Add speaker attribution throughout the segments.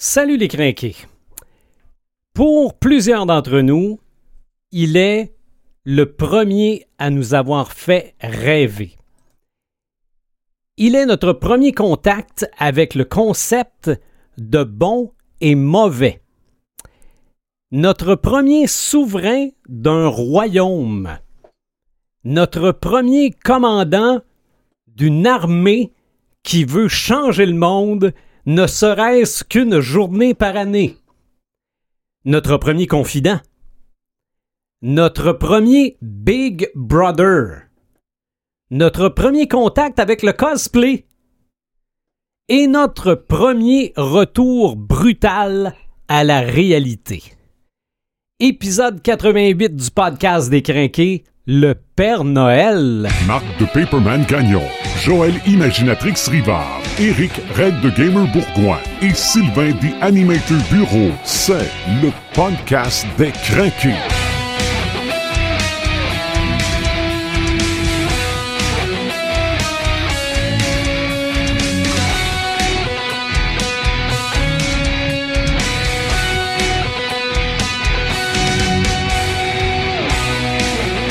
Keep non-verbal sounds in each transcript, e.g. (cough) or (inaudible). Speaker 1: Salut les crinqués. Pour plusieurs d'entre nous, il est le premier à nous avoir fait rêver. Il est notre premier contact avec le concept de bon et mauvais. Notre premier souverain d'un royaume. Notre premier commandant d'une armée qui veut changer le monde, ne serait-ce qu'une journée par année. Notre premier confident. Notre premier Big Brother. Notre premier contact avec le cosplay. Et notre premier retour brutal à la réalité. Épisode 88 du podcast des Crinqués, le Père Noël.
Speaker 2: Marc de Paperman Gagnon, Joël Imaginatrix Rivard, Eric Red de Gamer Bourgoin et Sylvain des Animator Bureau. C'est le podcast des craqués.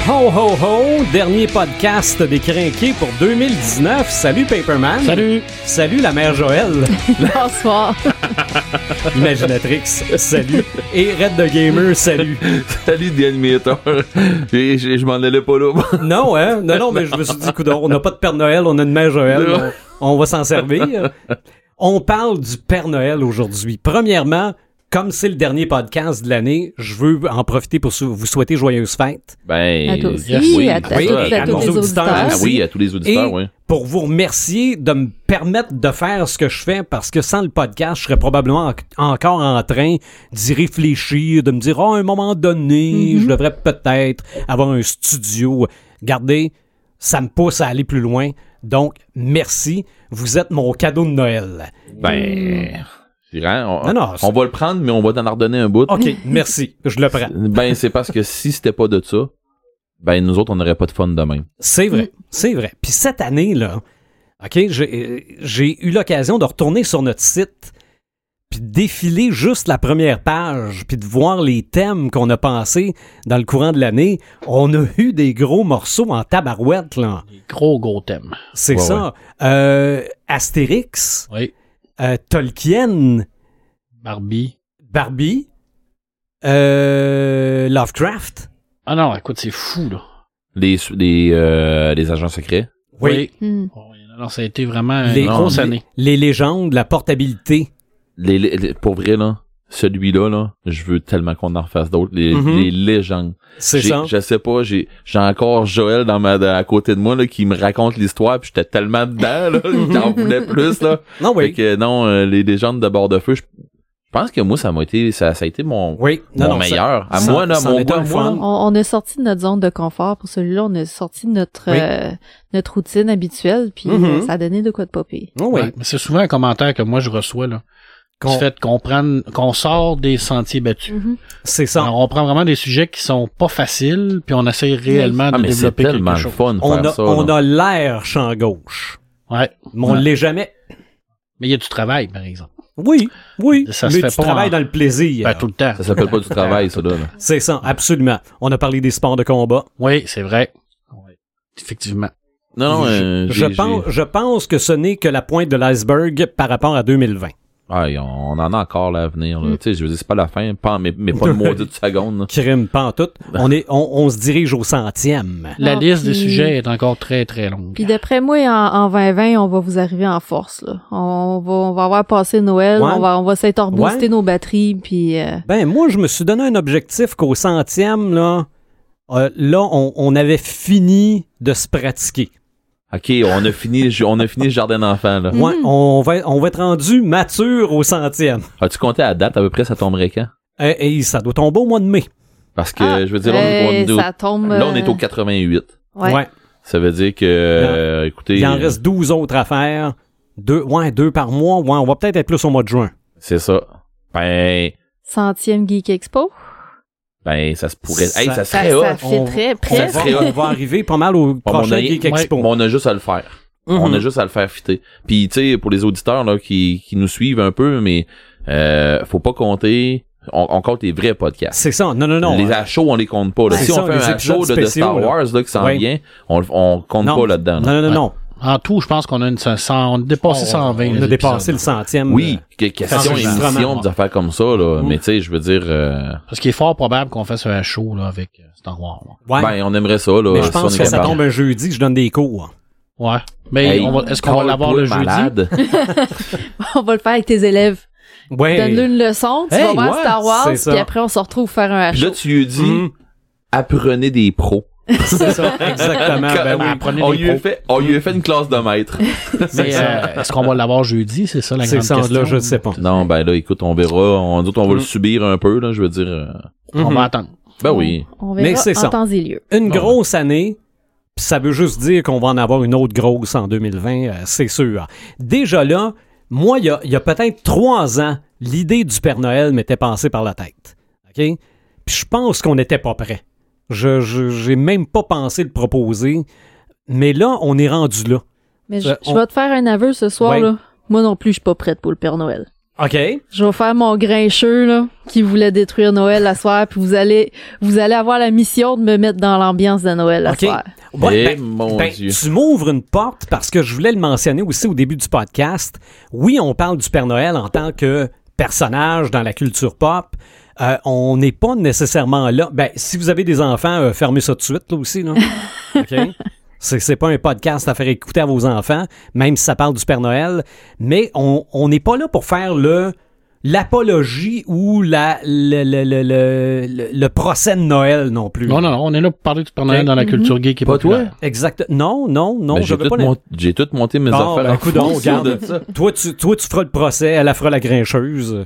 Speaker 1: Ho ho ho, dernier podcast des Crinqués pour 2019. Salut Paperman.
Speaker 3: Salut!
Speaker 1: Salut la mère Joël,
Speaker 4: Bonsoir.
Speaker 1: imaginatrix. salut. Et Red the Gamer, salut.
Speaker 5: Salut The Animator. (laughs) Et je, je m'en allais pas là.
Speaker 1: Non, hein? Non, non, mais je me suis dit, coudonc, on n'a pas de Père Noël, on a une mère Joël. On, on va s'en servir. On parle du Père Noël aujourd'hui. Premièrement, comme c'est le dernier podcast de l'année, je veux en profiter pour sou- vous souhaiter joyeuses fêtes.
Speaker 5: Ben,
Speaker 4: À toi aussi,
Speaker 5: oui,
Speaker 4: à, à
Speaker 1: oui,
Speaker 4: toutes, à
Speaker 1: à
Speaker 4: tous
Speaker 1: nos
Speaker 4: les
Speaker 1: auditeurs.
Speaker 4: auditeurs.
Speaker 5: Ah oui, à tous les auditeurs,
Speaker 1: Et
Speaker 5: oui.
Speaker 1: pour vous remercier de me permettre de faire ce que je fais, parce que sans le podcast, je serais probablement en- encore en train d'y réfléchir, de me dire, oh, à un moment donné, je devrais peut-être avoir un studio. Regardez, ça me pousse à aller plus loin. Donc, merci. Vous êtes mon cadeau de Noël.
Speaker 5: Ben, je dirais, on,
Speaker 1: Non, non, c'est-
Speaker 5: on va le prendre, mais on va t'en redonner un bout.
Speaker 1: OK, merci. Je le prends.
Speaker 5: Ben, c'est parce que si c'était pas de ça, ben, nous autres, on n'aurait pas de fun demain.
Speaker 1: C'est vrai,
Speaker 5: Mm.
Speaker 1: c'est vrai. Puis cette année, là, OK, j'ai euh, j'ai eu l'occasion de retourner sur notre site, puis de défiler juste la première page, puis de voir les thèmes qu'on a pensés dans le courant de l'année. On a eu des gros morceaux en tabarouette, là.
Speaker 3: Gros, gros thème.
Speaker 1: C'est
Speaker 5: Ouais,
Speaker 1: ça. Euh, Astérix,
Speaker 3: Oui.
Speaker 1: euh, Tolkien,
Speaker 3: Barbie.
Speaker 1: Barbie, euh, Lovecraft.
Speaker 3: Ah non, écoute, c'est fou, là.
Speaker 5: Les, les, euh, les agents secrets.
Speaker 4: Hmm.
Speaker 3: Bon, Alors, ça a été vraiment
Speaker 1: Les-
Speaker 3: une grosse
Speaker 1: les-
Speaker 3: année.
Speaker 1: les légendes, la portabilité.
Speaker 5: Les, les- les- pour vrai, là, celui-là, là, je veux tellement qu'on en refasse d'autres. Les,
Speaker 1: Mhm.
Speaker 5: les légendes.
Speaker 1: C'est
Speaker 5: J'ai-
Speaker 1: ça.
Speaker 5: Je sais pas, j'ai j'ai encore Joël dans ma à côté de moi là, qui me raconte l'histoire puis j'étais tellement dedans là, (laughs) j'en voulais plus là.
Speaker 1: Non,
Speaker 5: Fait
Speaker 1: oui.
Speaker 5: que non, euh, les légendes de bord de feu, je je pense que moi ça m'a été ça, ça a été mon
Speaker 1: Oui. Non,
Speaker 5: mon
Speaker 1: non, ça-
Speaker 5: meilleur. à
Speaker 1: ça-
Speaker 5: moi là,
Speaker 1: ça en
Speaker 5: mon
Speaker 1: est
Speaker 5: gars,
Speaker 1: un
Speaker 5: moi,
Speaker 1: fun.
Speaker 5: là.
Speaker 4: On, on est sorti de notre zone de confort pour celui-là. On est sorti de notre,
Speaker 1: Oui.
Speaker 4: euh, notre routine habituelle, puis
Speaker 1: Mhm.
Speaker 5: Mm-hmm.
Speaker 4: euh, ça a donné de quoi de popper.
Speaker 1: Oh, oui.
Speaker 3: Ouais, mais c'est souvent un commentaire que moi je reçois, là.
Speaker 1: Qu'on-
Speaker 3: Du fait qu'on prenne, qu'on sort des sentiers battus.
Speaker 4: Mm-hmm.
Speaker 1: C'est ça.
Speaker 3: Alors, on prend vraiment des sujets qui sont pas faciles, puis on essaye réellement
Speaker 5: Ah,
Speaker 3: de
Speaker 5: mais c'est
Speaker 3: développer
Speaker 5: tellement
Speaker 3: quelque
Speaker 5: le
Speaker 3: chose.
Speaker 5: fun de
Speaker 1: on
Speaker 5: faire
Speaker 1: a,
Speaker 5: ça.
Speaker 1: on
Speaker 5: là.
Speaker 1: a l'air champ gauche.
Speaker 3: Ouais.
Speaker 1: Mais on
Speaker 3: Ouais.
Speaker 1: l'est jamais.
Speaker 3: Mais il y a du travail, par exemple.
Speaker 1: Oui, oui.
Speaker 3: Ça se
Speaker 1: mais
Speaker 3: fait
Speaker 1: tu
Speaker 3: pas
Speaker 1: travailles
Speaker 3: en-
Speaker 1: dans le plaisir.
Speaker 3: Ben, tout le temps.
Speaker 5: Ça s'appelle pas du travail ça là. là.
Speaker 1: C'est ça, absolument. On a parlé des sports de combat.
Speaker 3: Oui, c'est vrai. Ouais. Effectivement.
Speaker 5: Non non, euh,
Speaker 1: je,
Speaker 5: j'ai- j'ai-
Speaker 1: pense, je pense que ce n'est que la pointe de l'iceberg par rapport à 2020.
Speaker 5: Ah, et on on en a encore là, à venir là.
Speaker 1: Hmm.
Speaker 4: Mm.
Speaker 5: Tu sais, je veux dire c'est pas la fin, pas mais,
Speaker 1: (laughs)
Speaker 5: mais pas une maudite seconde. là.
Speaker 1: Crime, pas en tout.
Speaker 3: Ben.
Speaker 1: On, est, on, on se dirige au centième.
Speaker 3: La
Speaker 4: Non,
Speaker 3: liste des
Speaker 4: puis-
Speaker 3: sujets est encore très, très longue.
Speaker 4: Puis d'après moi, en, en 2020, on va vous arriver en force. Là. On, va, on va avoir passé Noël,
Speaker 1: Ouais.
Speaker 4: on va, on va s'être rebooster
Speaker 1: Ouais.
Speaker 4: nos batteries, puis... euh,
Speaker 1: Ben, moi, je me suis donné un objectif qu'au centième, là, euh, là on, on avait fini de se pratiquer.
Speaker 5: OK, on a fini le ju- on a fini le jardin d'enfants là.
Speaker 1: Ouais, on, va, on va être rendu mature au centième.
Speaker 5: As-tu compté à date à peu près ça tomberait quand
Speaker 1: Et, et ça doit tomber au mois de mai.
Speaker 5: Parce que,
Speaker 4: ah,
Speaker 5: je veux dire, on,
Speaker 1: ben,
Speaker 4: hey,
Speaker 5: on est au-
Speaker 4: ça tombe...
Speaker 5: là, on est au
Speaker 4: euh,
Speaker 5: 88.
Speaker 4: ouais.
Speaker 1: Ouais.
Speaker 5: Ça veut dire que, euh, écoutez,
Speaker 1: Il en reste 12 autres à faire. Deux, ouais, deux par mois. Ouais, on va peut-être être plus au mois de juin.
Speaker 5: c'est ça. Ben,
Speaker 4: Centième Geek Expo.
Speaker 5: ben, ça se pourrait.
Speaker 1: Ça-
Speaker 5: hey, ça
Speaker 4: Ça,
Speaker 5: serait
Speaker 4: ça
Speaker 5: hot.
Speaker 4: fait
Speaker 1: on-
Speaker 4: très
Speaker 1: On
Speaker 5: Ça
Speaker 4: près.
Speaker 1: va,
Speaker 5: serait hot.
Speaker 1: on va arriver pas mal au
Speaker 5: Pas Ah, mon
Speaker 1: prochain
Speaker 5: avis.
Speaker 1: Geek
Speaker 3: Ouais.
Speaker 1: Expo.
Speaker 5: Mais on a juste à le faire.
Speaker 1: Mhm.
Speaker 5: On a juste à le faire fitter. Puis, tu sais, pour les auditeurs là, qui, qui nous suivent un peu, mais euh, faut pas compter. On, on compte les vrais podcasts.
Speaker 1: C'est ça. Non, non, non. hein.
Speaker 5: les à chaud, on les compte pas. là.
Speaker 1: C'est
Speaker 5: Si on
Speaker 1: ça,
Speaker 5: fait
Speaker 1: les
Speaker 5: un à
Speaker 1: épisodes
Speaker 5: chaud de, de Star
Speaker 1: spéciaux, là.
Speaker 5: Wars là, qui s'en
Speaker 1: Ouais.
Speaker 5: vient, on, on compte
Speaker 1: non.
Speaker 5: pas là-dedans. là.
Speaker 1: Non, non, non, non.
Speaker 3: En tout, je pense qu'on a une cent- cent- on a dépassé 120.
Speaker 1: Oh, On
Speaker 3: les
Speaker 1: a dépassé
Speaker 3: épisodes.
Speaker 1: le centième.
Speaker 5: Oui, que-
Speaker 1: c'est Mm-hmm.
Speaker 5: question
Speaker 1: enregistrement,
Speaker 5: émission,
Speaker 1: ouais.
Speaker 5: des affaires comme ça, là. Mais tu sais, je veux dire, euh,
Speaker 3: Parce qu'il est fort probable qu'on fasse un show là, avec euh, Star Wars. là.
Speaker 1: Ouais.
Speaker 5: ben, on aimerait ça, là.
Speaker 1: mais je
Speaker 5: si on
Speaker 1: pense
Speaker 5: est
Speaker 1: que ça
Speaker 5: capable.
Speaker 1: tombe un jeudi que je donne des cours.
Speaker 3: Ouais. Mais
Speaker 5: Hey,
Speaker 3: on va- est-ce qu'on va l'avoir le
Speaker 5: call-toi
Speaker 3: jeudi?
Speaker 1: (laughs)
Speaker 5: malade.
Speaker 4: (laughs) on va le faire avec tes élèves. Donne-leur
Speaker 1: Ouais.
Speaker 4: une leçon, tu
Speaker 5: Hey,
Speaker 4: vas voir
Speaker 5: ouais,
Speaker 4: Star Wars,
Speaker 1: c'est ça.
Speaker 4: puis après on se retrouve faire un
Speaker 5: Puis
Speaker 4: show.
Speaker 5: là, tu lui dis,
Speaker 1: Mhm. (laughs)
Speaker 5: apprenez des pros.
Speaker 1: C'est ça, exactement. ben oui.
Speaker 3: apprenez
Speaker 5: on
Speaker 3: des
Speaker 5: lui a
Speaker 3: pros.
Speaker 5: fait, on lui a fait une classe de maître.
Speaker 3: Mais euh, est-ce qu'on va l'avoir jeudi? C'est ça la
Speaker 1: Ces
Speaker 3: grande question.
Speaker 1: sens-là, je ne sais pas.
Speaker 5: (laughs) non, ben là, écoute, on verra. On, nous autres,
Speaker 1: Mm.
Speaker 5: on va le subir un peu, là, je veux dire. euh,
Speaker 3: On
Speaker 1: Mhm.
Speaker 3: va attendre.
Speaker 5: Ben oui.
Speaker 4: On verra
Speaker 1: Mais c'est
Speaker 4: en
Speaker 1: ça.
Speaker 4: temps et lieu.
Speaker 1: Une
Speaker 3: Bon.
Speaker 1: grosse année, pis ça veut juste dire qu'on va en avoir une autre grosse en 2020, euh, c'est sûr. Déjà là, moi, il y a, il y a peut-être trois ans, l'idée du Père Noël m'était passée par la tête. OK? Puis je pense qu'on n'était pas prêt. Je je- j'ai même pas pensé le proposer. Mais là, on est rendu là.
Speaker 4: Mais je,
Speaker 1: Ça,
Speaker 4: je
Speaker 1: on-
Speaker 4: vais te faire un aveu ce soir,
Speaker 1: Ouais.
Speaker 4: là. Moi non plus, je suis pas prête pour le Père Noël.
Speaker 1: OK?
Speaker 4: Je vais faire mon grincheux, là, qui voulait détruire Noël la soir, puis vous allez, vous allez avoir la mission de me mettre dans l'ambiance de Noël la
Speaker 1: Ok.
Speaker 4: soir.
Speaker 1: Ouais,
Speaker 5: Eh,
Speaker 1: ben,
Speaker 5: mon
Speaker 1: ben,
Speaker 5: Dieu.
Speaker 1: tu m'ouvres une porte parce que je voulais le mentionner aussi au début du podcast. Oui, on parle du Père Noël en tant que personnage dans la culture pop. Euh, on n'est pas nécessairement là. Ben, si vous avez des enfants, euh, fermez ça tout de suite là
Speaker 3: (laughs)
Speaker 1: aussi. Là. OK? C'est, c'est pas un podcast à faire écouter à vos enfants, même si ça parle du Père Noël. Mais on on n'est pas là pour faire le l'apologie ou la, le, le, le, le- le- le procès de Noël non plus.
Speaker 3: Non, non, non, on est là pour parler du Père Noël
Speaker 1: Ok.
Speaker 3: dans la culture gay qui est
Speaker 5: Mhm. Pas toi?
Speaker 3: populaire.
Speaker 1: Exact. Non, non, non,
Speaker 5: Ben,
Speaker 1: je
Speaker 5: j'ai
Speaker 1: veux
Speaker 5: tout,
Speaker 1: pas la-
Speaker 5: mon- j'ai tout monté mes
Speaker 1: Ah,
Speaker 5: affaires
Speaker 1: ben,
Speaker 5: en
Speaker 1: écoute donc,
Speaker 5: fonction
Speaker 1: regarde.
Speaker 5: de ça.
Speaker 1: (laughs) Toi tu, toi, tu feras le procès, elle la fera la grincheuse.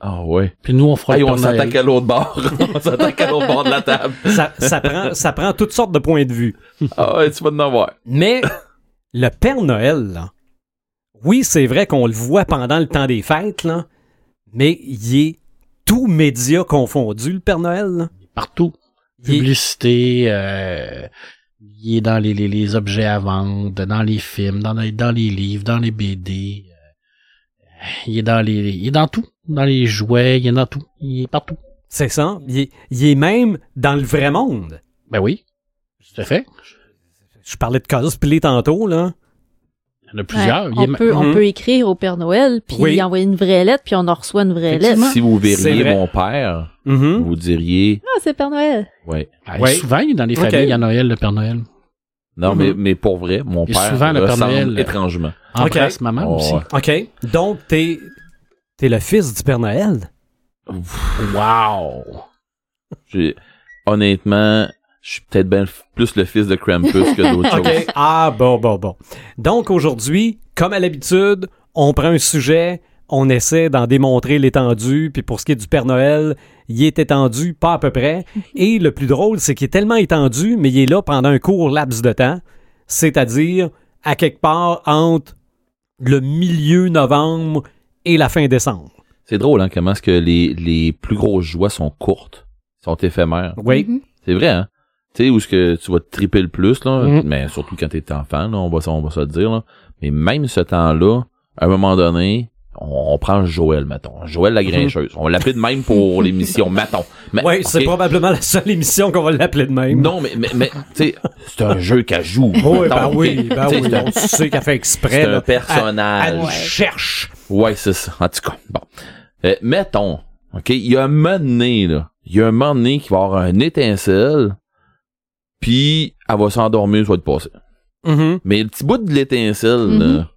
Speaker 5: Ah ouais.
Speaker 3: Puis nous, on fera
Speaker 5: Hey,
Speaker 3: le
Speaker 5: on
Speaker 3: Père Noël.
Speaker 5: s'attaque à l'autre bord. (laughs) on s'attaque à l'autre bord de
Speaker 1: (laughs)
Speaker 5: la table.
Speaker 1: Ça, ça prend, ça prend toutes sortes de points de vue.
Speaker 5: Ah ouais, tu vas en avoir.
Speaker 1: Mais le Père Noël, là, oui, c'est vrai qu'on le voit pendant le temps des fêtes, là, mais il est tout média confondu, le Père Noël. là.
Speaker 3: Partout.
Speaker 1: Il est-
Speaker 3: Publicité, euh, il est dans les, les, les objets à vendre, dans les films, dans les, dans les livres, dans les BD. euh, il est dans les, il est dans tout. Dans les jouets, il est dans tout. Il est partout.
Speaker 1: C'est ça. Il est, il est même dans le vrai monde.
Speaker 3: Ben oui. Tout à fait.
Speaker 1: Je parlais de cosplay tantôt, là.
Speaker 3: Il y en a plusieurs.
Speaker 4: Ouais,
Speaker 3: Il est
Speaker 4: on,
Speaker 3: ma-
Speaker 4: peut, on
Speaker 1: Mhm.
Speaker 4: peut écrire au Père Noël, puis
Speaker 1: Oui.
Speaker 4: y envoyer une vraie lettre, puis on en reçoit une vraie lettre.
Speaker 1: Effectivement.
Speaker 5: Si vous
Speaker 1: C'est
Speaker 5: verriez
Speaker 1: vrai.
Speaker 5: mon père,
Speaker 1: Mhm.
Speaker 5: vous diriez,
Speaker 4: Ah, c'est Père Noël.
Speaker 5: ouais.
Speaker 3: Ah,
Speaker 1: Ouais.
Speaker 3: Souvent, il est dans les
Speaker 1: Ok.
Speaker 3: familles à Noël, le Père Noël.
Speaker 5: Non,
Speaker 1: Mhm.
Speaker 5: mais, mais pour vrai, mon
Speaker 3: Et
Speaker 5: père
Speaker 3: souvent, le Père
Speaker 5: ressemble
Speaker 3: Noël-
Speaker 5: étrangement.
Speaker 3: Embrasse maman
Speaker 5: Oh,
Speaker 3: aussi.
Speaker 5: ouais.
Speaker 1: OK. Donc, t'es, t'es le fils du Père Noël.
Speaker 5: Wow! J'ai- Honnêtement, je suis peut-être ben f- plus le fils de Krampus que d'autres
Speaker 1: (laughs)
Speaker 5: choses.
Speaker 1: Ah, bon, bon, bon. Donc, aujourd'hui, comme à l'habitude, on prend un sujet, on essaie d'en démontrer l'étendue, puis pour ce qui est du Père Noël, il est étendu, pas à peu près. Et le plus drôle, c'est qu'il est tellement étendu, mais il est là pendant un court laps de temps, c'est-à-dire à quelque part entre le milieu novembre et la fin décembre.
Speaker 5: C'est drôle, hein, comment est-ce que les, les plus grosses joies sont courtes, sont éphémères.
Speaker 1: Oui.
Speaker 4: Mhm.
Speaker 5: C'est vrai, hein? Tu sais, où est-ce que tu vas te triper le plus, là,
Speaker 1: Mm-hmm.
Speaker 3: Mhm.
Speaker 5: mais surtout quand t'es enfant, là, on va, se- on va se le dire, là. Mais même ce temps-là, à un moment donné, on, on prend Joël, mettons. Joël
Speaker 1: Mm-hmm.
Speaker 5: la grincheuse. On l'appelle de
Speaker 1: (laughs)
Speaker 5: même pour l'émission, mettons. Mais-
Speaker 1: Oui, c'est
Speaker 5: Ben, ok.
Speaker 1: probablement la seule émission qu'on va l'appeler de même.
Speaker 5: Non, mais, mais, mais, tu sais, c'est un jeu
Speaker 1: (laughs)
Speaker 5: qu'elle joue.
Speaker 1: Oui,
Speaker 5: mettons,
Speaker 1: ben
Speaker 5: ok?
Speaker 1: oui, ben
Speaker 5: Tu sais,
Speaker 1: oui.
Speaker 5: (laughs) c'est un-
Speaker 1: On sait qu'elle fait exprès.
Speaker 5: C'est un
Speaker 1: là.
Speaker 5: personnage.
Speaker 1: Elle, elle
Speaker 5: Ouais.
Speaker 1: cherche.
Speaker 5: Ouais, c'est ça. En tout cas, bon. Euh, mettons, OK, il y a un moment donné, là. Il y a un moment donné qui va avoir un étincelle, puis elle va s'endormir, ça va te passer.
Speaker 1: Mm-hmm.
Speaker 5: Mais le petit bout de l'étincelle, là,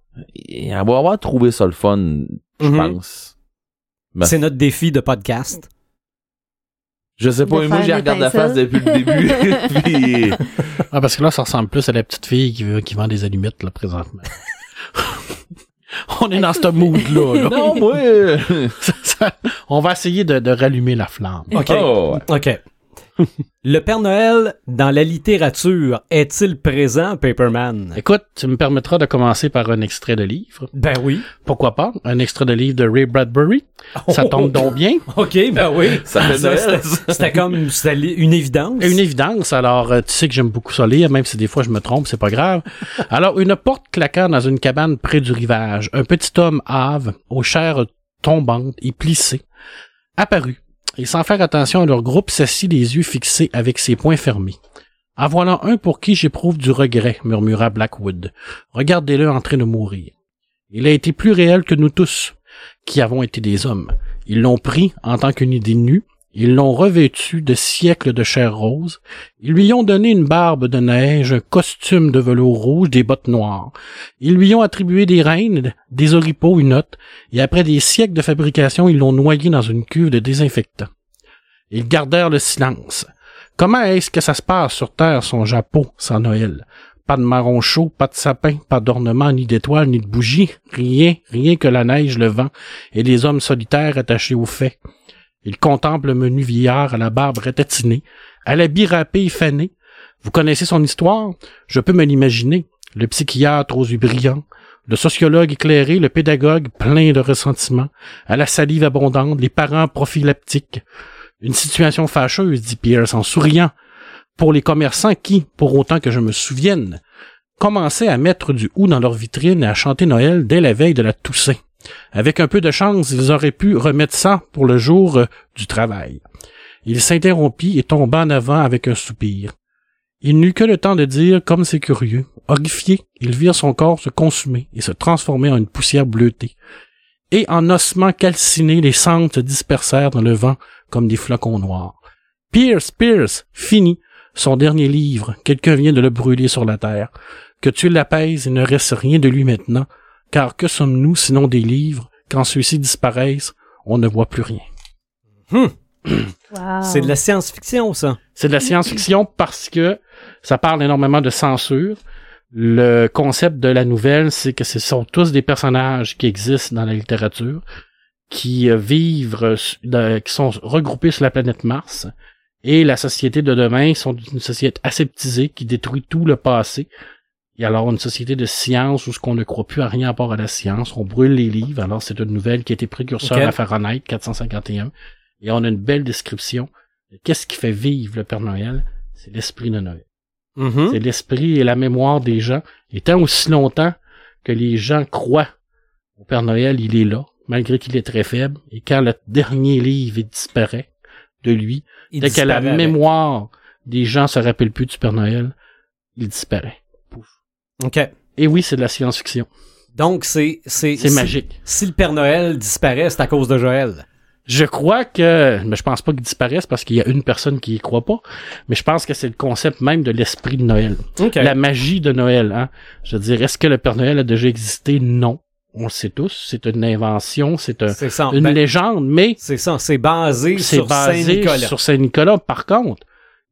Speaker 5: elle va avoir trouvé ça le fun, je
Speaker 1: Mhm.
Speaker 5: pense. Ben,
Speaker 1: C'est notre défi de podcast.
Speaker 5: Je sais pas,
Speaker 4: De
Speaker 5: mais moi,
Speaker 4: faire
Speaker 5: j'ai regardé la face depuis le début. (laughs) puis-
Speaker 3: Ah, parce que là, ça ressemble plus à la petite fille qui, veut- qui vend des allumettes, là, (laughs) présentement. on est dans ce mood-là. là.
Speaker 5: non, moi... euh,
Speaker 3: (laughs) Ça- ça- on va essayer de, de rallumer la flamme.
Speaker 1: OK.
Speaker 5: oh, ouais.
Speaker 1: OK. (laughs) Le Père Noël, dans la littérature, est-il présent, Paperman?
Speaker 3: Écoute, tu me permettras de commencer par un extrait de livre.
Speaker 1: Ben oui.
Speaker 3: Pourquoi pas? Un extrait de livre de Ray Bradbury. Ça tombe donc bien.
Speaker 1: OK, ben oui.
Speaker 5: Ça fait
Speaker 1: Ça,
Speaker 5: Noël.
Speaker 1: c'était- C'était comme c'était li- une évidence.
Speaker 3: Et Une évidence, alors euh, tu sais que j'aime beaucoup ça lire, même si des fois je me trompe, c'est pas grave. Alors, une porte claquant dans une cabane près du rivage, un petit homme hâve, aux chairs tombantes et plissées, apparut, et sans faire attention à leur groupe, s'assit les yeux fixés avec ses poings fermés. En voilà un pour qui j'éprouve du regret, murmura Blackwood. Regardez-le en train de mourir. Il a été plus réel que nous tous, qui avons été des hommes. Ils l'ont pris en tant qu'une idée nue, ils l'ont revêtu de siècles de chair rose, ils lui ont donné une barbe de neige, un costume de velours rouge, des bottes noires. Ils lui ont attribué des rênes, des oripeaux, une hotte, et après des siècles de fabrication, ils l'ont noyé dans une cuve de désinfectant. Ils gardèrent le silence. Comment est-ce que ça se passe sur Terre, son Japon, sans Noël? Pas de marron chaud, pas de sapin, pas d'ornement, ni d'étoiles, ni de bougies, rien, rien que la neige, le vent et les hommes solitaires attachés aux faits. Il contemple le menu vieillard à la barbe ratatinée, à l'habit râpé et fané. Vous connaissez son histoire? Je peux me l'imaginer. Le psychiatre aux yeux brillants, le sociologue éclairé, le pédagogue plein de ressentiment, à la salive abondante, les parents prophylactiques. Une situation fâcheuse, dit Pierce en souriant, pour les commerçants qui, pour autant que je me souvienne, commençaient à mettre du hou dans leur vitrine et à chanter Noël dès la veille de la Toussaint. Avec un peu de chance, ils auraient pu remettre ça pour le jour euh, du travail. Il s'interrompit et tomba en avant avec un soupir. Il n'eut que le temps de dire, comme c'est curieux, horrifié, ils virent son corps se consumer et se transformer en une poussière bleutée. Et en ossements calcinés, les cendres se dispersèrent dans le vent comme des flocons noirs. Pierce, Pierce, fini. Son dernier livre, quelqu'un vient de le brûler sur la terre. Que tu l'apaises, il ne reste rien de lui maintenant car que sommes-nous sinon des livres quand ceux-ci disparaissent, on ne voit plus rien.
Speaker 4: Wow.
Speaker 1: C'est de la science-fiction, ça.
Speaker 3: C'est de la science-fiction parce que ça parle énormément de censure. Le concept de la nouvelle, c'est que ce sont tous des personnages qui existent dans la littérature, qui euh, vivent, euh, su- de- qui sont regroupés sur la planète Mars. Et la société de demain sont une société aseptisée qui détruit tout le passé. Et alors, une société de science où ce qu'on ne croit plus à rien à part à la science, on brûle les livres. Alors, c'est une nouvelle qui a été précurseur
Speaker 1: Ok.
Speaker 3: à Fahrenheit 451. Et on a une belle description de qu'est-ce qui fait vivre le Père Noël. C'est l'esprit de Noël.
Speaker 1: Hmm?
Speaker 3: C'est l'esprit et la mémoire des gens. Et tant aussi longtemps que les gens croient au Père Noël, il est là, malgré qu'il est très faible. Et quand le dernier livre il disparaît de lui,
Speaker 1: Il
Speaker 3: dès que
Speaker 1: disparaît
Speaker 3: la
Speaker 1: avec.
Speaker 3: mémoire des gens se rappelle plus du Père Noël, il disparaît.
Speaker 1: OK.
Speaker 3: Et oui, c'est de la science-fiction.
Speaker 1: Donc, c'est... C'est
Speaker 3: C'est
Speaker 1: si-
Speaker 3: magique.
Speaker 1: Si le Père Noël disparaît, c'est à cause de Joël.
Speaker 3: Je crois que, mais je pense pas qu'il disparaisse parce qu'il y a une personne qui y croit pas, mais je pense que c'est le concept même de l'esprit de Noël.
Speaker 1: OK.
Speaker 3: la magie de Noël. Hein? Je veux dire, est-ce que le Père Noël a déjà existé? Non. On le sait tous. C'est une invention, c'est un-
Speaker 1: C'est ça.
Speaker 3: une
Speaker 1: Ben,
Speaker 3: légende, mais
Speaker 1: c'est ça. C'est basé
Speaker 3: c'est
Speaker 1: sur
Speaker 3: basé
Speaker 1: Saint-Nicolas.
Speaker 3: sur Saint-Nicolas. Par contre,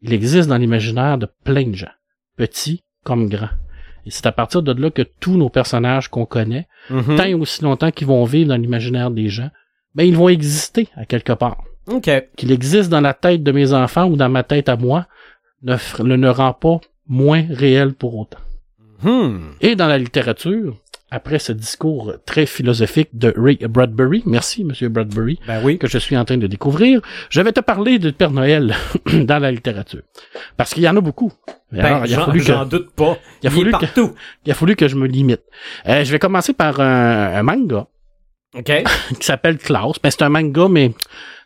Speaker 3: il existe dans l'imaginaire de plein de gens, petits comme grands. Et c'est à partir de là que tous nos personnages qu'on connaît,
Speaker 1: Mhm.
Speaker 3: tant et aussi longtemps qu'ils vont vivre dans l'imaginaire des gens, ben ils vont exister à quelque part.
Speaker 1: OK.
Speaker 3: Qu'il existe dans la tête de mes enfants ou dans ma tête à moi, ne, f- ne rend pas moins réel pour autant.
Speaker 1: Hmm.
Speaker 3: Et dans la littérature, après ce discours très philosophique de Ray Bradbury, merci Monsieur Bradbury,
Speaker 1: Ben oui.
Speaker 3: que je suis en train de découvrir, je vais te parler de Père Noël (clears throat) dans la littérature. Parce qu'il y en a beaucoup. Mais
Speaker 1: Ben,
Speaker 3: alors, il, a
Speaker 1: j'en
Speaker 3: fallu que,
Speaker 1: j'en doute pas.
Speaker 3: il a
Speaker 1: Il,
Speaker 3: fallu
Speaker 1: est
Speaker 3: que-
Speaker 1: partout.
Speaker 3: il a fallu que je me limite. Euh, je vais commencer par un, un manga
Speaker 1: OK.
Speaker 3: qui s'appelle Klaus. Ben, c'est un manga, mais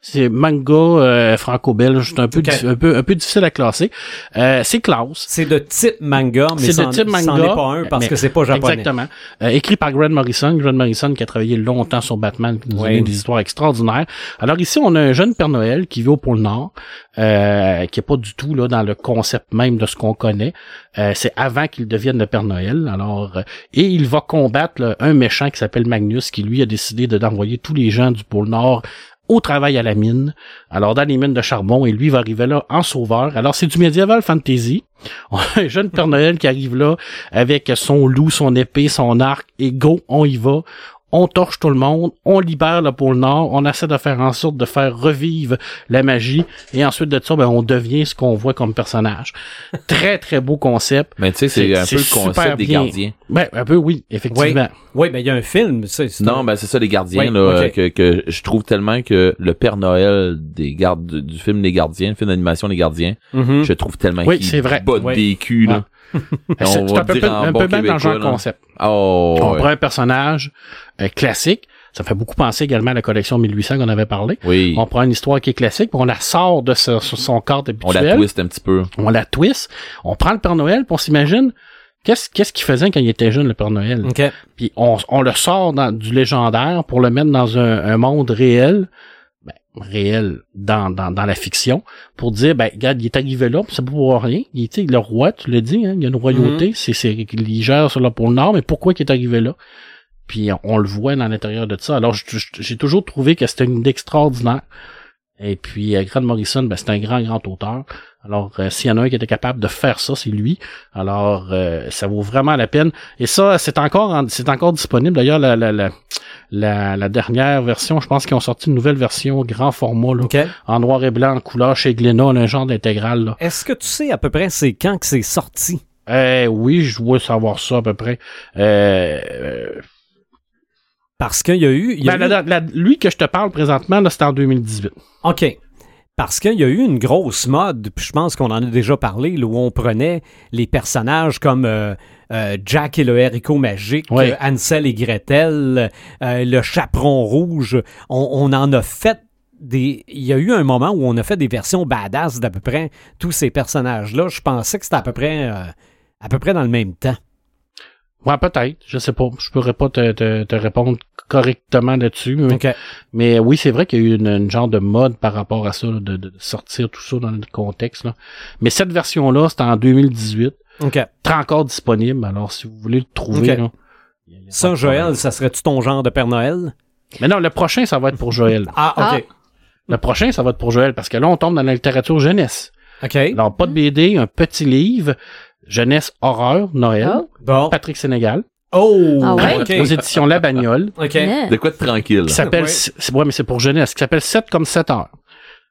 Speaker 3: c'est manga euh, franco-belge. C'est un peu,
Speaker 1: Ok.
Speaker 3: diffi- un, peu, un peu difficile à classer. Euh, c'est Klaus.
Speaker 1: C'est de type manga, mais
Speaker 3: C'est de
Speaker 1: c'en-
Speaker 3: type
Speaker 1: c'en
Speaker 3: manga,
Speaker 1: est pas un parce
Speaker 3: mais-
Speaker 1: que c'est pas japonais.
Speaker 3: Exactement. Euh, écrit par Grant Morrison. Grant Morrison qui a travaillé longtemps sur Batman, qui nous a
Speaker 1: Oui.
Speaker 3: donné des histoires extraordinaires. Alors ici, on a un jeune Père Noël qui vit au pôle Nord, euh, qui est pas du tout là dans le concept même de ce qu'on connaît. Euh, c'est avant qu'il devienne le Père Noël. Alors, euh, et il va combattre là, un méchant qui s'appelle Magnus, qui lui a décidé de- d'envoyer tous les gens du pôle Nord au travail à la mine. Alors, dans les mines de charbon, et lui va arriver là en sauveur. Alors, c'est du médiéval fantasy. On a un jeune Père Noël qui arrive là avec son loup, son épée, son arc, et go, on y va. On torche tout le monde, on libère le pôle Nord, on essaie de faire en sorte de faire revivre la magie, et ensuite de ça, ben, on devient ce qu'on voit comme personnage. Très, très beau concept.
Speaker 5: Mais tu sais, c'est
Speaker 3: C'est-
Speaker 5: un
Speaker 3: c'est
Speaker 5: peu le
Speaker 3: super
Speaker 5: concept des
Speaker 3: bien.
Speaker 5: gardiens.
Speaker 3: Ben, un peu oui, effectivement.
Speaker 1: Oui, mais il y a un film. c'est- c'est-
Speaker 5: Non, ben c'est ça, les gardiens,
Speaker 1: Oui,
Speaker 5: là, euh,
Speaker 1: ok.
Speaker 5: que, que je trouve tellement que le Père Noël des gardes du, du film Les Gardiens, le film d'animation Les Gardiens,
Speaker 1: Mhm.
Speaker 5: je trouve tellement
Speaker 3: Mm-hmm. Oui,
Speaker 5: qu'il
Speaker 3: c'est vrai.
Speaker 5: botte
Speaker 1: Oui.
Speaker 5: des culs, là.
Speaker 3: Ben, C'est c'est
Speaker 5: On
Speaker 3: un
Speaker 5: va
Speaker 3: peu,
Speaker 5: dire en
Speaker 3: un
Speaker 5: bon
Speaker 3: peu même dans
Speaker 5: québécois,
Speaker 3: le genre
Speaker 5: là.
Speaker 3: concept.
Speaker 5: Oh,
Speaker 3: Ah. On
Speaker 5: Ah, ouais.
Speaker 3: prend un personnage euh, classique, Ça fait beaucoup penser également à la collection 1800 qu'on avait parlé.
Speaker 5: Oui.
Speaker 3: On prend une histoire qui est classique, puis on la sort de ce- sur son cadre
Speaker 5: On
Speaker 3: habituel.
Speaker 5: la twist un petit peu.
Speaker 3: On la twist. On prend le Père Noël, puis on s'imagine qu'est-ce qu'est-ce qu'il faisait quand il était jeune, le Père Noël.
Speaker 1: OK.
Speaker 3: Puis on, on le sort dans, du légendaire pour le mettre dans un, un monde réel, ben, réel dans, dans, dans la fiction, pour dire, ben, regarde, il est arrivé là, puis ça ne pouvoir rien. Il était le roi, tu le dis, hein, il y a une royauté, c'est, c'est, il gère sur le pôle Nord, mais pourquoi il est arrivé là? Puis on, on le voit dans l'intérieur de ça. Alors, je- je- j'ai toujours trouvé que c'était une idée extraordinaire. Et puis, euh, Grant Morrison, ben, c'est un grand, grand auteur. Alors, euh, s'il y en a un qui était capable de faire ça, c'est lui. Alors, euh, ça vaut vraiment la peine. Et ça, c'est encore, en- c'est encore disponible. D'ailleurs, la, la, la, la, la dernière version, je pense qu'ils ont sorti une nouvelle version grand format, là,
Speaker 1: OK.
Speaker 3: en noir et blanc, en couleur, chez Glénat, un genre d'intégrale. là.
Speaker 1: Est-ce que tu sais à peu près c'est quand que c'est sorti?
Speaker 3: Euh, oui, je dois savoir ça à peu près. Euh, euh,
Speaker 1: Parce qu'il y a eu... il y a
Speaker 3: ben, la-
Speaker 1: eu-
Speaker 3: la- la- lui que je te parle présentement, là, c'était en 2018.
Speaker 1: OK. Parce qu'il y a eu une grosse mode, puis je pense qu'on en a déjà parlé, là, où on prenait les personnages comme euh, euh, Jack et le haricot magique,
Speaker 3: Ouais.
Speaker 1: euh, Hansel et Gretel, euh, le chaperon rouge. On, on en a fait des... Il y a eu un moment où on a fait des versions badass d'à peu près tous ces personnages-là. Je pensais que c'était à peu près... euh, à peu près dans le même temps.
Speaker 3: Ouais, peut-être. Je sais pas. Je pourrais pas te, te, te répondre correctement là-dessus. Mais,
Speaker 1: OK.
Speaker 3: mais oui, c'est vrai qu'il y a eu une, une genre de mode par rapport à ça, là, de, de sortir tout ça dans le contexte. Là. Mais cette version-là, c'était en 2018.
Speaker 1: OK.
Speaker 3: Très encore disponible. Alors, si vous voulez le trouver,
Speaker 1: Ok.
Speaker 3: là,
Speaker 1: Ça, Joël, ça serait-tu ton genre de Père Noël?
Speaker 3: Mais non, le prochain, ça va être pour Joël.
Speaker 1: Ah, OK.
Speaker 3: Le prochain, ça va être pour Joël, parce que là, on tombe dans la littérature jeunesse.
Speaker 1: OK.
Speaker 3: Alors, pas de
Speaker 4: Mhm.
Speaker 3: BD, un petit livre, jeunesse horreur, Noël,
Speaker 4: Oh.
Speaker 1: Bon.
Speaker 3: Patrick Sénégal,
Speaker 1: Oh!
Speaker 4: Ah ouais?
Speaker 1: OK.
Speaker 3: aux éditions La Bagnole,
Speaker 1: OK.
Speaker 4: Yeah.
Speaker 5: De quoi de tranquille?
Speaker 3: qui s'appelle,
Speaker 1: Ouais.
Speaker 3: c'est ouais, mais c'est pour jeunesse, qui s'appelle 7 comme 7 heures.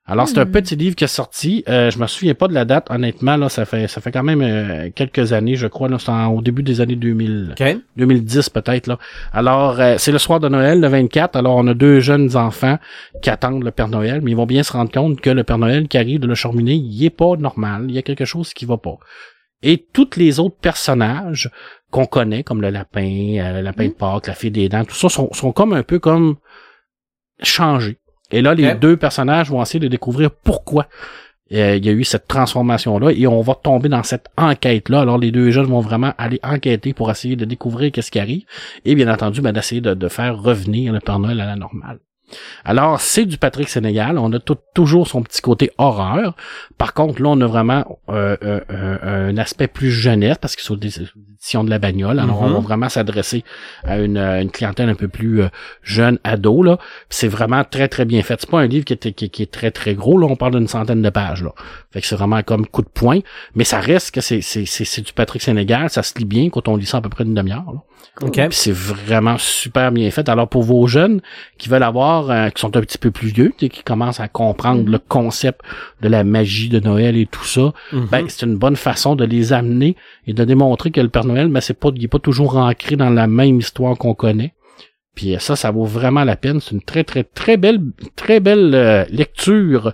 Speaker 3: Alors, c'est un
Speaker 4: Hmm.
Speaker 3: petit livre qui est sorti. Euh, je me souviens pas de la date, honnêtement, là, ça fait, ça fait quand même euh, quelques années, je crois, là, c'est en- au début des années 2000.
Speaker 1: OK.
Speaker 3: 2010 peut-être là. Alors euh, c'est le soir de Noël le 24. Alors on a deux jeunes enfants qui attendent le Père Noël, mais ils vont bien se rendre compte que le Père Noël qui arrive de la cheminée, il est pas normal, il y a quelque chose qui va pas. Et toutes les autres personnages qu'on connaît comme le lapin, euh, le lapin de Pâques, la fille des dents, tout ça sont, sont comme un peu comme changés. Et là les
Speaker 1: Ok.
Speaker 3: deux personnages vont essayer de découvrir pourquoi euh, il y a eu cette transformation-là et on va tomber dans cette enquête-là. Alors, les deux jeunes vont vraiment aller enquêter pour essayer de découvrir qu'est-ce qui arrive et bien entendu, ben, d'essayer de, de faire revenir le Père Noël à la normale. Alors, c'est du Patrick Sénégal. On a tout- toujours son petit côté horreur. Par contre, là, on a vraiment euh, euh, euh, un aspect plus jeunesse parce qu'ils sont des des éditions de la bagnole. Alors,
Speaker 1: Mhm.
Speaker 3: on va vraiment s'adresser à une, euh, une clientèle un peu plus euh, jeune, ado. Là, Puis c'est vraiment très très bien fait. C'est pas un livre qui est, qui, est- qui est très très gros. Là, on parle d'une centaine de pages. Là, fait que c'est vraiment comme coup de poing. Mais ça reste que c'est c'est c'est- c'est du Patrick Sénégal. Ça se lit bien quand on lit ça à peu près une demi-heure. là.
Speaker 1: OK.
Speaker 3: Puis c'est vraiment super bien fait. Alors pour vos jeunes qui veulent avoir, euh, qui sont un petit peu plus vieux, tu sais, qui commencent à comprendre le concept de la magie de Noël et tout ça,
Speaker 1: Mhm.
Speaker 3: ben c'est une bonne façon de les amener et de démontrer que le Père Noël, ben c'est pas, il est pas toujours ancré dans la même histoire qu'on connaît. Puis euh, ça, ça vaut vraiment la peine. C'est une très très très belle très belle euh, lecture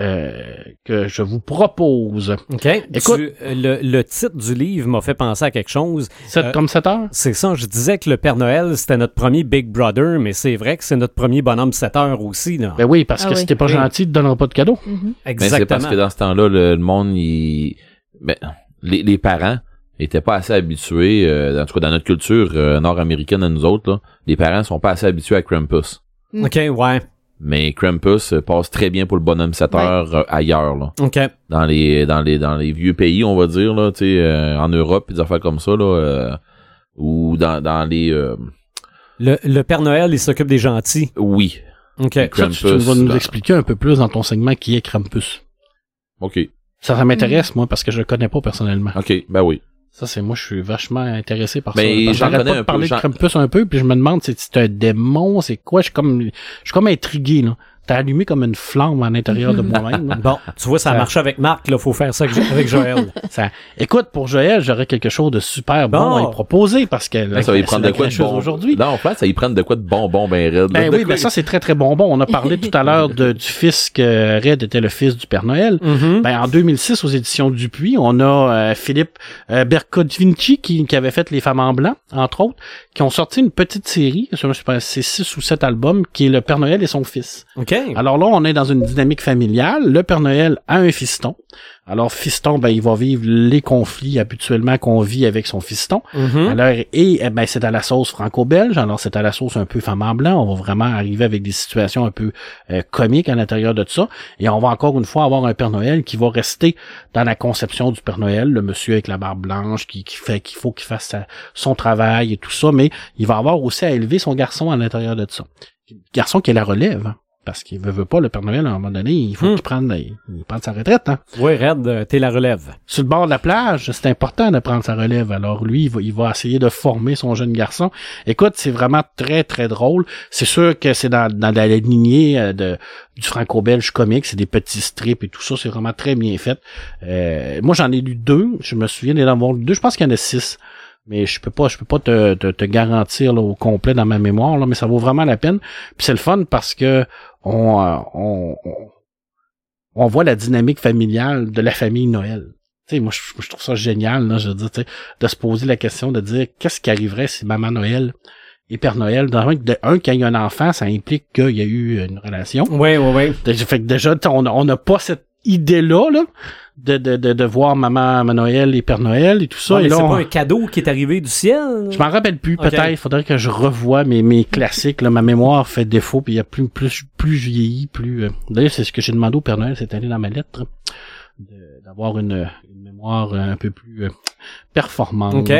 Speaker 3: euh, que je vous propose.
Speaker 1: OK.
Speaker 3: Écoute-
Speaker 1: Tu- euh, le, le titre du livre m'a fait penser à quelque chose.
Speaker 3: Sept
Speaker 1: Euh,
Speaker 3: comme 7 heures.
Speaker 1: C'est ça, je disais que le Père Noël, c'était notre premier Big Brother, mais c'est vrai que c'est notre premier bonhomme 7 heures aussi. Là.
Speaker 3: Ben oui, parce
Speaker 4: Ah
Speaker 3: que
Speaker 4: oui.
Speaker 3: si t'es pas
Speaker 1: Oui.
Speaker 3: gentil, tu te donneras pas de cadeau.
Speaker 4: Mhm.
Speaker 5: Mais c'est parce
Speaker 1: Exactement.
Speaker 5: que dans ce temps-là, le, le monde, il, ben, les, les parents étaient pas assez habitués, euh, en tout cas dans notre culture euh, nord-américaine à nous autres, là, les parents sont pas assez habitués à Krampus.
Speaker 1: OK, ouais.
Speaker 5: Mais Krampus euh, passe très bien pour le bonhomme 7
Speaker 4: Ouais.
Speaker 5: heures euh, ailleurs, là.
Speaker 1: OK.
Speaker 5: Dans les, dans les, dans les vieux pays, on va dire, là, tu sais, euh, en Europe, pis des affaires comme ça, là, euh, ou dans, dans les, euh,
Speaker 1: Le, le Père Noël, il s'occupe des gentils.
Speaker 5: oui.
Speaker 1: OK.
Speaker 3: Eh, Ça, tu, tu
Speaker 5: Krampus, bah.
Speaker 3: vas nous
Speaker 5: là.
Speaker 3: expliquer un peu plus dans ton segment qui est Krampus.
Speaker 5: OK.
Speaker 3: Ça, ça m'intéresse, moi, parce que je le connais pas personnellement.
Speaker 5: OK. Ben oui.
Speaker 3: Ça, c'est moi, je suis vachement intéressé par
Speaker 5: Mais
Speaker 3: ça. Parce
Speaker 5: Ben,
Speaker 3: que
Speaker 5: j'en
Speaker 3: j'arrête
Speaker 5: connais
Speaker 3: pas de
Speaker 5: un peu,
Speaker 3: parler
Speaker 5: j'en-
Speaker 3: de Krampus un peu, puis je me demande si c'est un démon, c'est quoi. Je suis comme, je suis comme intrigué, là. T'as allumé comme une flamme à l'intérieur de moi-même.
Speaker 1: (laughs)
Speaker 3: là.
Speaker 1: Bon, tu vois, ça
Speaker 3: Ça-
Speaker 1: marche avec Marc, là, faut faire ça avec- avec (laughs) Joël.
Speaker 3: Ça- Écoute, pour Joël, j'aurais quelque chose de super bon,
Speaker 1: Bon.
Speaker 3: à lui proposer parce que
Speaker 5: Là, Ben, ça va y prendre de quoi de
Speaker 3: chose
Speaker 5: bon.
Speaker 3: aujourd'hui.
Speaker 5: Non, en fait, ça y prendre de quoi de bonbon ben raide. là.
Speaker 3: Ben
Speaker 5: De
Speaker 3: oui,
Speaker 5: quoi-
Speaker 3: ben ça c'est très très bonbon. On a parlé tout à l'heure de- du fils que Red était le fils du Père Noël.
Speaker 1: Mhm.
Speaker 3: Ben, en 2006, aux éditions Dupuis, on a euh, Philippe euh, Bercovinci qui, qui avait fait Les Femmes en Blanc, entre autres, qui ont sorti une petite série, je me souviens, c'est six ou sept albums, qui est Le Père Noël et son fils.
Speaker 1: OK.
Speaker 3: Alors là, on est dans une dynamique familiale. Le Père Noël a un fiston. Alors, fiston, ben, il va vivre les conflits habituellement qu'on vit avec son fiston.
Speaker 1: Mhm.
Speaker 3: Alors, et eh ben, c'est à la sauce franco-belge, alors c'est à la sauce un peu femme en blanc. On va vraiment arriver avec des situations un peu euh, comiques à l'intérieur de tout ça. Et on va encore une fois avoir un Père Noël qui va rester dans la conception du Père Noël, le monsieur avec la barbe blanche qui, qui fait qu'il faut qu'il fasse sa- son travail et tout ça, mais il va avoir aussi à élever son garçon à l'intérieur de tout ça. Garçon qui est la relève. hein, Parce qu'il veut, veut pas, le Père Noël, à un moment donné, il faut
Speaker 1: Hmm.
Speaker 3: qu'il prenne, il, il prenne sa retraite, hein
Speaker 1: Ouais, Red, euh, t'es la relève.
Speaker 3: sur le bord de la plage, c'est important de prendre sa relève. Alors lui, il va, il va essayer de former son jeune garçon. Écoute, c'est vraiment très, très drôle. C'est sûr que c'est dans, dans la lignée euh, de, du franco-belge comique. C'est des petits strips et tout ça. C'est vraiment très bien fait. Euh, moi, j'en ai lu deux. Je me souviens d'en avoir lu deux. Je pense qu'il y en a six. Mais je peux pas, je peux pas te, te, te garantir là, au complet dans ma mémoire, là, mais ça vaut vraiment la peine. Puis c'est le fun parce que on, euh, on, on, on voit la dynamique familiale de la famille Noël. Tu sais, moi, je, je trouve ça génial, là, je veux dire, tu sais, de se poser la question de dire qu'est-ce qui arriverait si Maman Noël et Père Noël, dans un, de, un, quand il y a un enfant, ça implique qu'il y a eu une relation.
Speaker 1: Ouais, ouais, ouais.
Speaker 3: Fait que- fait que déjà, t'sais, on a- on n'a pas cette idée-là, là, de, de, de, de voir Maman Noël et Père Noël et tout ça.
Speaker 1: Ouais,
Speaker 3: et
Speaker 1: mais
Speaker 3: là,
Speaker 1: c'est
Speaker 3: on-
Speaker 1: pas un cadeau qui est arrivé du ciel.
Speaker 3: je m'en rappelle plus,
Speaker 1: Ok.
Speaker 3: peut-être. Faudrait que je revoie mes, mes classiques. Là. Ma mémoire fait défaut, puis il y a plus, plus, plus je vieillis, plus. euh, D'ailleurs, c'est ce que j'ai demandé au Père Noël cette année dans ma lettre, de- d'avoir une, une mémoire euh, un peu plus euh, performante.
Speaker 1: Ok.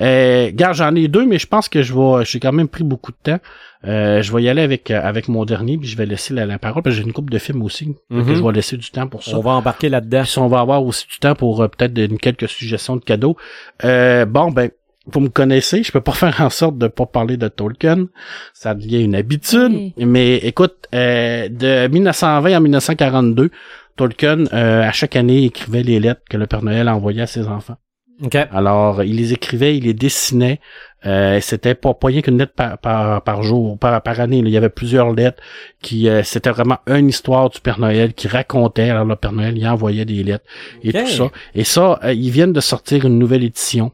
Speaker 3: Euh, gars, j'en ai deux, mais je pense que je vais, j'ai quand même pris beaucoup de temps. Euh, je vais y aller avec euh, avec mon dernier, puis je vais laisser la, la parole parce que j'ai une coupe de films aussi fait que
Speaker 1: Mhm.
Speaker 3: je vais laisser du temps pour ça.
Speaker 1: On va embarquer là-dedans.
Speaker 3: Puis si on va avoir aussi du temps pour euh, peut-être une- quelques suggestions de cadeaux. Euh, bon, ben, vous me connaissez, je peux pas (laughs) faire en sorte de pas parler de Tolkien. Ça devient une habitude.
Speaker 4: Oui.
Speaker 3: Mais écoute, euh, de 1920 à 1942, Tolkien, euh, à chaque année, écrivait les lettres que le Père Noël envoyait à ses enfants.
Speaker 1: OK.
Speaker 3: Alors, il les écrivait, il les dessinait. Euh, c'était pas, pas rien qu'une lettre par, par, par jour, par, par année. là. Il y avait plusieurs lettres qui euh, c'était vraiment une histoire du Père Noël qui racontait. Alors le Père Noël il envoyait des lettres et
Speaker 1: Ok.
Speaker 3: tout ça. Et ça, euh, ils viennent de sortir une nouvelle édition.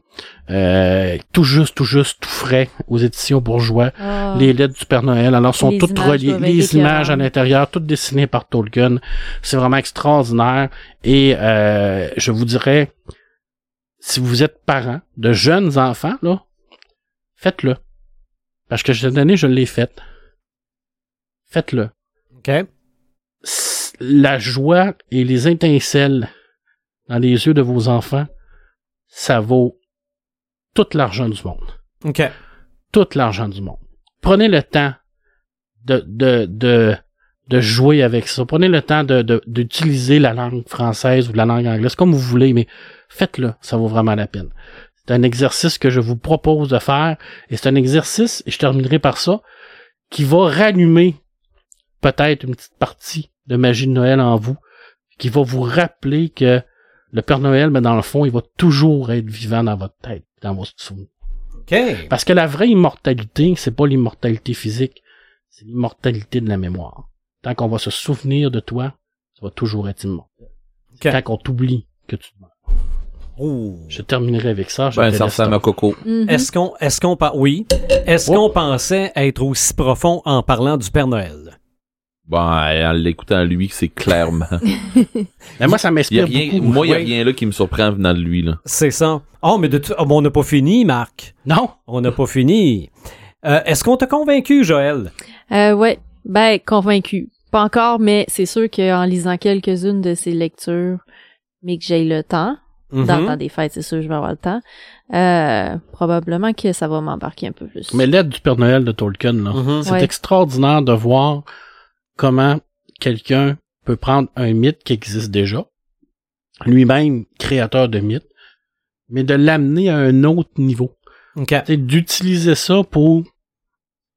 Speaker 3: Euh, tout juste, tout juste, tout frais aux éditions bourgeois.
Speaker 4: Ah.
Speaker 3: Les lettres du Père Noël, alors sont
Speaker 4: Les
Speaker 3: toutes
Speaker 4: images
Speaker 3: reliées,
Speaker 4: doivent être
Speaker 3: les images à
Speaker 4: écœurantes.
Speaker 3: l'intérieur, toutes dessinées par Tolkien. C'est vraiment extraordinaire. Et euh, je vous dirais, si vous êtes parent de jeunes enfants, là, faites-le. Parce que cette année, je l'ai faite. Faites-le.
Speaker 1: OK.
Speaker 3: S- La joie et les étincelles dans les yeux de vos enfants, ça vaut tout l'argent du monde
Speaker 1: OK.
Speaker 3: tout l'argent du monde. Prenez le temps de, de, de, de jouer avec ça. Prenez le temps de, de- d'utiliser la langue française ou la langue anglaise, comme vous voulez, mais faites-le, ça vaut vraiment la peine. C'est un exercice que je vous propose de faire, et c'est un exercice, et je terminerai par ça, qui va rallumer peut-être une petite partie de magie de Noël en vous, qui va vous rappeler que le Père Noël, mais dans le fond, il va toujours être vivant dans votre tête, dans vos souvenirs.
Speaker 1: OK.
Speaker 3: Parce que la vraie immortalité, c'est pas l'immortalité physique, c'est l'immortalité de la mémoire. Tant qu'on va se souvenir de toi, tu vas toujours être immortel.
Speaker 1: Ok.
Speaker 3: Tant qu'on t'oublie que tu meurs.
Speaker 1: Oh.
Speaker 3: Je terminerai avec ça. je
Speaker 5: Ben,
Speaker 3: te
Speaker 5: ça
Speaker 3: laisse
Speaker 5: ressemble à
Speaker 3: ça.
Speaker 5: Coco.
Speaker 4: Mhm.
Speaker 1: Est-ce qu'on est-ce qu'on pa- oui, est-ce qu'on pensait être aussi profond en parlant du Père Noël
Speaker 5: Ben, en l'écoutant lui, c'est clairement.
Speaker 3: Mais moi, ça
Speaker 5: Y a
Speaker 3: m'inspire
Speaker 5: rien,
Speaker 3: beaucoup.
Speaker 5: moi, il a
Speaker 3: Oui.
Speaker 5: rien là qui me surprend venant de lui. Là.
Speaker 1: C'est ça. Oh mais de tu- oh, mais on n'a pas fini Marc.
Speaker 3: Non.
Speaker 1: On n'a pas fini. Euh, est-ce qu'on t'a convaincu Joël
Speaker 4: Euh, ouais. Ben, convaincu. Pas encore, mais c'est sûr qu'en lisant quelques-unes de ces lectures, mais que j'ai le temps,
Speaker 1: Mhm.
Speaker 4: dans le temps des fêtes, c'est sûr que je vais avoir le temps, euh, probablement que ça va m'embarquer un peu plus.
Speaker 3: Mais l'aide du Père Noël de Tolkien, là,
Speaker 1: Mhm.
Speaker 3: c'est
Speaker 4: Ouais.
Speaker 3: extraordinaire de voir comment quelqu'un peut prendre un mythe qui existe déjà, lui-même créateur de mythes, mais de l'amener à un autre niveau.
Speaker 1: OK.
Speaker 3: Tu sais, d'utiliser ça pour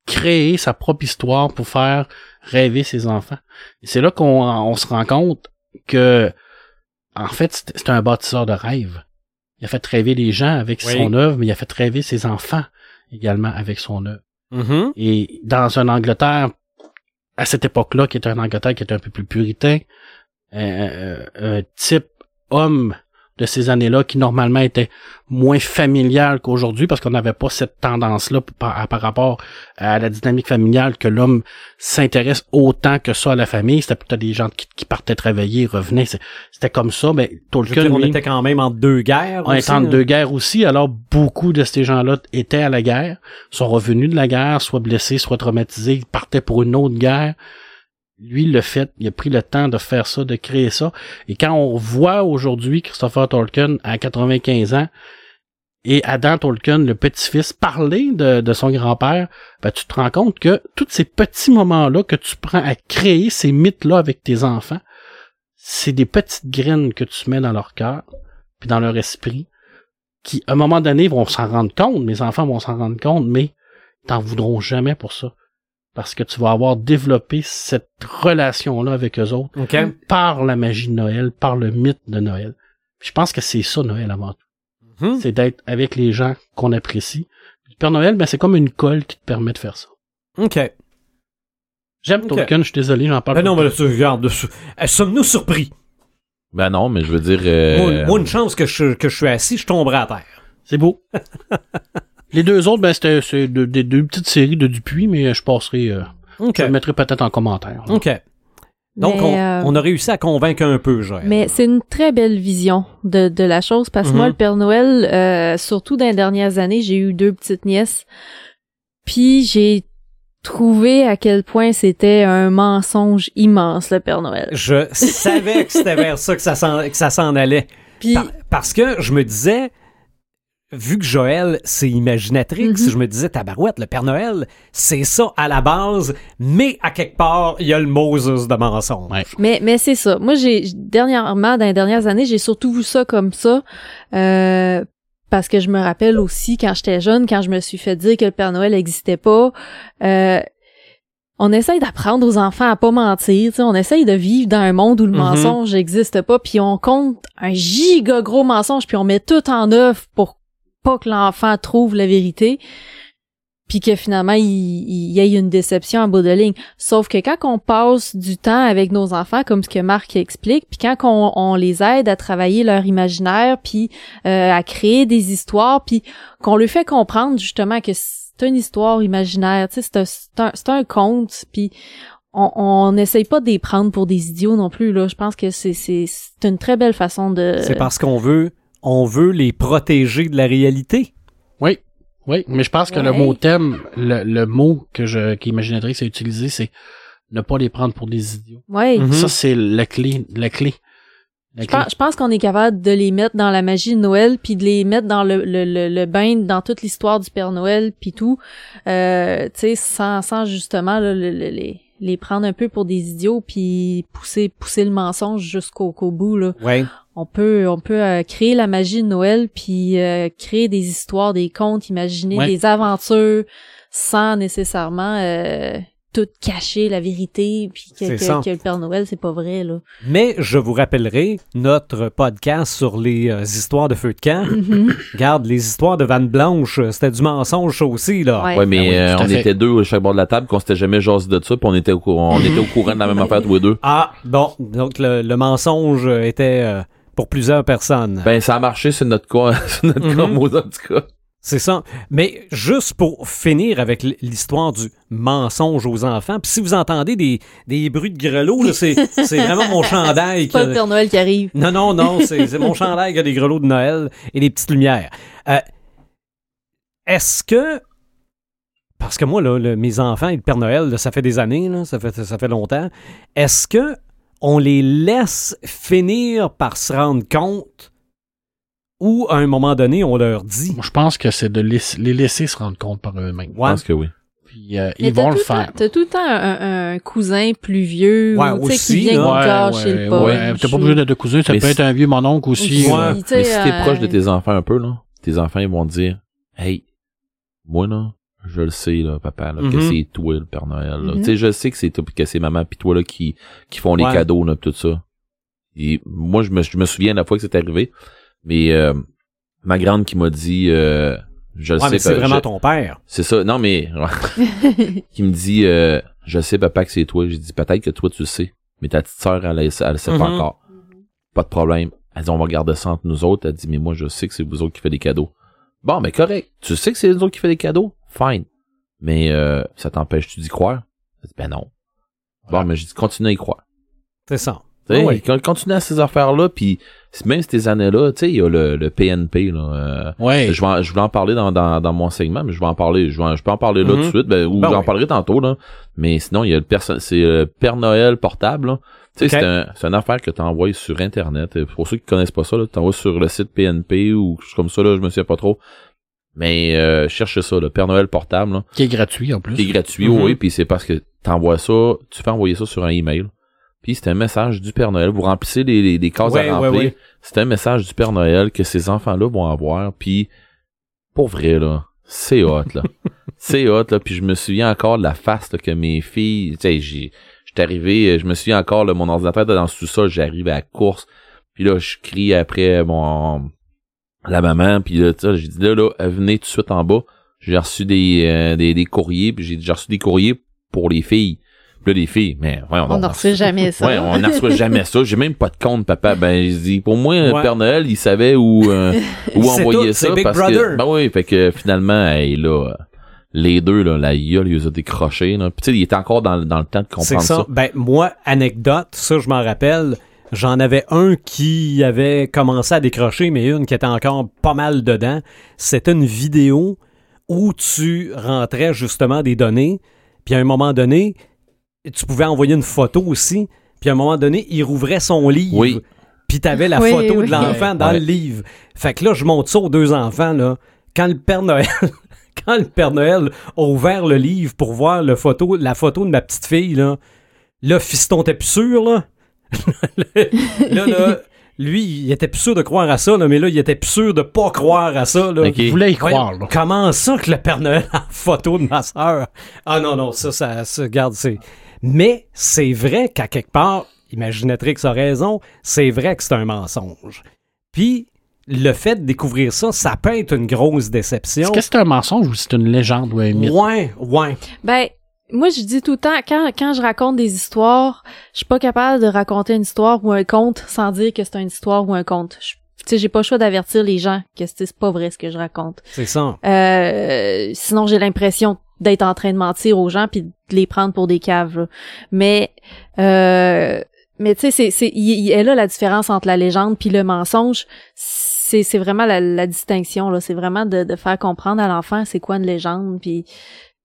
Speaker 3: créer sa propre histoire, pour faire rêver ses enfants. Et c'est là qu'on on se rend compte que, en fait, c'est- c'est un bâtisseur de rêve. Il a fait rêver les gens avec
Speaker 1: Oui.
Speaker 3: son œuvre, mais il a fait rêver ses enfants également avec son œuvre.
Speaker 1: Mhm.
Speaker 3: Et dans un Angleterre, à cette époque-là, qui est un Angleterre qui est un peu plus puritain, euh, euh, un type homme de ces années-là qui normalement était moins familial qu'aujourd'hui parce qu'on n'avait pas cette tendance-là p- par, par rapport à la dynamique familiale que l'homme s'intéresse autant que ça à la famille. C'était plutôt des gens qui, qui partaient travailler, revenaient. C'est- C'était comme ça, mais
Speaker 1: Je veux
Speaker 3: Tolkien,
Speaker 1: dire, on
Speaker 3: lui,
Speaker 1: était quand même en deux guerres.
Speaker 3: on est
Speaker 1: aussi,
Speaker 3: en
Speaker 1: hein.
Speaker 3: deux guerres aussi, alors beaucoup de ces gens-là étaient à la guerre, sont revenus de la guerre, soit blessés, soit traumatisés, ils partaient pour une autre guerre. Lui, le fait, il a pris le temps de faire ça, de créer ça. Et quand on voit aujourd'hui Christopher Tolkien à 95 ans et Adam Tolkien, le petit-fils, parler de, de son grand-père, ben, tu te rends compte que tous ces petits moments-là que tu prends à créer ces mythes-là avec tes enfants, c'est des petites graines que tu mets dans leur cœur puis dans leur esprit, qui, à un moment donné, vont s'en rendre compte, mes enfants vont s'en rendre compte, mais ils t'en voudront jamais pour ça. Parce que tu vas avoir développé cette relation-là avec eux autres
Speaker 1: OK.
Speaker 3: par la magie de Noël, par le mythe de Noël. Puis je pense que c'est ça, Noël, avant tout.
Speaker 1: Mhm.
Speaker 3: C'est d'être avec les gens qu'on apprécie. Puis Le Père Noël, ben, c'est comme une colle qui te permet de faire ça.
Speaker 1: OK.
Speaker 3: J'aime
Speaker 1: Ok.
Speaker 3: Tolkien, je suis désolé, j'en parle
Speaker 1: Ben non,
Speaker 3: beaucoup.
Speaker 1: mais là, tu regardes. tu- euh, Sommes-nous surpris?
Speaker 5: Ben non, mais je veux dire.
Speaker 1: Moi,
Speaker 5: euh,
Speaker 1: moi, une chance que je, que je suis assis, je tomberai à terre. (laughs)
Speaker 3: C'est beau. les deux autres, ben, c'était c'est de- des deux petites séries de Dupuis, mais je passerai... euh,
Speaker 1: OK.
Speaker 3: Je le mettrai peut-être en commentaire. là.
Speaker 1: OK. Donc,
Speaker 4: Mais,
Speaker 1: on,
Speaker 4: euh,
Speaker 1: on a réussi à convaincre un peu, Joël.
Speaker 4: Mais c'est une très belle vision de, de la chose parce que moi,
Speaker 1: Mhm.
Speaker 4: le Père Noël, euh, surtout dans les dernières années, j'ai eu deux petites nièces. Puis j'ai trouvé à quel point c'était un mensonge immense, le Père Noël.
Speaker 1: Je savais que c'était vers ça que ça s'en, que ça s'en allait.
Speaker 4: Puis
Speaker 1: Par- parce que je me disais, vu que Joël, c'est imaginatrix,
Speaker 4: Mhm.
Speaker 1: je me disais, tabarouette, le Père Noël, c'est ça à la base, mais à quelque part, il y a le Moses de mensonge.
Speaker 3: Ouais.
Speaker 4: Mais, mais c'est ça. Moi, j'ai dernièrement, dans les dernières années, j'ai surtout vu ça comme ça. euh, parce que je me rappelle aussi quand j'étais jeune, quand je me suis fait dire que le Père Noël n'existait pas. euh, on essaye d'apprendre aux enfants à pas mentir. tu sais. On essaye de vivre dans un monde où le
Speaker 1: Mhm.
Speaker 4: mensonge n'existe pas, puis on compte un giga gros mensonge, puis on met tout en œuvre pour pas que l'enfant trouve la vérité, puis que finalement il, il y ait une déception en bout de ligne. Sauf que quand on passe du temps avec nos enfants, comme ce que Marc explique, puis quand on, on les aide à travailler leur imaginaire, puis euh, à créer des histoires, puis qu'on leur fait comprendre justement que c'est une histoire imaginaire, tu sais, c'est un, c'est un, c'est un conte, puis on- on n'essaye pas de les prendre pour des idiots non plus, là. Je pense que c'est c'est- c'est une très belle façon de...
Speaker 1: C'est parce qu'on veut, on veut les protéger de la réalité.
Speaker 3: Oui, oui, mais je pense que le
Speaker 4: Ouais.
Speaker 3: mot thème, le, le mot que je qu'imaginerais que c'est utilisé, c'est ne pas les prendre pour des idiots.
Speaker 4: Ouais.
Speaker 1: Mhm.
Speaker 3: Ça, c'est la clé, la clé. La
Speaker 4: Je pense, je pense qu'on est capable de les mettre dans la magie de Noël, puis de les mettre dans le, le, le, le bain, dans toute l'histoire du Père Noël, puis tout, euh, tu sais, sans, sans justement là, le- le- les, les prendre un peu pour des idiots, puis pousser, pousser le mensonge jusqu'au qu'au bout. Là.
Speaker 1: Ouais.
Speaker 4: On peut, on peut euh, créer la magie de Noël, puis euh, créer des histoires, des contes, imaginer
Speaker 3: Ouais.
Speaker 4: des aventures, sans nécessairement euh, tout cacher la vérité, puis que,
Speaker 1: C'est
Speaker 4: que-
Speaker 1: ça.
Speaker 4: que le Père Noël, c'est pas vrai. là.
Speaker 1: Mais je vous rappellerai notre podcast sur les euh, histoires de feu de camp.
Speaker 4: Mhm.
Speaker 1: Regarde, les histoires de Vanne Blanche, euh, c'était du mensonge ça aussi, là.
Speaker 5: Ouais, mais
Speaker 3: Ben oui,
Speaker 5: euh,
Speaker 3: tout à
Speaker 5: on
Speaker 3: fait.
Speaker 5: était deux à chaque bord de la table, qu'on s'était jamais jasé de ça, puis on était au courant, on était au courant de la
Speaker 3: (laughs)
Speaker 5: même affaire tous les deux.
Speaker 1: Ah, bon, donc le, le mensonge euh, était euh, pour plusieurs personnes.
Speaker 5: Ben ça a marché, c'est notre (laughs) quoi, c'est notre
Speaker 1: Mhm.
Speaker 5: combo, en tout cas.
Speaker 1: C'est ça. Mais juste pour finir avec l- l'histoire du mensonge aux enfants, puis si vous entendez des, des bruits de grelots, là, c'est c'est vraiment
Speaker 4: (laughs)
Speaker 1: mon chandail.
Speaker 4: C'est pas
Speaker 1: qui-
Speaker 4: le Père Noël qui arrive.
Speaker 1: Non, non, non, c'est c'est mon chandail qui a des grelots de Noël et des petites lumières. Euh, Est-ce que... Parce que moi, là, le- mes enfants et le Père Noël, là, ça fait des années, là, ça, fait, ça fait longtemps. Est-ce que on les laisse finir par se rendre compte ou à un moment donné, on leur dit...
Speaker 3: Moi, je pense que c'est de laiss- les laisser se rendre compte par eux-mêmes.
Speaker 5: Je
Speaker 1: Ouais,
Speaker 5: pense que oui.
Speaker 3: Puis euh,
Speaker 4: Mais
Speaker 3: ils
Speaker 4: t'as
Speaker 3: vont le
Speaker 4: tout temps-
Speaker 3: faire.
Speaker 4: T'as tout le temps un, un cousin plus vieux
Speaker 1: Ouais,
Speaker 4: ou, tu sais,
Speaker 1: aussi,
Speaker 4: qui vient
Speaker 1: là.
Speaker 4: nous
Speaker 1: Ouais,
Speaker 4: gâcher le pomme.
Speaker 3: ouais. T'es pas obligé d'être cousin, ça
Speaker 5: Mais
Speaker 3: peut
Speaker 5: si-
Speaker 3: être un vieux mononcle aussi.
Speaker 1: Ouais.
Speaker 3: euh,
Speaker 5: Mais si t'es proche de tes enfants un peu, là, tes enfants, ils vont dire, hey, moi, là, je le sais, là, papa, là, que
Speaker 1: Mhm.
Speaker 5: c'est toi, le Père Noël. là.
Speaker 4: Mhm.
Speaker 5: Tu sais, je sais que c'est toi, puis que c'est maman, puis toi, là, qui, qui font
Speaker 1: Ouais.
Speaker 5: les cadeaux, là, pis tout ça. Et moi, je me, je me souviens de la fois que c'est arrivé, mais euh, ma grande qui m'a dit, euh, je le
Speaker 1: Ouais,
Speaker 5: sais,
Speaker 1: mais c'est
Speaker 5: pa-
Speaker 1: vraiment
Speaker 5: je-
Speaker 1: ton père.
Speaker 5: c'est ça, non, mais qui me dit, euh, je sais, papa, que c'est toi. J'ai dit, peut-être que toi, tu le sais, mais ta petite sœur, elle, elle, elle le sait pas
Speaker 1: Mhm.
Speaker 5: encore. Pas de problème. Elle dit, on va garder ça entre nous autres. Elle dit, mais moi, je sais que c'est vous autres qui faites des cadeaux. Bon, mais correct. Tu sais que c'est nous autres qui faites des cadeaux? Fine. Mais euh, ça t'empêche-tu d'y croire? Elle dit, ben non. Bon, mais j'ai dit, continue à y croire.
Speaker 1: C'est ça.
Speaker 5: Tu sais,
Speaker 1: Ah oui.
Speaker 5: con- Continue à ces affaires-là, puis c- même ces années-là, tu sais, il y a le, le PNP, là, euh,
Speaker 3: Ouais.
Speaker 5: je, vais en- je voulais en parler dans, dans, dans mon segment, mais je vais en parler. Je, vais en- je peux en parler là
Speaker 1: Mhm.
Speaker 5: tout de suite, ben, ou
Speaker 1: Ben
Speaker 5: j'en
Speaker 1: oui.
Speaker 5: parlerai tantôt. Là. Mais sinon, il y a le perso- c'est le Père Noël portable. là. Tu sais,
Speaker 1: Ok.
Speaker 5: c'est un- c'est une affaire que tu envoies sur Internet. Et Pour ceux qui connaissent pas ça, tu envoies sur le site PNP ou quelque chose comme ça, là, je me souviens pas trop. Mais euh, cherchez ça, le Père Noël portable, là,
Speaker 3: Qui est gratuit en plus.
Speaker 5: qui est gratuit,
Speaker 1: Mhm.
Speaker 5: oui, puis c'est parce que tu envoies ça, tu fais envoyer ça sur un email. Puis c'est un message du Père Noël. Vous remplissez les, les, les cases
Speaker 1: Ouais,
Speaker 5: à
Speaker 1: ouais,
Speaker 5: remplir
Speaker 1: ouais.
Speaker 5: c'est un message du Père Noël que ces enfants-là vont avoir, puis pour vrai, là, c'est hot,
Speaker 1: (laughs)
Speaker 5: là. c'est hot, là, puis je me souviens encore de la face là, que mes filles, tu sais, j'ai- j'étais arrivé, euh, je me souviens encore, là, mon ordinateur était dans le sous-sol, j'arrive à la course, puis là, je crie après mon la maman, puis là, tu sais, j'ai dit, là, là, venez tout de suite en bas, j'ai reçu des, euh, des, des courriers, puis j'ai déjà reçu des courriers pour les filles. Puis là, les filles, mais ouais,
Speaker 4: On n'en reçoit jamais ça.
Speaker 5: Ouais, on n'en reçoit jamais ça. J'ai même pas de compte, papa. Ben, je dis, pour moi, le
Speaker 1: Ouais.
Speaker 5: Père Noël, il savait où,
Speaker 4: (laughs)
Speaker 5: euh, où
Speaker 1: C'est
Speaker 5: envoyer
Speaker 1: tout,
Speaker 5: ça.
Speaker 1: c'est Big
Speaker 5: parce
Speaker 1: Brother.
Speaker 5: que, ben oui, fait que finalement, hey, là, euh, les deux, là, la gueule, il les a décrochés. Là. Puis, tu sais, il était encore dans, dans le temps de
Speaker 1: C'est
Speaker 5: comprendre
Speaker 1: ça.
Speaker 5: ça.
Speaker 1: Ben, moi, anecdote, ça, je m'en rappelle. J'en avais un qui avait commencé à décrocher, mais une qui était encore pas mal dedans. C'était une vidéo où tu rentrais justement des données, puis à un moment donné, tu pouvais envoyer une photo aussi, puis à un moment donné, il rouvrait son livre.
Speaker 5: Oui.
Speaker 1: Puis t'avais la
Speaker 4: Oui,
Speaker 1: photo
Speaker 4: oui.
Speaker 1: de l'enfant
Speaker 3: Ouais,
Speaker 1: dans
Speaker 5: ouais.
Speaker 1: le livre. Fait que là, je monte ça aux deux enfants, là. Quand le Père Noël (laughs) quand le Père Noël a ouvert le livre pour voir le photo, la photo de ma petite fille, là, là, fiston, t'es plus sûr, là? (laughs) là, là, lui, il était plus sûr de croire à ça, là, mais là, il était plus sûr de pas croire à ça, là.
Speaker 5: Ok.
Speaker 3: Il voulait y croire,
Speaker 1: Voyons,
Speaker 3: là.
Speaker 1: Comment ça que le Père Noël a la photo de ma sœur? Ah non, non, ça, ça, ça, regarde, c'est... Mais c'est vrai qu'à quelque part, Imaginatrix a raison, c'est vrai que c'est un mensonge. Puis, le fait de découvrir ça, ça peut être une grosse déception.
Speaker 3: Est-ce que c'est un mensonge ou c'est une légende ou un mythe?
Speaker 1: Ouais, ouais.
Speaker 4: Ben, moi, je dis tout le temps, quand, quand je raconte des histoires, je suis pas capable de raconter une histoire ou un conte sans dire que c'est une histoire ou un conte. Je- Tu sais, j'ai pas le choix d'avertir les gens que c'est c'est pas vrai ce que je raconte.
Speaker 1: C'est ça.
Speaker 4: Euh, sinon, j'ai l'impression d'être en train de mentir aux gens puis de les prendre pour des caves. là. Mais, euh, mais tu sais, c'est, c'est, il- il est là la différence entre la légende puis le mensonge. C'est, c'est vraiment la, la distinction là. C'est vraiment de, de faire comprendre à l'enfant c'est quoi une légende puis.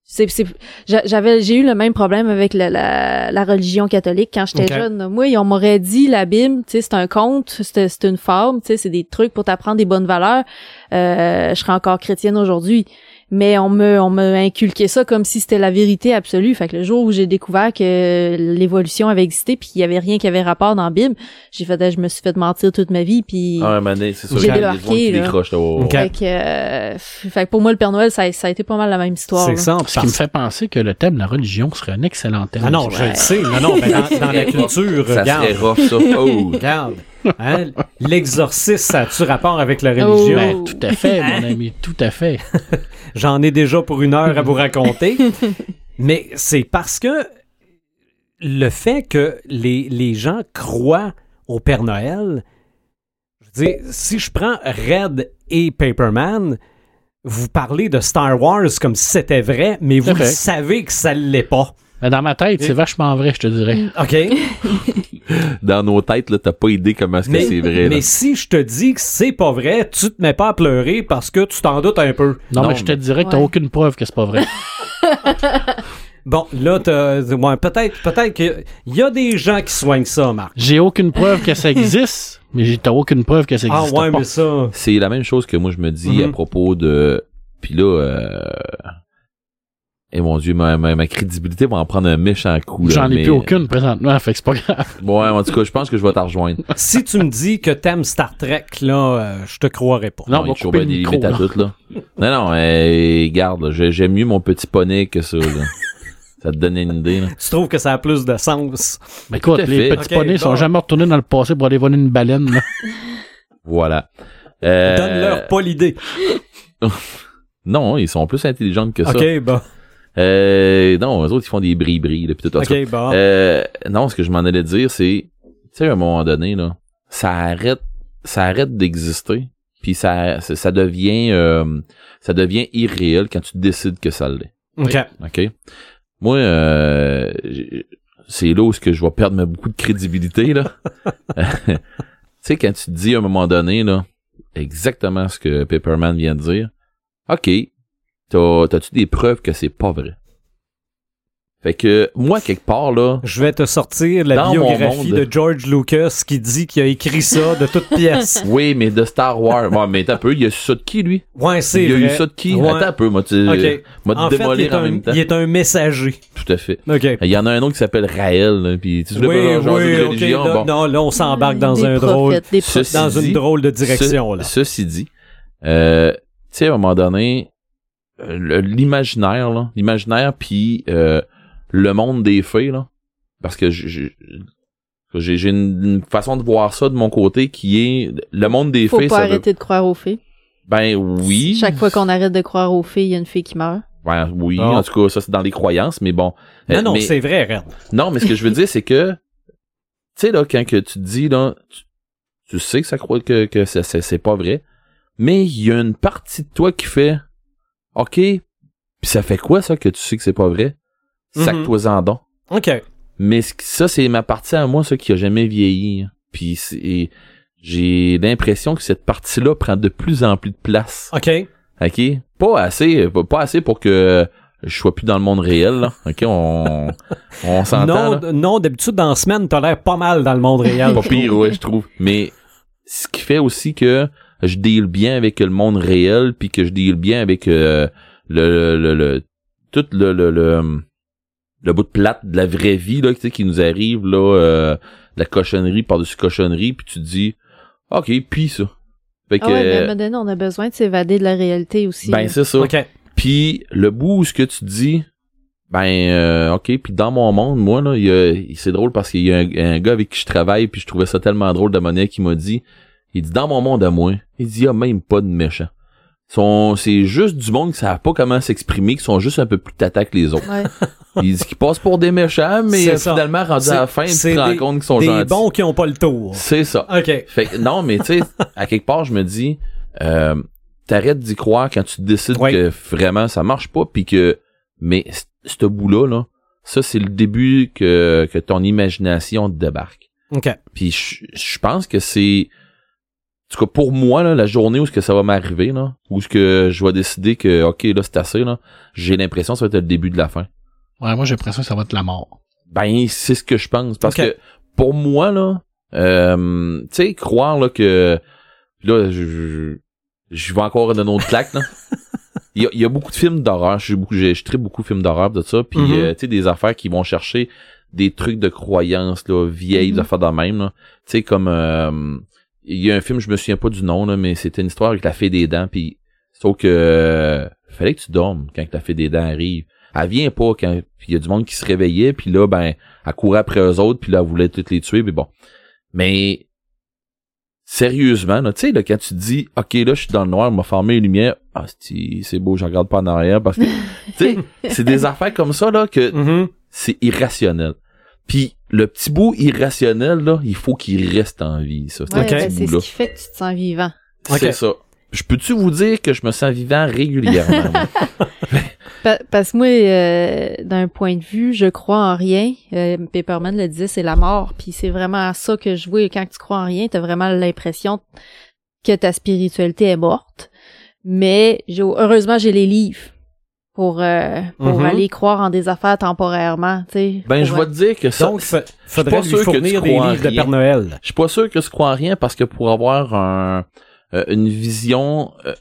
Speaker 4: C'est, c'est, j'a- j'avais, j'ai eu le même problème avec la, la, la religion catholique quand j'étais
Speaker 1: Ok.
Speaker 4: jeune. Moi, on m'aurait dit la Bible, tu sais, c'est un conte, c'est, c'est une forme, tu sais, c'est des trucs pour t'apprendre des bonnes valeurs. Euh, je serais encore chrétienne aujourd'hui mais on me on m'a inculqué ça comme si c'était la vérité absolue. Fait que le jour où j'ai découvert que l'évolution avait existé puis qu'il y avait rien qui avait rapport dans la Bible, j'ai fait Ah, je me suis fait mentir toute ma vie puis
Speaker 5: Ah, un moment donné, c'est ça.
Speaker 4: J'ai
Speaker 5: il y a des
Speaker 4: débarqué,
Speaker 5: gens qui
Speaker 4: là.
Speaker 5: décrochent, là, au-
Speaker 1: Ok.
Speaker 4: fait que euh, fait que pour moi le Père Noël ça, a- ça a été pas mal la même histoire.
Speaker 1: C'est
Speaker 4: là.
Speaker 1: ça.
Speaker 3: Ce qui me fait penser que le thème de la religion serait un excellent thème.
Speaker 1: Ah non, je le sais. Non, non, ben, dans, dans la culture,
Speaker 5: Ça serait
Speaker 1: regarde.
Speaker 5: rough, (laughs) ça. Oh.
Speaker 1: Regarde. Hein, L'exorciste, ça a-tu rapport avec la
Speaker 4: Oh.
Speaker 1: religion?
Speaker 4: Ben,
Speaker 3: Tout à fait, mon ami, tout à fait.
Speaker 1: J'en ai déjà pour une heure à vous raconter. Mais c'est parce que le fait que les, les gens croient au Père Noël, je veux dire, si je prends Red et Paperman, vous parlez de Star Wars comme si c'était vrai, mais vous
Speaker 3: vrai.
Speaker 1: savez que ça l'est pas.
Speaker 3: Mais Ben, dans ma tête,
Speaker 1: Et-
Speaker 3: c'est vachement vrai, je te dirais.
Speaker 1: OK?
Speaker 5: Dans nos têtes, là, t'as pas idée comment est-ce que
Speaker 1: Mais,
Speaker 5: c'est vrai.
Speaker 1: mais
Speaker 5: là.
Speaker 1: si je te dis que c'est pas vrai, tu te mets pas à pleurer parce que tu t'en doutes un peu.
Speaker 3: Non,
Speaker 5: Non,
Speaker 3: mais je te
Speaker 5: mais-
Speaker 3: dirais que t'as
Speaker 4: Ouais.
Speaker 3: aucune preuve que c'est pas vrai.
Speaker 1: Bon, là, t'as- ouais, peut-être peut-être qu'il y a des gens qui soignent ça, Marc.
Speaker 3: J'ai aucune preuve que ça existe, mais j'ai- t'as aucune preuve que ça
Speaker 1: Ah
Speaker 3: existe
Speaker 1: ouais,
Speaker 3: pas.
Speaker 1: mais ça...
Speaker 5: C'est
Speaker 3: Mm-hmm.
Speaker 5: la même chose que moi je me dis
Speaker 1: Mhm.
Speaker 5: à propos de. Puis là, euh, Et mon Dieu, ma, ma- ma crédibilité va en prendre un méchant coup. là,
Speaker 3: J'en ai
Speaker 5: mais-
Speaker 3: plus aucune présentement, fait que c'est pas grave.
Speaker 5: Ouais, en tout cas, je pense que je vais t'en rejoindre.
Speaker 1: si tu me dis que t'aimes Star Trek, là, euh, je te croirais pas.
Speaker 3: Non, on va
Speaker 5: il y a toujours bien
Speaker 3: couper le
Speaker 5: des
Speaker 3: micro.
Speaker 5: limites à
Speaker 3: là.
Speaker 5: tout, là. Non, non, euh, garde, là, j'ai- j'aime mieux mon petit poney que ça,
Speaker 3: (laughs)
Speaker 5: là. ça te donnait une idée, là.
Speaker 1: Tu trouves que ça a plus de sens.
Speaker 3: Mais écoute,
Speaker 5: Tout à
Speaker 3: les
Speaker 5: fait.
Speaker 3: petits
Speaker 1: Ok,
Speaker 3: poneys sont
Speaker 1: bon.
Speaker 3: jamais retournés dans le passé pour aller voler une baleine. là.
Speaker 5: Voilà. Euh,
Speaker 1: Donne-leur pas l'idée.
Speaker 5: Non, ils sont plus intelligents que ça.
Speaker 1: Ok, bon.
Speaker 5: Euh, non, eux autres, ils font des bris-bris, là, pis tout, en tout cas.
Speaker 1: Ok, bon.
Speaker 5: Euh, non, ce que je m'en allais dire, c'est, tu sais, à un moment donné, là, ça arrête, ça arrête d'exister, puis ça, ça, ça devient, euh, ça devient irréel quand tu décides que ça l'est.
Speaker 1: ok.
Speaker 5: OK? Moi, euh, j'ai- c'est là où est-ce que je vais perdre ma- beaucoup de crédibilité, là. (laughs) tu sais, quand tu te dis à un moment donné, là, exactement ce que Pepperman vient de dire, OK, t'as- t'as-tu des preuves que c'est pas vrai? Fait que, moi, quelque part, là,
Speaker 1: Je vais te sortir la
Speaker 5: Dans mon
Speaker 1: biographie
Speaker 5: monde.
Speaker 1: de George Lucas qui dit qu'il a écrit ça de toute
Speaker 5: (laughs)
Speaker 1: pièce.
Speaker 5: oui, mais de Star Wars, bon, mais t'as peu, il y a eu ça de qui, lui?
Speaker 1: Ouais, c'est
Speaker 5: Il y a
Speaker 1: vrai.
Speaker 5: eu ça de qui?
Speaker 1: Ouais.
Speaker 5: Attends un peu, moi, tu,
Speaker 1: Ok.
Speaker 5: moi, te
Speaker 1: En fait, il
Speaker 5: démolir
Speaker 1: est,
Speaker 5: en
Speaker 1: un,
Speaker 5: même temps.
Speaker 1: il est un messager.
Speaker 5: Tout à fait.
Speaker 1: Ok.
Speaker 5: Il y en a un autre qui s'appelle Raël, là, puis tu
Speaker 1: Oui,
Speaker 5: voulais pas
Speaker 1: oui,
Speaker 5: genre de
Speaker 1: ok.
Speaker 5: religion,
Speaker 1: là,
Speaker 5: bon.
Speaker 1: Non, là, on s'embarque dans
Speaker 4: Des
Speaker 1: un
Speaker 4: prophètes,
Speaker 1: drôle,
Speaker 4: des prophètes.
Speaker 5: Ceci
Speaker 1: dans
Speaker 5: dit-
Speaker 1: une drôle de direction,
Speaker 5: Ce-
Speaker 1: là.
Speaker 5: Ceci dit, euh, tu sais, à un moment donné, euh, le- l'imaginaire, là, l'imaginaire, puis euh, le monde des fées, là, parce que j- j- j'ai j'ai une, une façon de voir ça de mon côté qui est le monde des
Speaker 4: Faut
Speaker 5: fées.
Speaker 4: pas
Speaker 5: ça veut-
Speaker 4: arrêter de croire aux fées.
Speaker 5: ben oui,
Speaker 4: Chaque fois qu'on arrête de croire aux fées, il y a une fée qui meurt.
Speaker 5: ben, oui,
Speaker 1: Non.
Speaker 5: en tout cas, ça c'est dans les croyances, mais bon. Euh,
Speaker 1: Non, non,
Speaker 5: mais-
Speaker 1: c'est vrai, Red.
Speaker 5: Non, mais ce que je veux dire, c'est que, tu sais, là, quand que tu te dis, là, tu, tu sais que ça croit que, que ça- c'est c'est pas vrai, mais il y a une partie de toi qui fait, OK, puis ça fait quoi, ça, que tu sais que c'est pas vrai?
Speaker 1: Mhm.
Speaker 5: Sac-toi en don.
Speaker 1: Ok.
Speaker 5: Mais ce qui- ça, c'est ma partie à moi, ça, qui a jamais vieilli. hein. Puis c'est- et j'ai l'impression que cette partie-là prend de plus en plus de place.
Speaker 1: Ok.
Speaker 5: OK? Pas assez, pas- pas assez pour que je sois plus dans le monde réel, là. OK? On, (laughs) on s'entend,
Speaker 1: Non,
Speaker 5: là.
Speaker 1: d- non d'habitude, dans la semaine, t'as l'air pas mal dans le monde réel.
Speaker 5: Pas pire, ouais, je trouve. Mais ce qui fait aussi que je deal bien avec le monde réel, puis que je deal bien avec euh, le, le, le, le- tout le, le, le, le bout de plate de la vraie vie là, tu sais, qui nous arrive, là, euh, la cochonnerie par-dessus cochonnerie, puis tu te dis, OK, puis ça. Fait que,
Speaker 4: Ah ouais, mais à un moment donné, on a besoin de s'évader de la réalité aussi.
Speaker 5: ben
Speaker 4: là.
Speaker 5: c'est ça.
Speaker 1: Ok.
Speaker 5: Puis le bout où ce que tu dis, ben euh, ok, puis dans mon monde, moi là, il y a- il- c'est drôle parce qu'il y a un, un gars avec qui je travaille, puis je trouvais ça tellement drôle de la manière qu'il m'a dit, il dit dans mon monde à moi, il dit il y a même pas de méchants. Sont- C'est juste du monde qui savent pas comment s'exprimer, qui sont juste un peu plus tata que les autres.
Speaker 1: (laughs)
Speaker 4: Ouais.
Speaker 5: Il dit qu'ils passent pour des méchants, mais
Speaker 1: C'est
Speaker 5: euh,
Speaker 1: ça.
Speaker 5: finalement rendu à la
Speaker 1: C'est-
Speaker 5: fin, tu
Speaker 1: c'est
Speaker 5: te rends
Speaker 1: des-
Speaker 5: compte qu'ils sont
Speaker 1: Des
Speaker 5: gentils.
Speaker 1: bons qui ont pas le tour.
Speaker 5: C'est ça.
Speaker 1: Ok.
Speaker 5: Fait que, non, mais tu sais, à quelque part, je me dis, euh, t'arrêtes d'y croire quand tu décides
Speaker 1: Ouais.
Speaker 5: que vraiment ça marche pas, puis que, mais c- ce bout-là, là, ça, c'est le début que, que ton imagination te débarque.
Speaker 1: Ok.
Speaker 5: Puis je je pense que c'est, en tout cas, pour moi, là, la journée où ce que ça va m'arriver, là, où ce que je vais décider que, ok, là, c'est assez, là, j'ai l'impression que ça va être le début de la fin.
Speaker 3: Ouais, moi j'ai l'impression que ça va être la mort.
Speaker 5: Ben, c'est ce que je pense. Parce
Speaker 1: Ok.
Speaker 5: que pour moi, là, euh, tu sais, croire là, que. Là, je, je, je vais encore donner une autre claque, là. Il y, a, il y a beaucoup de films d'horreur. Je, suis beaucoup- je, je tripe beaucoup de films d'horreur de ça. Puis,
Speaker 1: Mhm.
Speaker 5: euh, tu sais, des affaires qui vont chercher des trucs de croyances, là, vieilles,
Speaker 4: Mhm.
Speaker 5: des affaires de même, là. Tu sais, comme. euh, il y a un film, je me souviens pas du nom, là, mais c'était une histoire avec la fée des dents. Puis, sauf que. euh, fallait que tu dormes quand la fée des dents arrive. Elle vient pas quand. Puis, il y a du monde qui se réveillait. Puis là, ben elle courait après eux autres, puis là, elle voulait toutes les tuer, mais bon. Mais sérieusement, là, tu sais, là, quand tu te dis OK, là, je suis dans le noir, on m'a fermé les lumières, ah, c'ti, c'est beau, je regarde pas en arrière parce que. tu sais, c'est des affaires comme ça, là, que
Speaker 1: Mhm.
Speaker 5: c'est irrationnel. Puis le petit bout irrationnel, là, il faut qu'il reste en vie, ça.
Speaker 4: Ouais,
Speaker 1: Ok.
Speaker 4: ben,
Speaker 5: petit
Speaker 4: c'est ce
Speaker 5: bout-là.
Speaker 4: qui fait que tu te sens vivant.
Speaker 1: Ok.
Speaker 5: C'est ça. Je peux-tu vous dire que je me sens vivant
Speaker 4: (laughs)
Speaker 5: régulièrement? moi?
Speaker 4: Pa- parce que moi, euh, d'un point de vue, je crois en rien. Euh, Pepperman le disait, c'est la mort. Puis c'est vraiment à ça que je vois. Quand tu crois en rien, t'as vraiment l'impression que ta spiritualité est morte. Mais j'ai- heureusement, j'ai les livres pour, euh, pour
Speaker 1: Mhm.
Speaker 4: aller croire en des affaires temporairement. tu sais.
Speaker 5: ben,
Speaker 4: Pour,
Speaker 5: je vais
Speaker 4: euh,
Speaker 5: te dire que ça,
Speaker 1: Donc, fa- faudrait
Speaker 5: pas
Speaker 1: lui
Speaker 5: sûr que
Speaker 1: fournir
Speaker 5: tu
Speaker 1: des
Speaker 5: crois en
Speaker 1: livres de
Speaker 5: rien.
Speaker 1: Père Noël.
Speaker 5: Je suis pas sûr que je crois en rien parce que pour avoir un, euh, une vision, euh,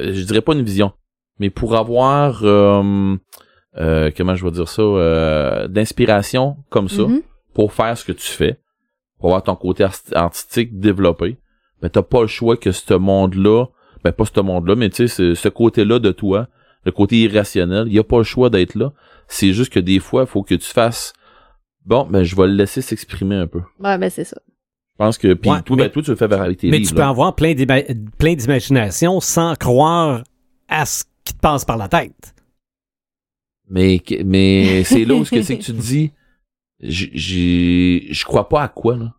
Speaker 5: euh, je dirais pas une vision, mais pour avoir euh, euh, comment je vais dire ça, euh, d'inspiration comme ça
Speaker 4: Mhm.
Speaker 5: pour faire ce que tu fais, pour avoir ton côté arti- artistique développé, mais t'as pas le choix que ce monde-là, ben pas ce monde-là, mais tu sais, ce, ce côté-là de toi, le côté irrationnel, il a pas le choix d'être là. C'est juste que des fois, il faut que tu fasses Bon, ben je vais le laisser s'exprimer un peu.
Speaker 4: Ouais, ben c'est ça.
Speaker 5: Je pense que. Puis
Speaker 1: Ouais,
Speaker 5: toi,
Speaker 1: mais-
Speaker 5: ben, toi, tu veux faire avec tes
Speaker 1: Mais
Speaker 5: livres,
Speaker 1: tu peux
Speaker 5: là.
Speaker 1: avoir plein d'ima- plein d'imagination sans croire à ce qui te passe par la tête.
Speaker 5: Mais, que- mais c'est là où ce que c'est que tu
Speaker 1: (laughs)
Speaker 5: te dis. j- j'ai- Je crois pas à quoi, là.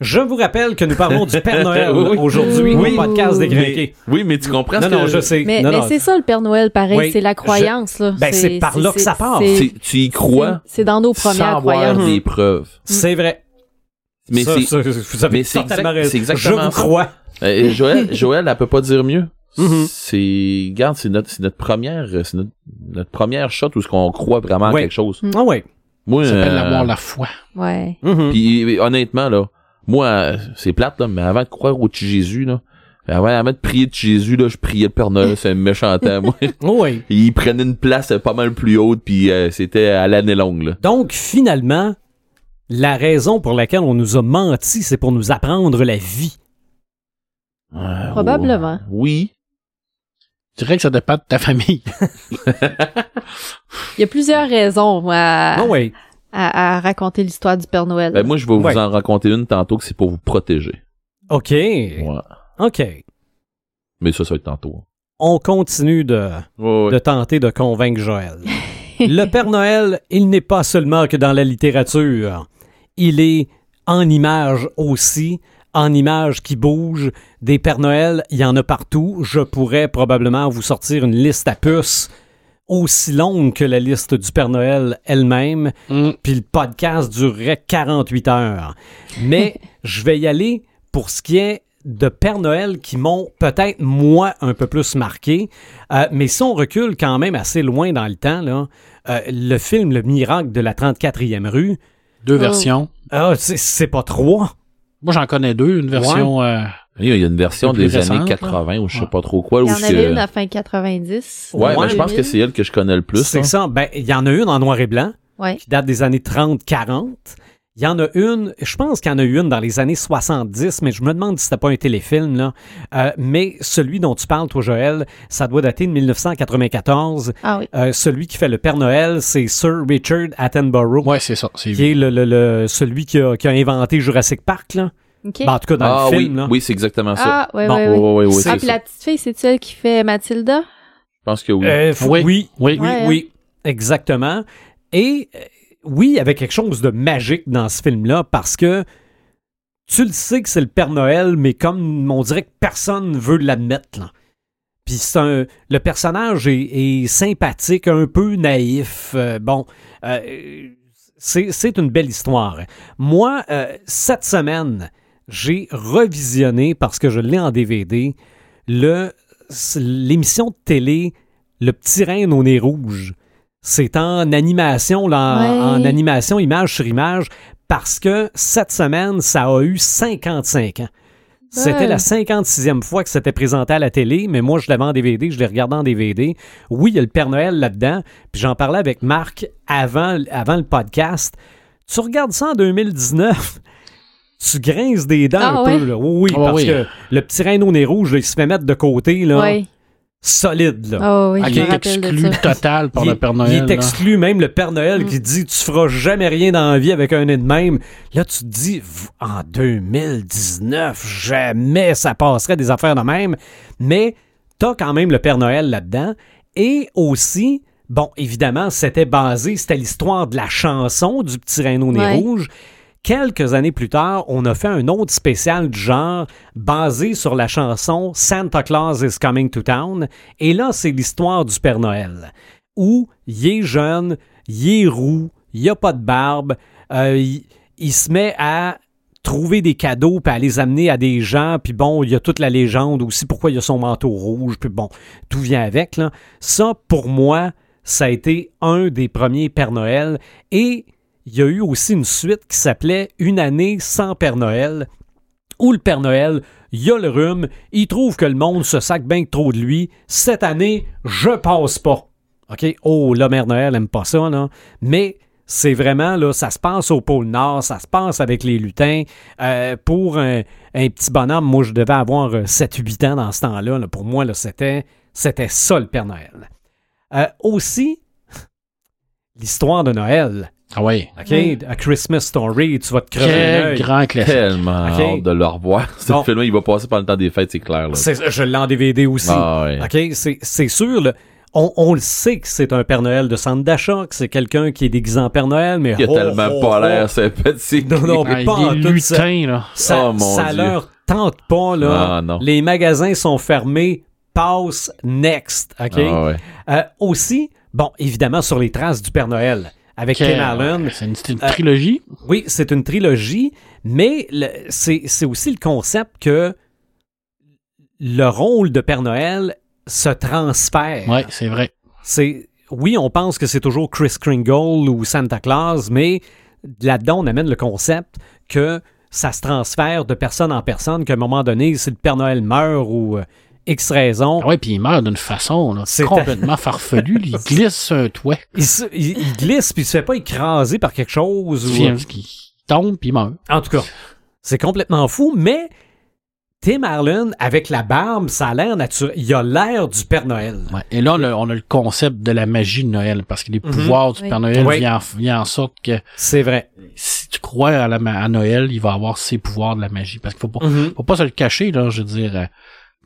Speaker 1: Je vous rappelle que nous parlons du
Speaker 5: (laughs)
Speaker 1: Père Noël
Speaker 5: Oui, oui.
Speaker 1: aujourd'hui
Speaker 4: Oui.
Speaker 1: au podcast des
Speaker 5: Mais-
Speaker 1: Grinqués.
Speaker 5: oui, mais tu comprends
Speaker 1: Non,
Speaker 5: ce que
Speaker 1: non, je sais.
Speaker 4: Mais,
Speaker 1: Non,
Speaker 4: mais
Speaker 1: non.
Speaker 4: c'est ça le Père Noël, pareil,
Speaker 1: Oui,
Speaker 4: c'est la
Speaker 1: je-
Speaker 4: croyance. Là.
Speaker 1: Ben, c'est par là que
Speaker 4: c'est-
Speaker 1: ça part.
Speaker 4: c'est-
Speaker 5: C'est- Tu y crois
Speaker 4: C'est c'est dans nos
Speaker 5: sans
Speaker 4: premières
Speaker 5: avoir
Speaker 4: croyances.
Speaker 5: des preuves.
Speaker 1: C'est vrai.
Speaker 5: Mm. Mais
Speaker 1: Ça,
Speaker 5: c'est-
Speaker 1: ça, vous avez
Speaker 5: mais c'est
Speaker 1: totalement
Speaker 5: exact-
Speaker 1: raison.
Speaker 5: c'est
Speaker 1: Je
Speaker 5: exactement
Speaker 1: vous
Speaker 5: ça.
Speaker 1: crois.
Speaker 5: Euh, Joël, Joël, elle peut pas dire mieux.
Speaker 1: Mhm.
Speaker 5: C'est, regarde, c'est notre, c'est notre première, euh, c'est notre, notre première shot où ce qu'on croit vraiment à
Speaker 1: Ouais.
Speaker 5: quelque chose.
Speaker 1: Ah ouais.
Speaker 5: Moi,
Speaker 3: Ça s'appelle
Speaker 5: euh,
Speaker 3: l'avoir la foi.
Speaker 4: Ouais.
Speaker 1: Mhm.
Speaker 5: puis euh, honnêtement là, moi, euh, c'est plate là, mais avant de croire au petit Jésus là, avant, avant de prier de Jésus là, je priais le Père Noël, c'est un méchant temps moi.
Speaker 1: Oh ouais.
Speaker 5: Il prenait une place euh, pas mal plus haute, puis euh, c'était à l'année longue là.
Speaker 1: Donc, finalement, la raison pour laquelle on nous a menti, c'est pour nous apprendre la vie. Ben,
Speaker 5: Euh,
Speaker 4: Probablement.
Speaker 5: Oui.
Speaker 3: Je dirais que ça dépend de ta famille.
Speaker 4: Il y a plusieurs raisons moi, à,
Speaker 1: Ah ouais.
Speaker 4: à, à raconter l'histoire du Père Noël.
Speaker 5: Ben, moi, je vais
Speaker 1: Ouais.
Speaker 5: vous en raconter une tantôt que c'est pour vous protéger.
Speaker 1: OK.
Speaker 5: Ouais.
Speaker 1: OK.
Speaker 5: Mais ça, ça va être tantôt.
Speaker 1: On continue de,
Speaker 5: Ouais, ouais.
Speaker 1: de tenter de convaincre Joël. Le Père Noël, il n'est pas seulement que dans la littérature. Il est en images aussi, en images qui bougent. Des Pères Noël, il y en a partout. Je pourrais probablement vous sortir une liste à puces aussi longue que la liste du Père Noël elle-même.
Speaker 3: Mm.
Speaker 1: puis le podcast durerait 48 heures. Mais je vais y aller pour ce qui est de Père Noël qui m'ont peut-être moi un peu plus marqué. Euh, mais si on recule quand même assez loin dans le temps, là, euh, le film Le miracle de la 34e rue,
Speaker 3: Deux
Speaker 4: Oh.
Speaker 3: versions.
Speaker 1: ah, c'est- c'est pas trois.
Speaker 3: Moi, j'en connais deux. Une version. euh,
Speaker 5: Il y a une version
Speaker 3: C'est plus
Speaker 5: des années
Speaker 3: récente,
Speaker 5: 80 ou je sais
Speaker 3: Ouais.
Speaker 5: pas trop quoi.
Speaker 4: Il
Speaker 5: ou
Speaker 4: y en
Speaker 5: ce
Speaker 4: avait
Speaker 5: que-
Speaker 4: une à fin 90.
Speaker 5: euh, Ouais,
Speaker 1: Ouais.
Speaker 5: mais je pense que c'est elle que je connais le plus.
Speaker 1: C'est
Speaker 5: hein.
Speaker 1: ça. Ben, il y en a une en noir et blanc
Speaker 4: Ouais.
Speaker 1: qui date des années 30-40. Il y en a une, je pense qu'il y en a eu une dans les années 70, mais je me demande si c'était pas un téléfilm. Là. Euh, mais celui dont tu parles, toi, Joël, ça doit dater de 1994.
Speaker 4: Ah oui.
Speaker 1: Euh, celui qui fait le Père Noël, c'est Sir Richard Attenborough,
Speaker 3: Ouais, c'est ça. C'est
Speaker 1: qui est le, le- le- celui qui a, qui a inventé Jurassic Park. Là.
Speaker 4: OK.
Speaker 1: Ben, en tout cas, dans
Speaker 5: Ah
Speaker 1: le
Speaker 5: oui,
Speaker 1: film. là.
Speaker 5: oui, c'est exactement ça.
Speaker 4: ah, ouais,
Speaker 1: Bon,
Speaker 4: ouais,
Speaker 5: oui,
Speaker 4: ouais.
Speaker 5: oui, oui,
Speaker 4: Ah,
Speaker 5: c'est
Speaker 4: puis
Speaker 5: ça.
Speaker 4: la petite fille, c'est elle qui fait Mathilda?
Speaker 5: Je pense que oui.
Speaker 1: Euh, f-
Speaker 3: Oui.
Speaker 1: oui, Oui,
Speaker 3: Oui.
Speaker 4: Ouais,
Speaker 1: oui, exactement. Et euh, oui, il y avait quelque chose de magique dans ce film-là parce que tu le sais que c'est le Père Noël, mais comme on dirait que personne veut l'admettre. là. Puis c'est un- le personnage est, est sympathique, un peu naïf. euh, bon, euh, c'est c'est une belle histoire. Moi, euh, cette semaine, j'ai revisionné, parce que je l'ai en DVD, le- l'émission de télé le petit reine au nez rouge. C'est en animation, là, en-
Speaker 4: Ouais.
Speaker 1: en animation image sur image, parce que cette semaine, ça a eu 55 ans. C'était
Speaker 4: Ouais.
Speaker 1: la 56e fois que c'était présenté à la télé, mais moi, je l'avais en DVD, je l'ai regardé en DVD. Oui, il y a le Père Noël là-dedans, puis j'en parlais avec Marc avant, avant le podcast. Tu regardes ça en 2019, (laughs) tu grinces des dents
Speaker 4: Ah
Speaker 1: un
Speaker 4: ouais?
Speaker 1: peu. Là. Oui, oui,
Speaker 3: Ah ouais,
Speaker 1: parce
Speaker 3: oui.
Speaker 1: que le petit reine au nez rouge, là, il se fait mettre de côté, là,
Speaker 4: Ouais.
Speaker 1: solide. Là.
Speaker 4: Ah oui,
Speaker 3: Ah,
Speaker 4: je
Speaker 3: qui
Speaker 4: me
Speaker 3: est
Speaker 4: rappelle de
Speaker 3: exclu
Speaker 4: ça.
Speaker 3: total par
Speaker 1: Il-
Speaker 3: le Père Noël.
Speaker 1: Il est
Speaker 3: là.
Speaker 1: exclu, même le Père Noël
Speaker 4: Mm.
Speaker 1: qui dit Tu feras jamais rien dans la vie avec un nez de même. Là, tu te dis v- En 2019, jamais ça passerait des affaires de même. Mais t'as quand même le Père Noël là-dedans. Et aussi, bon, évidemment, c'était basé, c'était l'histoire de la chanson du petit Reine au nez
Speaker 4: Ouais.
Speaker 1: rouge. Quelques années plus tard, on a fait un autre spécial du genre basé sur la chanson Santa Claus is Coming to Town. Et là, c'est l'histoire du Père Noël, où il est jeune, il est roux, il a pas de barbe, euh, il, il se met à trouver des cadeaux puis à les amener à des gens. Puis bon, il y a toute la légende aussi, pourquoi il a son manteau rouge, puis bon, tout vient avec. Là. Ça, pour moi, ça a été un des premiers Père Noël. Et il y a eu aussi une suite qui s'appelait Une année sans Père Noël, où le Père Noël, il a le rhume, il trouve que le monde se sac bien que trop de lui. Cette année, je passe pas. OK, oh, la mère Noël aime pas ça, là. Mais c'est vraiment, là, ça se passe au pôle Nord, ça se passe avec les lutins. Euh, pour un, un petit bonhomme, moi, je devais avoir 7-8 ans dans ce temps-là. là. Pour moi, là, c'était, c'était ça, le Père Noël. Euh, aussi, (laughs) l'histoire de Noël.
Speaker 3: Ah ouais.
Speaker 1: OK, A Christmas Story, tu vas te crever
Speaker 3: Quel
Speaker 1: l'œil.
Speaker 3: grand classique.
Speaker 5: (laughs) Tellement
Speaker 1: Ok.
Speaker 5: hâte de le revoir. Ce
Speaker 1: Bon.
Speaker 5: film-là, il va passer pendant le temps des fêtes, c'est clair. Là.
Speaker 1: C'est- Je l'ai en DVD aussi.
Speaker 5: Ah ouais.
Speaker 1: OK, c'est- c'est sûr, là, on, on le sait que c'est un Père Noël de centre d'achat, que c'est quelqu'un qui est déguisé en Père Noël, mais...
Speaker 5: Il a
Speaker 1: oh,
Speaker 5: tellement
Speaker 1: oh,
Speaker 5: pas
Speaker 1: oh.
Speaker 5: l'air sympathique.
Speaker 1: Non, non, mais
Speaker 3: Ah,
Speaker 1: pas en
Speaker 3: les
Speaker 1: tout ça.
Speaker 3: lutins, là.
Speaker 1: Ça,
Speaker 5: Oh, mon
Speaker 1: ça
Speaker 5: Dieu.
Speaker 1: leur tente pas, là.
Speaker 5: Ah, non.
Speaker 1: Les magasins sont fermés. Passe next, OK?
Speaker 5: Ah ouais.
Speaker 1: Euh, aussi, bon, évidemment, sur les traces du Père Noël avec
Speaker 3: Quel- euh,
Speaker 1: Ken Allen. Euh,
Speaker 3: C'est une, c'est une trilogie.
Speaker 1: Oui, c'est une trilogie, mais le- c'est c'est aussi le concept que le rôle de Père Noël se transfère.
Speaker 3: Ouais, c'est vrai.
Speaker 1: C'est oui, on pense que c'est toujours Chris Kringle ou Santa Claus, mais là-dedans, on amène le concept que ça se transfère de personne en personne, qu'à un moment donné, si le Père Noël meurt ou euh, X raison,
Speaker 3: Ah ouais, puis il meurt d'une façon là,
Speaker 1: C'est-
Speaker 3: complètement farfelue.
Speaker 1: (laughs)
Speaker 3: Il glisse sur un toit.
Speaker 1: il, se- il- il glisse puis il se fait pas écraser par quelque chose. ou- euh,
Speaker 3: Puis Il tombe, puis il meurt.
Speaker 1: En tout cas, c'est complètement fou, mais Tim Allen, avec la barbe, ça a l'air naturel. Il a l'air du Père Noël.
Speaker 3: Ouais. Et là, on a, on a le concept de la magie de Noël, parce que les pouvoirs du
Speaker 4: Oui.
Speaker 3: Père Noël
Speaker 1: Mhm. Oui.
Speaker 3: viennent en sorte que
Speaker 1: C'est vrai.
Speaker 3: si tu crois à, la ma- à Noël, il va avoir ses pouvoirs de la magie. Parce qu'il faut pas,
Speaker 1: Mhm.
Speaker 3: faut pas se le cacher, là, je veux dire. euh,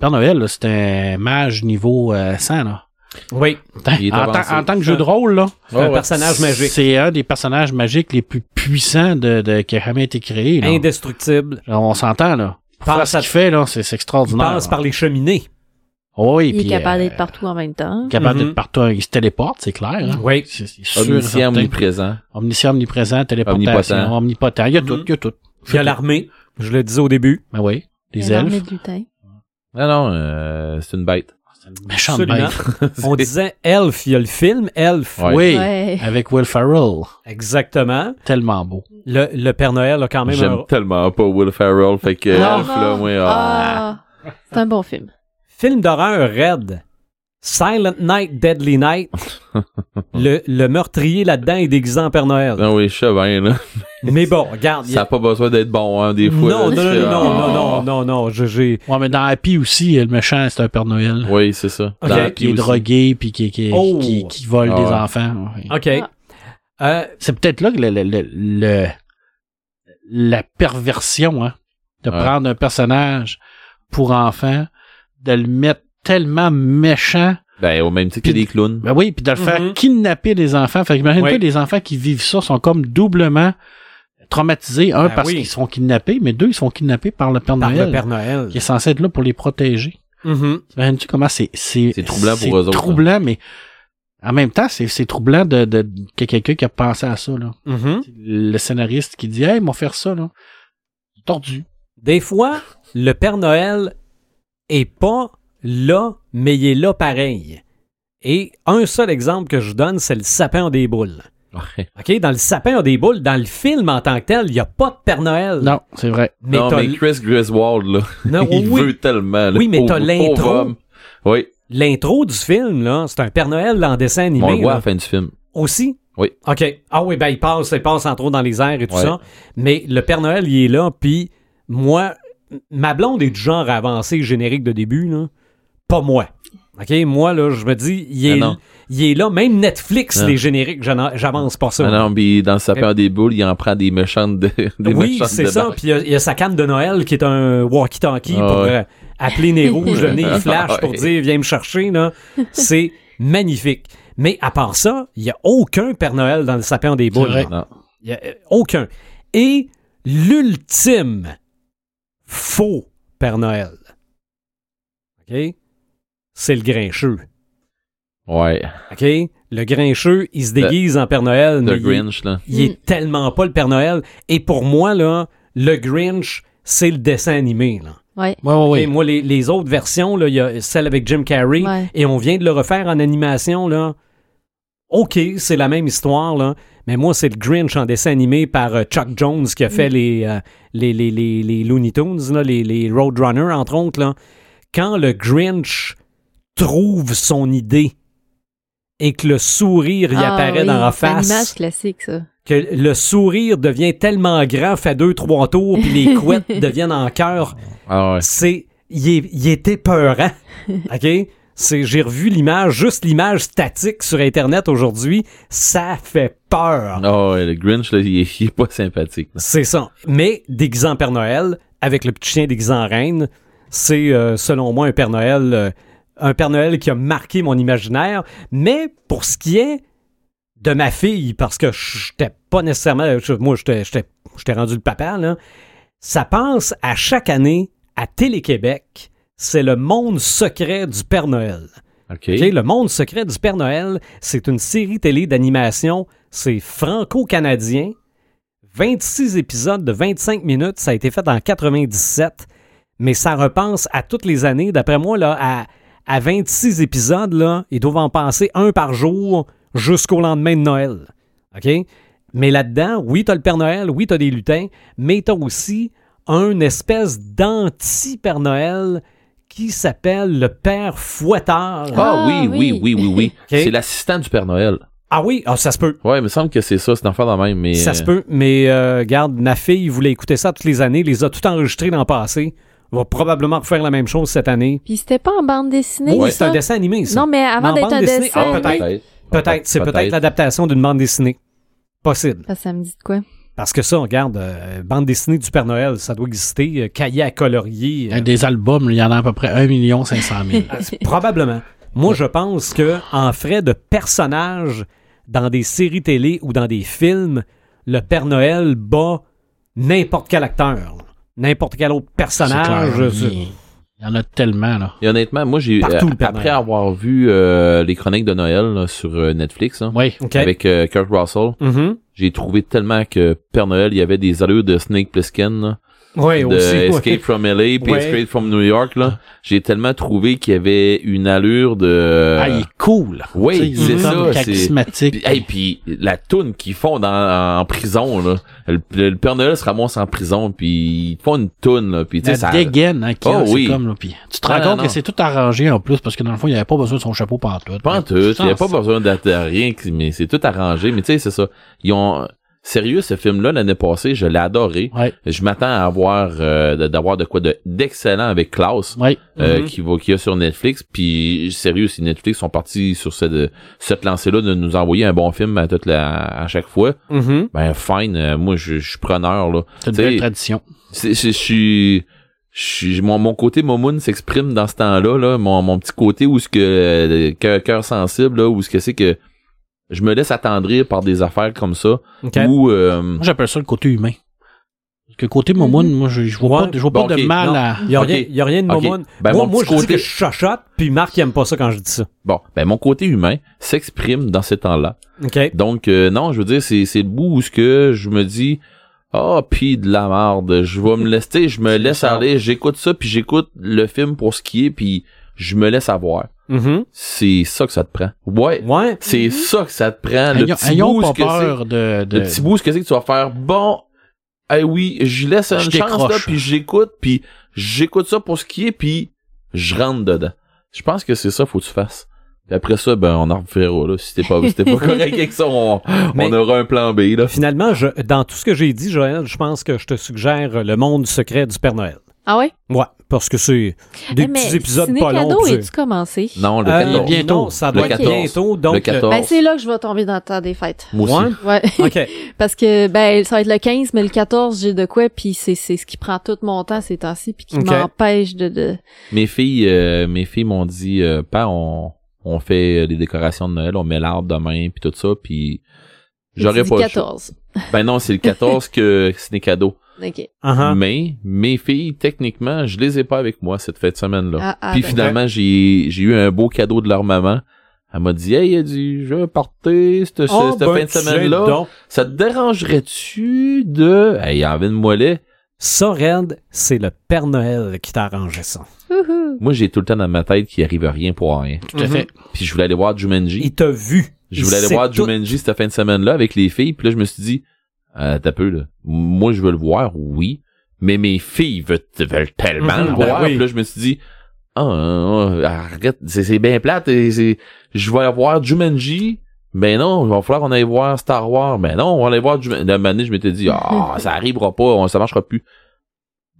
Speaker 3: Père Noël, là, c'est un mage niveau euh, 100, là.
Speaker 1: Oui.
Speaker 3: Attends,
Speaker 5: Il est
Speaker 3: en,
Speaker 5: avancé.
Speaker 3: tant- en tant que jeu de rôle, là,
Speaker 1: C'est un personnage magique.
Speaker 3: c'est un des personnages magiques les plus puissants de, de- qui a jamais été créé. là.
Speaker 1: Indestructible.
Speaker 3: Genre, on s'entend, là. Pour
Speaker 1: Pense
Speaker 3: faire ce
Speaker 1: à-
Speaker 3: qu'il fait, là, c'est
Speaker 1: Il
Speaker 3: c'est extraordinaire.
Speaker 1: passe
Speaker 3: là.
Speaker 1: par les cheminées.
Speaker 3: Oui,
Speaker 4: Il est
Speaker 3: puis,
Speaker 4: capable
Speaker 3: euh,
Speaker 4: d'être partout en même temps.
Speaker 3: capable
Speaker 1: Mhm.
Speaker 3: d'être partout. Il se téléporte, c'est clair. hein.
Speaker 1: Oui.
Speaker 3: C'est c'est sûr.
Speaker 5: Omniscient,
Speaker 3: certain.
Speaker 5: omniprésent.
Speaker 3: Omniscient, omniprésent, téléportation,
Speaker 5: Omnipotent.
Speaker 3: omnipotent. Il y a tout,
Speaker 1: Mhm.
Speaker 3: il y a tout.
Speaker 1: Il y a l'armée. Je le disais au début.
Speaker 3: Ben oui,
Speaker 4: Il
Speaker 3: les
Speaker 4: y a l'armée
Speaker 3: elfes.
Speaker 4: de lutin.
Speaker 5: Non, non, euh, c'est une bête.
Speaker 3: C'est une méchante
Speaker 1: Absolument.
Speaker 3: bête.
Speaker 1: (laughs) On disait Elf. Il y a le film Elf.
Speaker 5: Ouais.
Speaker 3: Oui,
Speaker 4: Ouais.
Speaker 3: avec Will Ferrell.
Speaker 1: Exactement.
Speaker 3: Tellement beau.
Speaker 1: Le, le Père Noël a quand même
Speaker 5: J'aime
Speaker 1: un
Speaker 5: tellement pas Will Ferrell, fait que
Speaker 4: Non,
Speaker 5: Elf, là,
Speaker 4: non.
Speaker 5: moi, ah.
Speaker 4: Ah, c'est un bon film.
Speaker 1: film d'horreur raide. Silent Night, Deadly
Speaker 5: (laughs)
Speaker 1: Night. le, le meurtrier là-dedans est déguisé en Père Noël.
Speaker 5: Ah oui, chevin, là.
Speaker 1: Mais bon, regarde. il y
Speaker 5: Ça
Speaker 1: a-
Speaker 5: a pas besoin d'être bon, hein, des fois.
Speaker 1: non,
Speaker 5: là,
Speaker 1: non,
Speaker 5: tu
Speaker 1: non,
Speaker 5: fais,
Speaker 1: non, non,
Speaker 5: ah.
Speaker 1: non, non, non, je- j'ai.
Speaker 3: Ouais, mais dans Happy aussi, le méchant, c'est un Père Noël.
Speaker 5: Oui, c'est ça.
Speaker 1: Ok.
Speaker 5: Dans la
Speaker 3: Qui
Speaker 5: pie
Speaker 3: est
Speaker 5: aussi.
Speaker 3: drogué, puis qui, qui,
Speaker 1: Oh.
Speaker 3: qui, qui vole
Speaker 5: Ah
Speaker 3: des
Speaker 5: ouais.
Speaker 3: enfants. ouais.
Speaker 1: OK. Euh,
Speaker 3: C'est peut-être là que le, le- le- le- la perversion, hein, de
Speaker 5: Ouais.
Speaker 3: prendre un personnage pour enfant, de le mettre tellement méchant.
Speaker 5: Ben, au même titre que des clowns.
Speaker 3: Ben oui, puis de le
Speaker 1: Mhm.
Speaker 3: faire kidnapper des enfants. Fait imagine
Speaker 1: Oui.
Speaker 3: toi les enfants qui vivent ça sont comme doublement traumatisés. Un,
Speaker 1: Ben
Speaker 3: parce
Speaker 1: oui.
Speaker 3: qu'ils sont kidnappés, mais deux, ils sont kidnappés par le Père
Speaker 1: par
Speaker 3: Noël.
Speaker 1: le Père Noël.
Speaker 3: qui est censé être là pour les protéger.
Speaker 1: Mhm.
Speaker 3: T'imagines-tu comment c'est... C'est
Speaker 5: C'est troublant pour
Speaker 3: c'est
Speaker 5: eux autres, hein.
Speaker 3: troublant, mais en même temps, c'est c'est troublant de, de, qu'il y a quelqu'un qui a pensé à ça. Là.
Speaker 1: Mhm.
Speaker 3: Le scénariste qui dit « Hey, ils vont faire ça. » là. Tordu.
Speaker 1: Des fois, le Père Noël est pas là, mais il est là pareil. Et un seul exemple que je vous donne, c'est le sapin en des boules.
Speaker 5: Ouais.
Speaker 1: OK? Dans le sapin en des boules, dans le film en tant que tel, il n'y a pas de Père Noël.
Speaker 3: Non, c'est vrai.
Speaker 1: mais
Speaker 5: non,
Speaker 1: t'as
Speaker 5: mais
Speaker 1: l-
Speaker 5: Chris Griswold, là,
Speaker 1: Non,
Speaker 5: il
Speaker 1: oui.
Speaker 5: veut tellement. Là,
Speaker 1: Oui, mais t'as
Speaker 5: Pauvre-
Speaker 1: l'intro.
Speaker 5: pauvre homme. Oui,
Speaker 1: l'intro du film, là, c'est un Père Noël en dessin animé.
Speaker 5: on le voit à
Speaker 1: là.
Speaker 5: la fin du film.
Speaker 1: Aussi?
Speaker 5: Oui.
Speaker 1: OK. Ah oui, ben il passe, il passe entre autres dans les airs et tout
Speaker 5: Ouais.
Speaker 1: ça. Mais le Père Noël, il est là, puis moi, m- ma blonde est du genre avancé générique de début, là. Pas moi. OK? Moi, là, je me dis, il
Speaker 5: Ah
Speaker 1: est,
Speaker 5: non.
Speaker 1: il est là. Même Netflix,
Speaker 5: Non.
Speaker 1: les génériques, j'en- j'avance pas ça.
Speaker 5: Ah non, puis dans le sapin des boules, il en prend des méchantes de, (laughs) des
Speaker 1: oui,
Speaker 5: méchantes
Speaker 1: c'est
Speaker 5: de
Speaker 1: ça.
Speaker 5: barques.
Speaker 1: Puis il y a- il y, a sa canne de Noël qui est un walkie-talkie
Speaker 5: Ah
Speaker 1: pour
Speaker 5: ouais.
Speaker 1: euh, appeler Nez Rouge, le nez il flash
Speaker 5: (laughs) Ah
Speaker 1: pour
Speaker 5: ouais.
Speaker 1: dire viens me chercher. là. C'est magnifique. Mais à part ça, il n'y a aucun Père Noël dans le sapin des boules.
Speaker 3: vrai.
Speaker 5: Non.
Speaker 1: Il y a, euh, aucun. Et l'ultime faux Père Noël, OK? c'est le grincheux.
Speaker 5: Ouais,
Speaker 1: OK? Le grincheux, il se déguise en Père Noël, mais
Speaker 5: The
Speaker 1: il est
Speaker 5: Grinch, là.
Speaker 1: il est tellement pas le Père Noël. Et pour moi, là, le Grinch, c'est le dessin animé. Là.
Speaker 4: Ouais.
Speaker 3: Ouais, ouais,
Speaker 1: Et
Speaker 3: ouais.
Speaker 1: moi, les, les autres versions, là, il y a celle avec Jim Carrey,
Speaker 4: Ouais.
Speaker 1: et on vient de le refaire en animation. Là. OK, c'est la même histoire, là, mais moi, c'est le Grinch en dessin animé par euh, Chuck Jones qui a fait
Speaker 4: Mm.
Speaker 1: les, euh, les, les, les, les Looney Tunes, là, les, les Roadrunners, entre autres. Là. Quand le Grinch trouve son idée et que le sourire y
Speaker 4: Ah
Speaker 1: apparaît
Speaker 4: oui,
Speaker 1: dans la
Speaker 4: c'est un
Speaker 1: face,
Speaker 4: image classique, ça.
Speaker 1: que le sourire devient tellement grand, fait deux, trois tours, puis
Speaker 4: (laughs)
Speaker 1: les couettes deviennent en cœur,
Speaker 5: Ah ouais.
Speaker 1: c'est... Il est, il est épeurant, OK? C'est, j'ai revu l'image, juste l'image statique sur Internet aujourd'hui, ça fait peur.
Speaker 5: Ah ouais, le Grinch, là, il est, il est pas sympathique. là.
Speaker 1: C'est ça. Mais déguisé en Père Noël, avec le petit chien déguisé en reine, c'est euh, selon moi un Père Noël, euh, un Père Noël qui a marqué mon imaginaire. Mais pour ce qui est de ma fille, parce que j'étais pas nécessairement, je- moi j'étais, j'étais, j'étais rendu le papa là, ça passe à chaque année à Télé-Québec. C'est le monde secret du Père Noël.
Speaker 5: OK.
Speaker 1: OK, le monde secret du Père Noël, c'est une série télé d'animation. C'est franco-canadien. 26 épisodes de 25 minutes. Ça a été fait en 97. Mais ça repense à toutes les années. D'après moi, là, à, à 26 épisodes, là, ils doivent en passer un par jour jusqu'au lendemain de Noël. OK? Mais là-dedans, oui, t'as le Père Noël, oui, t'as des lutins, mais t'as aussi un espèce d'anti-Père Noël qui s'appelle le Père Fouettard.
Speaker 5: Ah, oui, oui, oui, oui, oui.
Speaker 1: (laughs)
Speaker 5: C'est
Speaker 1: Ok.
Speaker 5: l'assistant du Père Noël.
Speaker 1: Ah oui, ah, ça se peut.
Speaker 5: Ouais, il me semble que c'est ça, c'est l'enfant dans même, mais.
Speaker 1: Ça se peut, mais euh, regarde, ma fille voulait écouter ça toutes les années, les a tout enregistrés l'an passé, va probablement refaire la même chose cette année.
Speaker 4: Puis c'était pas en bande dessinée,
Speaker 1: Oui, c'est
Speaker 4: ça?
Speaker 1: un dessin animé, ça.
Speaker 4: Non, mais avant
Speaker 1: en
Speaker 4: d'être
Speaker 1: bande
Speaker 4: un
Speaker 1: dessinée.
Speaker 4: dessin,
Speaker 1: Ah, peut-être. Peut-être, c'est peut-être l'adaptation d'une bande dessinée. Possible.
Speaker 4: Ah, ça me dit de quoi?
Speaker 1: Parce que ça, regarde, euh, bande dessinée du Père Noël, ça doit exister, euh, cahier à colorier, euh,
Speaker 3: Des albums, il y en a à peu près 1 500 000.
Speaker 1: probablement. Moi, je pense que en frais de personnages dans des séries télé ou dans des films, le Père Noël bat n'importe quel acteur, là. n'importe quel autre
Speaker 3: C'est
Speaker 1: personnage.
Speaker 3: clair,
Speaker 1: c'est-
Speaker 3: Il il y en a tellement, là.
Speaker 5: Et honnêtement, moi, j'ai.
Speaker 1: Partout,
Speaker 5: euh,
Speaker 1: le Père
Speaker 5: après
Speaker 1: Noël.
Speaker 5: avoir vu euh, les chroniques de Noël là, sur euh, Netflix, là,
Speaker 3: Oui.
Speaker 1: OK.
Speaker 5: avec euh, Kurt Russell,
Speaker 1: Mhm.
Speaker 5: j'ai trouvé tellement que Père Noël, il y avait des allures de Snake Plissken, là,
Speaker 1: Oui,
Speaker 5: de
Speaker 1: aussi. ouais.
Speaker 5: Escape from LA, puis
Speaker 1: Ouais.
Speaker 5: Escape from New York. Là, j'ai tellement trouvé qu'il y avait une allure de.
Speaker 3: Ah, il est cool.
Speaker 5: Oui,
Speaker 3: Tu sais, il
Speaker 5: c'est
Speaker 3: est
Speaker 5: ça,
Speaker 3: comme
Speaker 5: c'est-
Speaker 3: Charismatique.
Speaker 5: Puis, hey, puis la toune qu'ils font dans, en prison, là. Le, le Père Noël se ramasse en prison, puis ils font une toune, là. Puis, tu sais,
Speaker 3: la
Speaker 5: ça...
Speaker 3: dégaine, hein, qu'il y a,
Speaker 5: Oh,
Speaker 3: c'est
Speaker 5: oui.
Speaker 3: comme, là, puis tu te
Speaker 5: Ah,
Speaker 3: rends
Speaker 5: non,
Speaker 3: compte
Speaker 5: non.
Speaker 3: que c'est tout arrangé en plus, parce que dans le fond, il n'y avait pas besoin de son chapeau pantoute.
Speaker 5: Pas en tout, il n'y a pas besoin de de rien, qui- mais c'est tout arrangé. Mais tu sais, c'est ça. Ils ont... Sérieux, ce film-là, l'année passée, je l'ai adoré.
Speaker 3: Ouais,
Speaker 5: Je m'attends à avoir euh, de- d'avoir de quoi de- d'excellent avec Klaus.
Speaker 3: ouais. Mm-hmm.
Speaker 5: euh, qui va qui a sur Netflix puis sérieux si Netflix sont partis sur cette cette lancée là de nous envoyer un bon film à toute la à chaque fois
Speaker 1: Mhm.
Speaker 5: ben fine euh, moi je je suis preneur là
Speaker 3: C'est une
Speaker 5: Tu sais,
Speaker 3: belle tradition.
Speaker 5: C'est- je je suis je suis- mon, mon côté momoun s'exprime dans ce temps-là là, mon, mon petit côté où ce que euh, cœur, cœur sensible là, où ce que c'est que je me laisse attendrir par des affaires comme ça
Speaker 1: OK.
Speaker 5: ou euh,
Speaker 3: Moi, j'appelle ça le côté humain. Parce que côté momoun, moi, je, je vois
Speaker 1: Ouais.
Speaker 3: pas, de- je vois pas
Speaker 5: Mhm. Bon,
Speaker 3: de
Speaker 5: ok,
Speaker 3: mal
Speaker 1: non.
Speaker 3: à...
Speaker 1: Il n'y a,
Speaker 5: Ok.
Speaker 1: rien- il y a rien de
Speaker 5: Ok.
Speaker 1: momone.
Speaker 5: Ben,
Speaker 1: moi,
Speaker 5: mon
Speaker 1: moi,
Speaker 5: petit
Speaker 1: je dis
Speaker 5: côté-
Speaker 1: que je chachote, puis Marc, il aime pas ça quand je dis ça.
Speaker 5: bon ben mon côté humain s'exprime dans ces temps-là.
Speaker 1: OK.
Speaker 5: Donc euh, non, je veux dire c'est c'est le bout où ce que je me dis ah puis de la merde, je vais me
Speaker 1: (laughs)
Speaker 5: laisser, je me laisse
Speaker 3: ça.
Speaker 5: aller, j'écoute ça puis j'écoute le film pour ce qui est puis je me laisse avoir.
Speaker 1: Mhm.
Speaker 5: C'est ça que ça te prend. Ouais,
Speaker 1: Ouais.
Speaker 5: C'est ça que ça te prend. Le
Speaker 3: Ayons,
Speaker 5: petit
Speaker 3: ayons
Speaker 5: bout, ce
Speaker 3: Mhm. pas
Speaker 5: que c'est.
Speaker 3: peur de... de...
Speaker 5: Le petit bout, ce que c'est que tu vas faire. Bon, eh oui, j'y laisse une
Speaker 3: Je
Speaker 5: chance,
Speaker 3: décroche.
Speaker 5: là, puis j'écoute, puis j'écoute ça pour ce qui est, puis je rentre dedans. Je pense que c'est ça, faut que tu fasses. Puis après ça, ben, on en reverra, là. Si t'es pas, si t'es
Speaker 3: (laughs)
Speaker 5: pas correct avec ça, on,
Speaker 1: Mais-
Speaker 5: on aura un plan B, là.
Speaker 1: Finalement, je, dans tout ce que j'ai dit, Joël, je pense que je te suggère Le Monde secret du Père Noël.
Speaker 4: Ah ouais?
Speaker 1: Ouais, parce que c'est des
Speaker 4: Eh, mais
Speaker 1: petits épisodes
Speaker 4: Ciné
Speaker 1: pas longs.
Speaker 4: Cadeau,
Speaker 1: puis
Speaker 4: es-tu commencé?
Speaker 5: Non, le
Speaker 1: c'est- Euh,
Speaker 5: 14.
Speaker 3: bientôt.
Speaker 1: non, ça
Speaker 5: Le
Speaker 1: doit être
Speaker 5: 14.
Speaker 1: bientôt. Donc, euh,
Speaker 5: le 14.
Speaker 4: Ben, c'est là que je vais tomber dans le temps des fêtes.
Speaker 5: Moi aussi.
Speaker 1: Ouais.
Speaker 4: Ouais. (laughs)
Speaker 1: OK.
Speaker 4: Parce que, ben, ça va être le 15, mais le 14, j'ai de quoi, puis c'est, c'est ce qui prend tout mon temps ces temps-ci, puis qui
Speaker 1: Ok.
Speaker 4: m'empêche de, de...
Speaker 5: Mes filles, euh, mes filles m'ont dit, euh, pas on, on fait euh, des décorations de Noël, on met l'arbre demain, puis tout ça, puis j'aurais
Speaker 4: du
Speaker 5: pas. le choix.
Speaker 4: 14.
Speaker 5: Ben non, c'est le
Speaker 4: (laughs)
Speaker 5: 14 que c'est des cadeaux.
Speaker 4: OK.
Speaker 1: Uh-huh.
Speaker 5: Mais mes filles, techniquement, je les ai pas avec moi cette fin de semaine-là.
Speaker 4: Ah, ah,
Speaker 5: Puis
Speaker 4: ben.
Speaker 5: finalement, j'ai j'ai eu un beau cadeau de leur maman. Elle m'a dit, hey, elle dit, je vais partir cette,
Speaker 1: Oh,
Speaker 5: cette
Speaker 1: ben,
Speaker 5: fin de
Speaker 1: tu sais
Speaker 5: semaine-là.
Speaker 1: donc,
Speaker 5: Ça te dérangerait-tu de... Hey, envie de mollet.
Speaker 1: Ça, Red, c'est le Père Noël qui t'a arrangé ça.
Speaker 4: Wouhou.
Speaker 5: Moi, j'ai tout le temps dans ma tête qu'il arrive rien pour rien.
Speaker 3: Tout à fait.
Speaker 5: Puis je voulais aller voir Jumanji.
Speaker 1: Il t'a vu.
Speaker 5: Je voulais aller voir Jumanji cette fin de semaine-là avec les filles. Puis là, je me suis dit, euh, t'as peu, là. Moi, je veux le voir, oui. Mais mes filles veulent, veulent tellement
Speaker 1: Mhm,
Speaker 5: le
Speaker 1: ben
Speaker 5: voir.
Speaker 1: oui.
Speaker 5: Puis là, je me suis dit, Ah, ah, ah, arrête, c'est, c'est bien plate. et c'est- je vais aller voir Jumanji. Ben non, il va falloir qu'on aille voir Star Wars. Ben non, on va aller voir Jumanji. La manée, je m'étais dit,
Speaker 1: (laughs)
Speaker 5: ah, ça arrivera pas, on- ça marchera plus.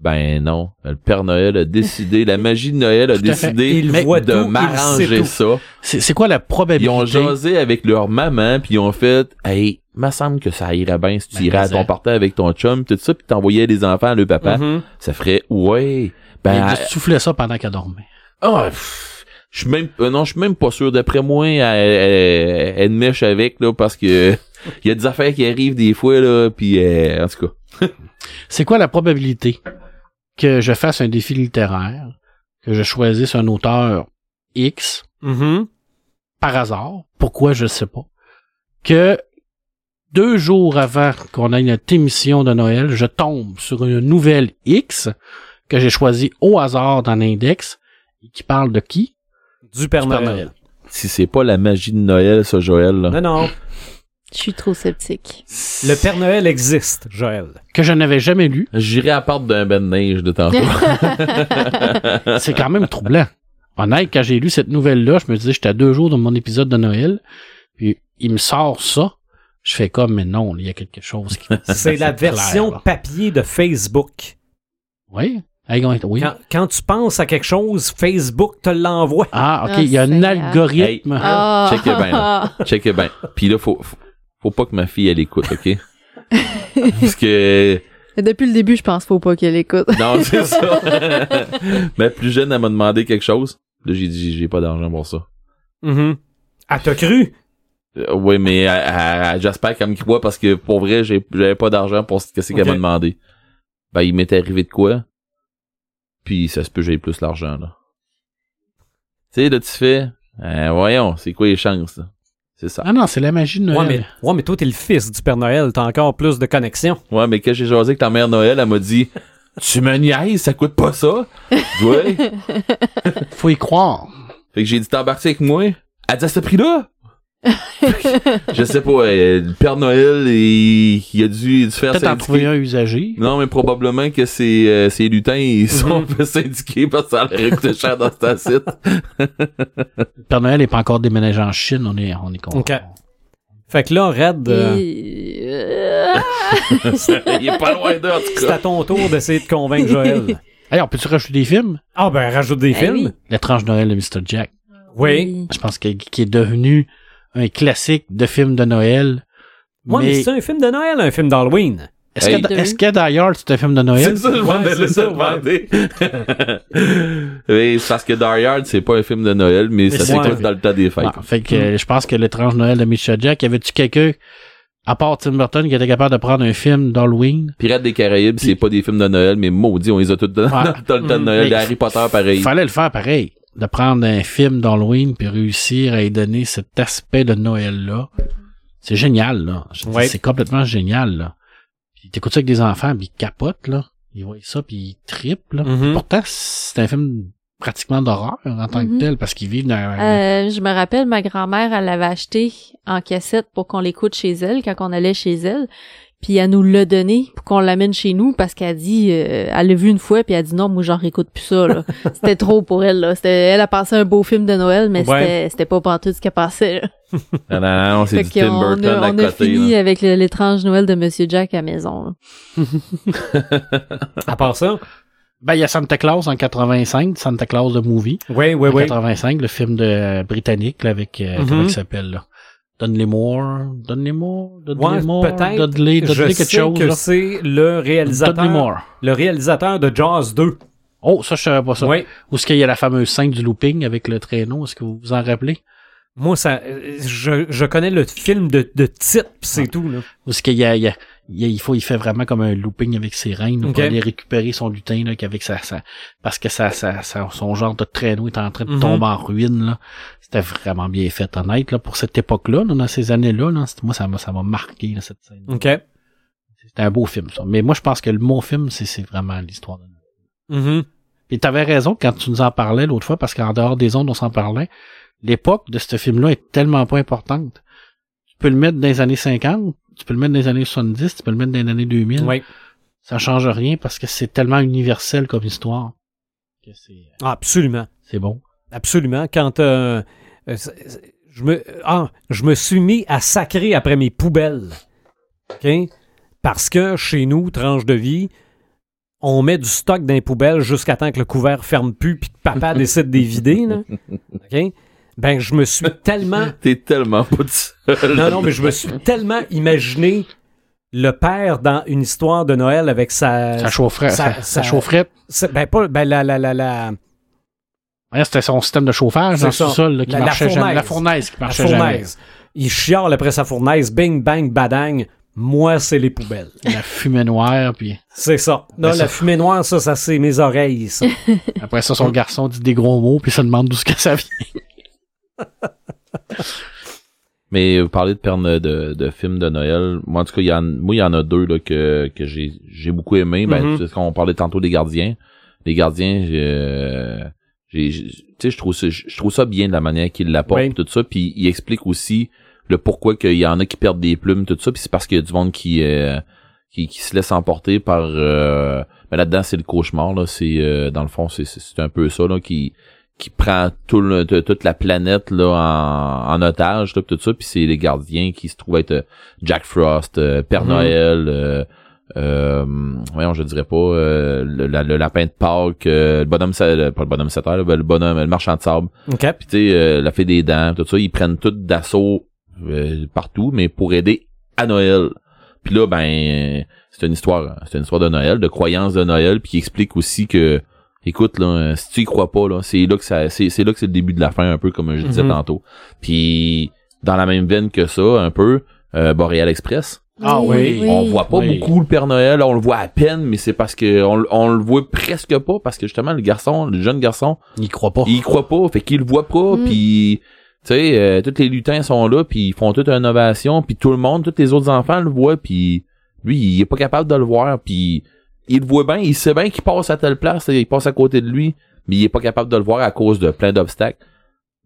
Speaker 5: Ben non, le Père Noël a décidé, la magie de Noël a
Speaker 3: Tout à fait.
Speaker 5: décidé
Speaker 1: Il voit tout,
Speaker 5: de
Speaker 1: il sait
Speaker 5: m'arranger
Speaker 1: tout.
Speaker 5: ça.
Speaker 3: C'est c'est quoi la
Speaker 5: Ils
Speaker 3: probabilité?
Speaker 5: ont jasé avec leur maman, puis ils ont fait, hey, me semble que ça irait bien si tu
Speaker 3: Ben,
Speaker 5: irais à
Speaker 3: mais
Speaker 5: ton
Speaker 3: ça.
Speaker 5: party avec ton chum, tout ça, puis t'envoyais les enfants à le papa. Ça ferait, ouais.
Speaker 3: Il
Speaker 5: Ben,
Speaker 3: a juste soufflé ça pendant qu'elle dormait.
Speaker 5: ah, pff, je suis même, euh, non, je suis même pas sûr. D'après moi, elle, elle, elle mèche avec, là, parce que (laughs) il y a des affaires qui arrivent des fois, là, puis euh, en tout cas.
Speaker 3: C'est quoi la probabilité que je fasse un défi littéraire, que je choisisse un auteur X
Speaker 1: Mhm,
Speaker 3: par hasard, pourquoi je sais pas, que deux jours avant qu'on ait notre émission de Noël, je tombe sur une nouvelle X que j'ai choisie au hasard dans l'index et qui parle de qui?
Speaker 1: Du Père
Speaker 3: Du
Speaker 1: Noël.
Speaker 3: Père
Speaker 5: Si c'est pas la magie de Noël, ça, Joël, là.
Speaker 1: Non, non.
Speaker 4: Je suis trop sceptique.
Speaker 1: Le Père Noël existe, Joël.
Speaker 3: Que je n'avais
Speaker 1: (laughs)
Speaker 3: jamais lu.
Speaker 5: J'irai à part d'un ben de neige de
Speaker 3: (laughs)
Speaker 5: tantôt. (laughs)
Speaker 3: C'est quand même troublant. Honnête, quand j'ai lu cette nouvelle-là, je me disais, j'étais à deux jours de mon épisode de Noël, puis il me sort ça. Je fais comme, mais non, il y a quelque chose
Speaker 1: (laughs)
Speaker 3: qui...
Speaker 5: (laughs)
Speaker 1: C'est la
Speaker 3: clair,
Speaker 1: version
Speaker 3: là.
Speaker 1: papier de Facebook.
Speaker 3: Oui? Hey, on- oui.
Speaker 1: Quand, quand tu penses à quelque chose, Facebook te l'envoie.
Speaker 3: Ah, OK,
Speaker 4: Ah,
Speaker 3: il y a un
Speaker 4: Seigneur.
Speaker 3: algorithme.
Speaker 4: Ah.
Speaker 5: Check bien, là.
Speaker 1: (laughs)
Speaker 5: Check bien. Puis là, faut, faut, faut pas que ma fille, elle écoute,
Speaker 3: (laughs)
Speaker 5: OK? parce que,
Speaker 4: Mais Depuis le début, je pense faut pas qu'elle écoute.
Speaker 5: non, (laughs) c'est ça. ma plus jeune, elle m'a demandé quelque chose. Là, j'ai dit, j'ai pas d'argent pour ça. Mhm.
Speaker 1: Ah, t'as cru?
Speaker 5: Euh, Oui, mais à- à- à- j'espère qu'elle me croit parce que pour vrai, j'ai- j'avais pas d'argent pour ce que c'est qu'elle
Speaker 1: Ok.
Speaker 5: m'a demandé. Ben, il m'est arrivé de quoi? Puis ça se peut, j'ai plus l'argent, là. Tu sais, là, tu fais, euh, voyons, c'est quoi les chances, là? C'est ça.
Speaker 3: Ah non, c'est la magie de Noël.
Speaker 1: Ouais, mais, ouais, mais toi, t'es le fils du Père Noël. T'as encore plus de connexions.
Speaker 5: Ouais, mais quand j'ai jasé avec ta mère Noël, elle m'a dit, tu me niaises, ça coûte pas ça? Je dis, ouais.
Speaker 3: Faut y croire.
Speaker 5: Fait que j'ai dit, t'embarques avec moi? Elle dit, à ce prix-là? je sais pas, euh, le Père Noël, il, il a dû, il a dû faire
Speaker 3: Peut-être en
Speaker 5: syndiquer.
Speaker 3: trouver un usagé.
Speaker 5: Non, mais probablement que c'est euh, ces lutins, ils sont (laughs)
Speaker 1: Mhm.
Speaker 5: un peu syndiqués parce que ça leur coûte cher dans cet site.
Speaker 3: Le Père Noël n'est pas encore déménagé en Chine, on est, on est content.
Speaker 1: OK. Fait que là, Red, euh,
Speaker 4: Et- euh,
Speaker 5: Il est pas loin d'eux, en tout
Speaker 1: c'est à
Speaker 5: cas.
Speaker 1: ton tour d'essayer de convaincre Joël.
Speaker 3: Hey, on peut-tu rajouter des films?
Speaker 1: (laughs) Ah, ben, rajoute des
Speaker 4: Eh
Speaker 1: films.
Speaker 3: L'étrange Noël de Mr. Jack.
Speaker 1: Oui.
Speaker 3: Je pense que, qui est devenu un classique de film de Noël.
Speaker 1: Moi, mais,
Speaker 3: mais
Speaker 1: c'est un film de Noël, un film d'Halloween.
Speaker 3: est-ce
Speaker 5: Hey.
Speaker 3: que, est-ce que d'ailleurs c'est un film de
Speaker 5: C'est
Speaker 3: Noël?
Speaker 5: ça, je
Speaker 1: Ouais,
Speaker 5: m'en
Speaker 1: c'est
Speaker 5: allais te
Speaker 1: ça,
Speaker 5: demander. (laughs) Oui, c'est parce que Die Hard, c'est pas un film de Noël, mais ça
Speaker 1: c'est
Speaker 5: s'écoute
Speaker 1: un-
Speaker 5: dans le temps des fêtes.
Speaker 3: Ah, fait que
Speaker 1: Mm.
Speaker 3: euh, je pense que l'étrange Noël de Mr. Jack, y avait-tu quelqu'un, à part Tim Burton, qui était capable de prendre un film d'Halloween?
Speaker 5: Pirates des Caraïbes, c'est pas des films de Noël, mais maudit, on les a tous dans,
Speaker 3: Ouais.
Speaker 5: dans le temps de Noël.
Speaker 3: Mais-
Speaker 5: Les Harry Potter, pareil.
Speaker 3: Fallait le faire pareil. De prendre un film d'Halloween puis réussir à y donner cet aspect de Noël-là. C'est génial, là. Je te dis,
Speaker 1: Ouais.
Speaker 3: C'est complètement génial, là. Puis t'écoutes ça avec des enfants, puis ils capotent, là. Ils voient ça, puis ils trippent, là.
Speaker 1: Mhm.
Speaker 3: Pourtant, c'est un film pratiquement d'horreur en tant
Speaker 4: Mhm.
Speaker 3: que tel, parce qu'ils vivent dans
Speaker 5: Ah
Speaker 3: un...
Speaker 4: Euh, je me rappelle, ma grand-mère, elle l'avait acheté en cassette pour qu'on l'écoute chez elle quand on allait chez elle. Puis elle nous l'a donné pour qu'on l'amène chez nous parce qu'elle dit, euh, elle l'a vu une fois puis elle a dit non, moi j'en réécoute plus ça.
Speaker 5: (laughs)
Speaker 4: là. c'était trop pour elle. Là. C'était, elle a passé un beau film de Noël, mais
Speaker 1: Ouais.
Speaker 4: c'était, c'était pas partout ce qu'elle passait. là.
Speaker 5: Non, non, non, c'est
Speaker 4: Fait
Speaker 5: du Tim
Speaker 4: qu'on
Speaker 5: Burton
Speaker 4: a,
Speaker 5: à
Speaker 4: on a
Speaker 5: côté.
Speaker 4: fini
Speaker 5: là.
Speaker 4: avec le- l'étrange Noël de Monsieur Jack à la maison. là.
Speaker 1: À part ça.
Speaker 3: Ben, il y a Santa Claus en 85, Santa Claus de movie.
Speaker 1: Oui, oui,
Speaker 3: en
Speaker 1: oui.
Speaker 3: 85, le film de euh, britannique là, avec euh,
Speaker 1: Mhm.
Speaker 3: comment il s'appelle là. Dudley Moore, Dudley Moore, Dudley
Speaker 1: Ouais,
Speaker 3: Moore,
Speaker 1: peut-être.
Speaker 3: Dudley,
Speaker 1: Je
Speaker 3: Dudley
Speaker 1: sais
Speaker 3: quelque chose
Speaker 1: que
Speaker 3: là.
Speaker 1: c'est le
Speaker 3: Dudley
Speaker 1: réalisateur,
Speaker 3: Moore.
Speaker 1: le réalisateur de Jaws 2.
Speaker 3: Oh, ça je savais pas ça.
Speaker 1: Oui.
Speaker 3: Où est-ce qu'il y a la fameuse scène du looping avec le traîneau, est-ce que vous vous en rappelez
Speaker 1: Moi, ça, euh, je, je connais le film de, de titre, pis c'est
Speaker 3: Ouais.
Speaker 1: tout. Là.
Speaker 3: Où est-ce qu'il y a, il y a- il y a- il faut il fait vraiment comme un looping avec ses reines là,
Speaker 1: Ok.
Speaker 3: pour aller récupérer son lutin là qu'avec sa, sa- parce que sa, sa- sa- son genre de traîneau est en train de
Speaker 1: Mhm.
Speaker 3: tomber en ruine là. C'était vraiment bien fait honnête là pour cette époque-là, là, dans ces années-là là, C'était- moi ça m'a ça m'a marqué là, cette scène.
Speaker 1: OK.
Speaker 3: C'était un beau film, ça. Mais moi, je pense que le mot film, c'est, c'est vraiment l'histoire de Noël.
Speaker 1: Mhm.
Speaker 3: Et t'avais raison quand tu nous en parlais l'autre fois, parce qu'en dehors des ondes, on s'en parlait. L'époque de ce film-là est tellement pas importante. Tu peux le mettre dans les années 50, tu peux le mettre dans les années 70, tu peux le mettre dans les années 2000.
Speaker 1: Oui.
Speaker 3: Ça change rien parce que c'est tellement universel comme histoire. Que c'est,
Speaker 1: Ah, absolument.
Speaker 3: C'est bon.
Speaker 1: Absolument. Quand euh, euh, c- c- je me ah, je me suis mis à sacrer après mes poubelles. OK? Parce que chez nous, tranche de vie, on met du stock dans les poubelles jusqu'à temps que le couvert ferme plus puis que papa décide de les vider. là. OK? Ben, je me suis tellement
Speaker 4: euh,
Speaker 5: T'es tellement pas du seul.
Speaker 1: non, non, mais je me suis tellement imaginé le père dans une histoire de Noël avec sa.
Speaker 3: Ça chaufferait.
Speaker 1: Euh, ça- ça-
Speaker 3: Ça, ça chaufferait.
Speaker 1: sa- ben, pas. Ben, la. la, la, la
Speaker 3: Ouais, Hein, C'était son système de chauffage
Speaker 1: C'est
Speaker 3: dans le
Speaker 1: ça.
Speaker 3: sous-sol là, qui
Speaker 1: La- la
Speaker 3: marchait jamais.
Speaker 1: fournaise.
Speaker 3: La fournaise qui
Speaker 1: la
Speaker 3: marchait jamais.
Speaker 1: fournaise. Il chiale après sa fournaise, bing, bang, badang. Moi, c'est les poubelles.
Speaker 3: La fumée noire, puis
Speaker 1: C'est ça. Non,
Speaker 3: Ben,
Speaker 1: la
Speaker 3: ça-
Speaker 1: fumée noire, ça, ça, c'est mes oreilles,
Speaker 3: (laughs)
Speaker 1: ça.
Speaker 3: après ça,
Speaker 1: (laughs)
Speaker 3: son garçon dit des gros mots, puis ça demande d'où ce que ça vient.
Speaker 5: Mais vous parlez de, perne- de, de films de Noël. Moi, en tout cas, il y en, moi, il y en a deux là, que, que j'ai j'ai beaucoup aimé. Ben,
Speaker 1: Mhm.
Speaker 5: C'est ce qu'on parlait tantôt des gardiens. Les gardiens, j'ai, euh, j'ai- j'ai- tu sais, je trouve ça, je je trouve ça bien de la manière qu'ils l'apportent,
Speaker 1: Oui.
Speaker 5: pis tout ça. Puis il explique aussi le pourquoi qu'il y en a qui perdent des plumes, tout ça. Puis c'est parce qu'il y a du monde qui, euh, qui qui se laisse emporter par. euh, mais là-dedans, c'est le cauchemar. Là, c'est euh, dans le fond, c'est c'est- c'est un peu ça là qui qui prend tout le- t- toute la planète là en, en otage là, pis tout ça puis c'est les gardiens qui se trouvent être euh, Jack Frost euh, Père
Speaker 1: Mhm.
Speaker 5: Noël euh, euh, voyons je dirais pas euh, le, la- le lapin de Pâques euh, le bonhomme sa- le- pas le bonhomme sateur le bonhomme le marchand de sable
Speaker 1: OK.
Speaker 5: puis tu sais euh, la fée des dents tout ça ils prennent tout d'assaut euh, partout mais pour aider à Noël puis là ben c'est une histoire hein, c'est une histoire de Noël de croyance de Noël puis qui explique aussi que écoute là euh, si tu y crois pas là c'est là que ça c'est c'est là que c'est le début de la fin un peu comme je disais
Speaker 1: Mhm.
Speaker 5: tantôt puis dans la même veine que ça un peu euh, Boreal Express
Speaker 3: Ah oui,
Speaker 5: on voit pas
Speaker 3: Oui.
Speaker 5: beaucoup le Père Noël, on le voit à peine, mais c'est parce que on, l- on le voit presque pas parce que justement le garçon, le jeune garçon,
Speaker 3: Il croit pas.
Speaker 5: il y croit pas, fait qu'il le voit pas,
Speaker 4: Mm.
Speaker 5: puis tu sais, euh, tous les lutins sont là, puis ils font toute une ovation, puis tout le monde, tous les autres enfants le voient, puis lui, il est pas capable de le voir, puis il le voit bien, il sait bien qu'il passe à telle place, il passe à côté de lui, mais il est pas capable de le voir à cause de plein d'obstacles.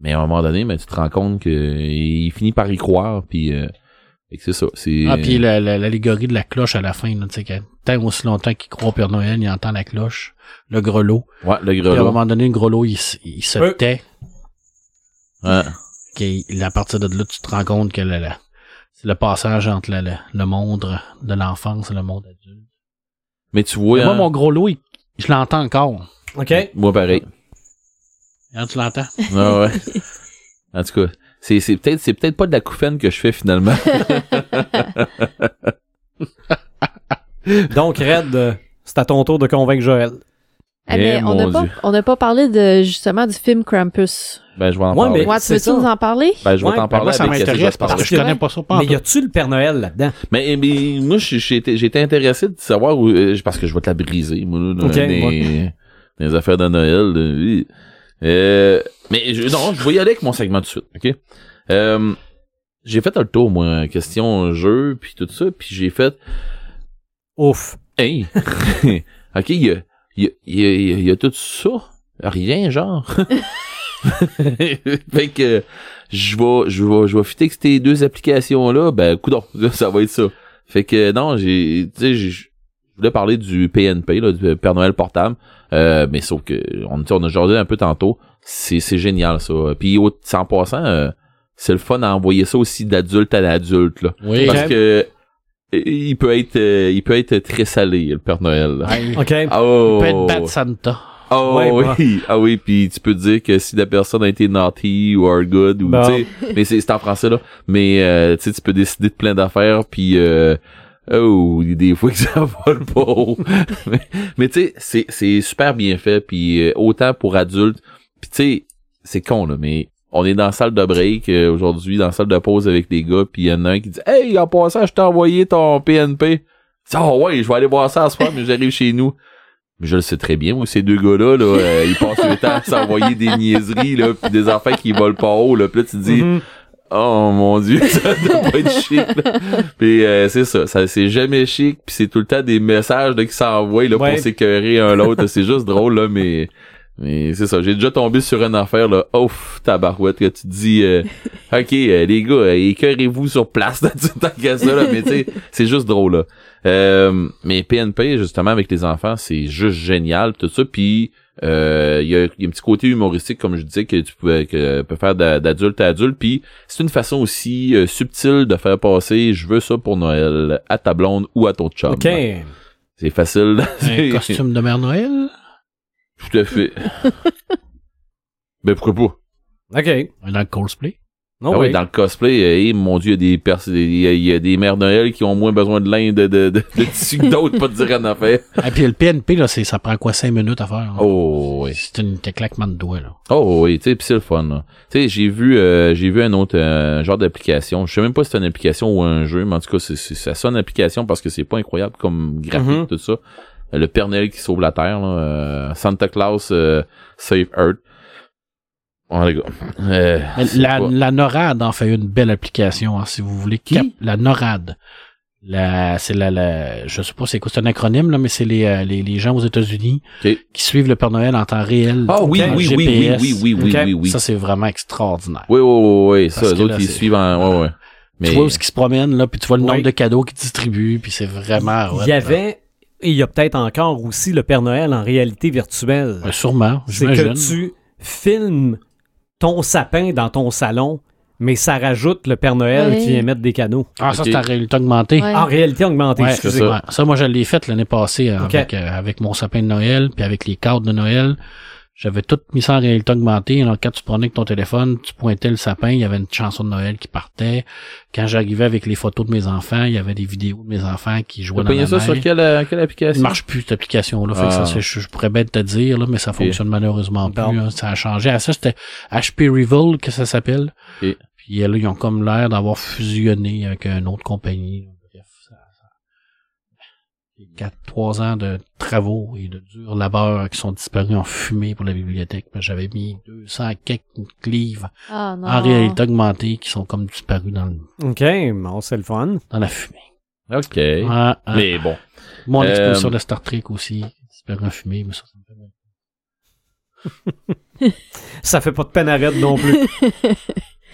Speaker 5: Mais à un moment donné, mais tu te rends compte que il finit par y croire, puis euh, fait que c'est ça. C'est
Speaker 3: Ah, puis la- la- l'allégorie de la cloche à la fin, là, tu sais, que tant aussi longtemps qu'il croit au Père Noël, il entend la cloche, le grelot.
Speaker 5: ouais, le
Speaker 3: Puis à un
Speaker 5: grelot.
Speaker 3: moment donné, le grelot, il, s- il se
Speaker 1: Euh.
Speaker 3: tait.
Speaker 5: Ouais.
Speaker 3: Qu'il- à partir de là, tu te rends compte que le, le- c'est le passage entre le, le- le monde de l'enfance et le monde adulte.
Speaker 5: Mais tu vois,
Speaker 3: Mais Moi,
Speaker 5: hein,
Speaker 3: mon gros lot, il- je l'entends encore.
Speaker 1: OK.
Speaker 5: moi
Speaker 3: (laughs)
Speaker 5: pareil.
Speaker 3: Hein, tu l'entends?
Speaker 5: Ouais, ouais. En tout cas, c'est, c'est peut-être c'est peut-être pas de la couffaine que je fais finalement.
Speaker 1: Donc, Red, euh, c'est à ton tour de convaincre Joël.
Speaker 4: Ah,
Speaker 5: Eh,
Speaker 4: mais on
Speaker 5: mon
Speaker 4: n'a pas,
Speaker 5: Dieu.
Speaker 4: on n'a pas parlé de, justement, du film Krampus.
Speaker 5: Ben je vais en
Speaker 1: Ouais,
Speaker 5: parler.
Speaker 1: mais-
Speaker 4: Moi, tu
Speaker 1: c'est
Speaker 4: veux-tu
Speaker 1: ça.
Speaker 4: nous en parler?
Speaker 5: Ben je vais
Speaker 1: Ouais,
Speaker 5: t'en
Speaker 1: ben
Speaker 5: parler
Speaker 3: moi, ça
Speaker 5: avec qu'est-ce que je vais
Speaker 3: m'intéresse
Speaker 5: te parler.
Speaker 3: parce que,
Speaker 1: parce
Speaker 3: je
Speaker 1: que-
Speaker 3: connais pas ça. Pas
Speaker 1: Mais
Speaker 3: en
Speaker 1: y
Speaker 3: tout.
Speaker 1: a-tu le Père Noël là-dedans?
Speaker 5: Mais, mais moi j'ai, j'ai été, j'ai été intéressé de savoir où, euh, parce que je vais te la briser moi, là, dans
Speaker 1: Ok,
Speaker 5: les, dans les affaires de Noël. là, oui. Euh, mais je, non, je vais y aller avec mon segment tout de suite, OK Euh, j'ai fait le tour moi question jeu puis tout ça puis j'ai fait
Speaker 1: Ouf.
Speaker 5: Hey! (laughs) ok, il y a, il y a- il y a- il y a tout ça. Rien, genre. (laughs) fait que je vais, je vais, je vais fitter que ces deux applications-là, ben, coudon, (laughs) ça va être ça. Fait que non, j'ai, tu sais, j'ai- je voulais parler du PNP, là, du Père Noël portable, euh, mais sauf que, on, tu sais, on a jardé un peu tantôt. C'est, c'est génial, ça. Puis, au, en passant, euh, c'est le fun à envoyer ça aussi d'adulte à adulte, là.
Speaker 3: Oui.
Speaker 5: Parce que, euh, il peut être, euh, il peut être très salé, le Père Noël. là.
Speaker 3: Ouais.
Speaker 1: OK.
Speaker 5: Oh,
Speaker 3: Il peut être Bad Santa.
Speaker 5: oh
Speaker 1: Ouais,
Speaker 5: oui,
Speaker 1: bah.
Speaker 5: ah oui, puis tu peux dire que si la personne a été naughty ou are good ou
Speaker 1: Bon.
Speaker 5: tu sais, mais c'est c'est en français là, mais euh, tu sais, tu peux décider de plein d'affaires puis euh, oh des fois que (laughs) ça vole pas haut. mais mais tu sais, c'est c'est super bien fait puis euh, autant pour adultes, puis tu sais, c'est con là, mais on est dans la salle de break euh, aujourd'hui, dans la salle de pause avec des gars, puis il y en a un qui dit Hey, en passant, je t'ai envoyé ton PNP. Ah ouais, je vais aller voir ça ce soir, mais j'arrive chez nous. Mais je le sais très bien, moi, ces deux gars-là, là, euh, ils passent le temps à s'envoyer des niaiseries, là, puis des affaires qui volent pas haut, là. Puis là, tu te dis,
Speaker 1: Mhm.
Speaker 5: oh mon dieu, (laughs) ça doit pas être chic, là. Puis euh, c'est ça, ça c'est jamais chic, puis c'est tout le temps des messages là, qui s'envoient, là,
Speaker 1: Ouais.
Speaker 5: pour s'écœurer un l'autre. C'est juste drôle, là, mais... Mais c'est ça, j'ai déjà tombé sur une affaire, là, ouf, tabarouette, que tu te dis, euh, ok, euh, les gars, euh, écœurez-vous sur place, là, (laughs) tu- tant qu'à ça, là, mais tu sais, c'est juste drôle, là. Euh, mais PNP, justement, avec les enfants, c'est juste génial, tout ça, puis Euh, Il y, a, il y a un petit côté humoristique, comme je disais, que tu peux, que, peux faire d'a- d'adulte à adulte. Puis c'est une façon aussi euh, subtile de faire passer je veux ça pour Noël à ta blonde ou à ton chum.
Speaker 1: OK.
Speaker 5: C'est facile.
Speaker 3: Un
Speaker 5: (laughs) C'est-
Speaker 3: costume de Mère Noël?
Speaker 5: Tout à fait. ben pourquoi pas?
Speaker 1: OK.
Speaker 3: Dans le cosplay?
Speaker 1: Non,
Speaker 5: Ah oui,
Speaker 1: oui.
Speaker 5: dans le cosplay, euh, eh, mon Dieu, il y a des pers- il y a, il y a des mères Noël qui ont moins besoin de lin de, de, de, de tissu que d'autres, pas de dire en affaire.
Speaker 3: Et Ah, puis le PNP, là, c'est, ça prend quoi, 5 minutes à faire? là?
Speaker 5: Oh oui.
Speaker 3: C'est une t'es claquement de doigts, là.
Speaker 5: Oh oui, tu sais, pis c'est le fun. là. Tu sais, j'ai vu euh, j'ai vu un autre euh, genre d'application. Je sais même pas si c'est une application ou un jeu, mais en tout cas, c'est, c'est- ça sonne application parce que c'est pas incroyable comme graphique,
Speaker 3: Mm-hmm.
Speaker 1: Mhm.
Speaker 5: tout ça. Euh, Le Père Noël qui sauve la Terre, là, euh, Santa Claus euh, Save Earth. Oh les gars. Euh,
Speaker 3: Mais
Speaker 5: c'est
Speaker 3: La,
Speaker 5: pas-
Speaker 3: la NORAD en fait une belle application, hein, si vous voulez.
Speaker 5: Qui?
Speaker 3: la NORAD. La, c'est la, la, je sais pas c'est quoi, c'est un acronyme, là, mais c'est les, euh, les, les gens aux États-Unis
Speaker 5: Ok.
Speaker 3: qui suivent le Père Noël en temps réel.
Speaker 5: Ah oui,
Speaker 3: en
Speaker 5: oui, oui, oui,
Speaker 3: GPS.
Speaker 5: oui, oui, oui,
Speaker 1: Ok.
Speaker 5: oui, oui.
Speaker 3: Ça, c'est vraiment extraordinaire.
Speaker 5: Oui, oui, oui, oui. Ça,
Speaker 3: Parce que
Speaker 5: les autres,
Speaker 3: là,
Speaker 5: ils
Speaker 3: c'est-
Speaker 5: suivent en. Ouais, ouais. Mais...
Speaker 3: Tu vois où ce qui se promène, là, puis tu vois le
Speaker 1: Oui.
Speaker 3: nombre de cadeaux qu'ils distribuent, puis c'est vraiment...
Speaker 1: Il
Speaker 3: ouais,
Speaker 1: y avait, et il y a peut-être encore aussi le Père Noël en réalité virtuelle.
Speaker 3: ouais, Ben, sûrement,
Speaker 1: C'est
Speaker 3: j'imagine.
Speaker 1: que tu filmes ton sapin dans ton salon, mais ça rajoute le Père Noël
Speaker 4: Ouais.
Speaker 1: qui vient mettre des canaux.
Speaker 3: Ah, ça,
Speaker 5: Ok.
Speaker 3: c'est Eh, en réalité augmentée.
Speaker 4: Ouais.
Speaker 1: En réalité augmentée,
Speaker 3: Ouais,
Speaker 1: excusez.
Speaker 5: ça.
Speaker 3: ouais. Ça, moi, je l'ai fait l'année passée hein,
Speaker 1: Ok.
Speaker 3: avec, euh, avec mon sapin de Noël, puis avec les cartes de Noël. J'avais tout mis ça en réalité augmentée. Alors, quand tu te prenais avec ton téléphone, tu pointais le sapin, il y avait une chanson de Noël qui partait. Quand j'arrivais avec les photos de mes enfants, il y avait des vidéos de mes enfants qui jouaient
Speaker 5: T'as
Speaker 3: dans la
Speaker 5: payé ça
Speaker 3: neige.
Speaker 5: sur quelle, euh, quelle
Speaker 3: Ça
Speaker 5: application?
Speaker 3: marche plus, cette application-là. Fait que ça,
Speaker 5: Ah.
Speaker 3: c'est- je, je pourrais bien te dire, là, mais ça fonctionne malheureusement
Speaker 1: Bon.
Speaker 3: plus. hein. Ça a changé. À ça, c'était HP Revol que ça s'appelle.
Speaker 5: Ok.
Speaker 3: Puis euh, là, ils ont comme l'air d'avoir fusionné avec une autre compagnie. Bref, ça, ça- quatre, trois ans de travaux et de durs labeurs qui sont disparus en fumée pour la bibliothèque. Moi, J'avais mis 200 quelques livres
Speaker 4: Ah non.
Speaker 3: en réalité augmentée qui sont comme disparus dans, le-
Speaker 1: OK, bon, c'est le fun.
Speaker 3: dans la fumée.
Speaker 5: OK.
Speaker 3: Ah, ah.
Speaker 5: Mais bon.
Speaker 3: Mon
Speaker 5: Euh,
Speaker 3: exposition de Star Trek aussi, disparue en fumée, mais ça, ça me fait mal.
Speaker 1: Ça fait pas de peine à raide non plus.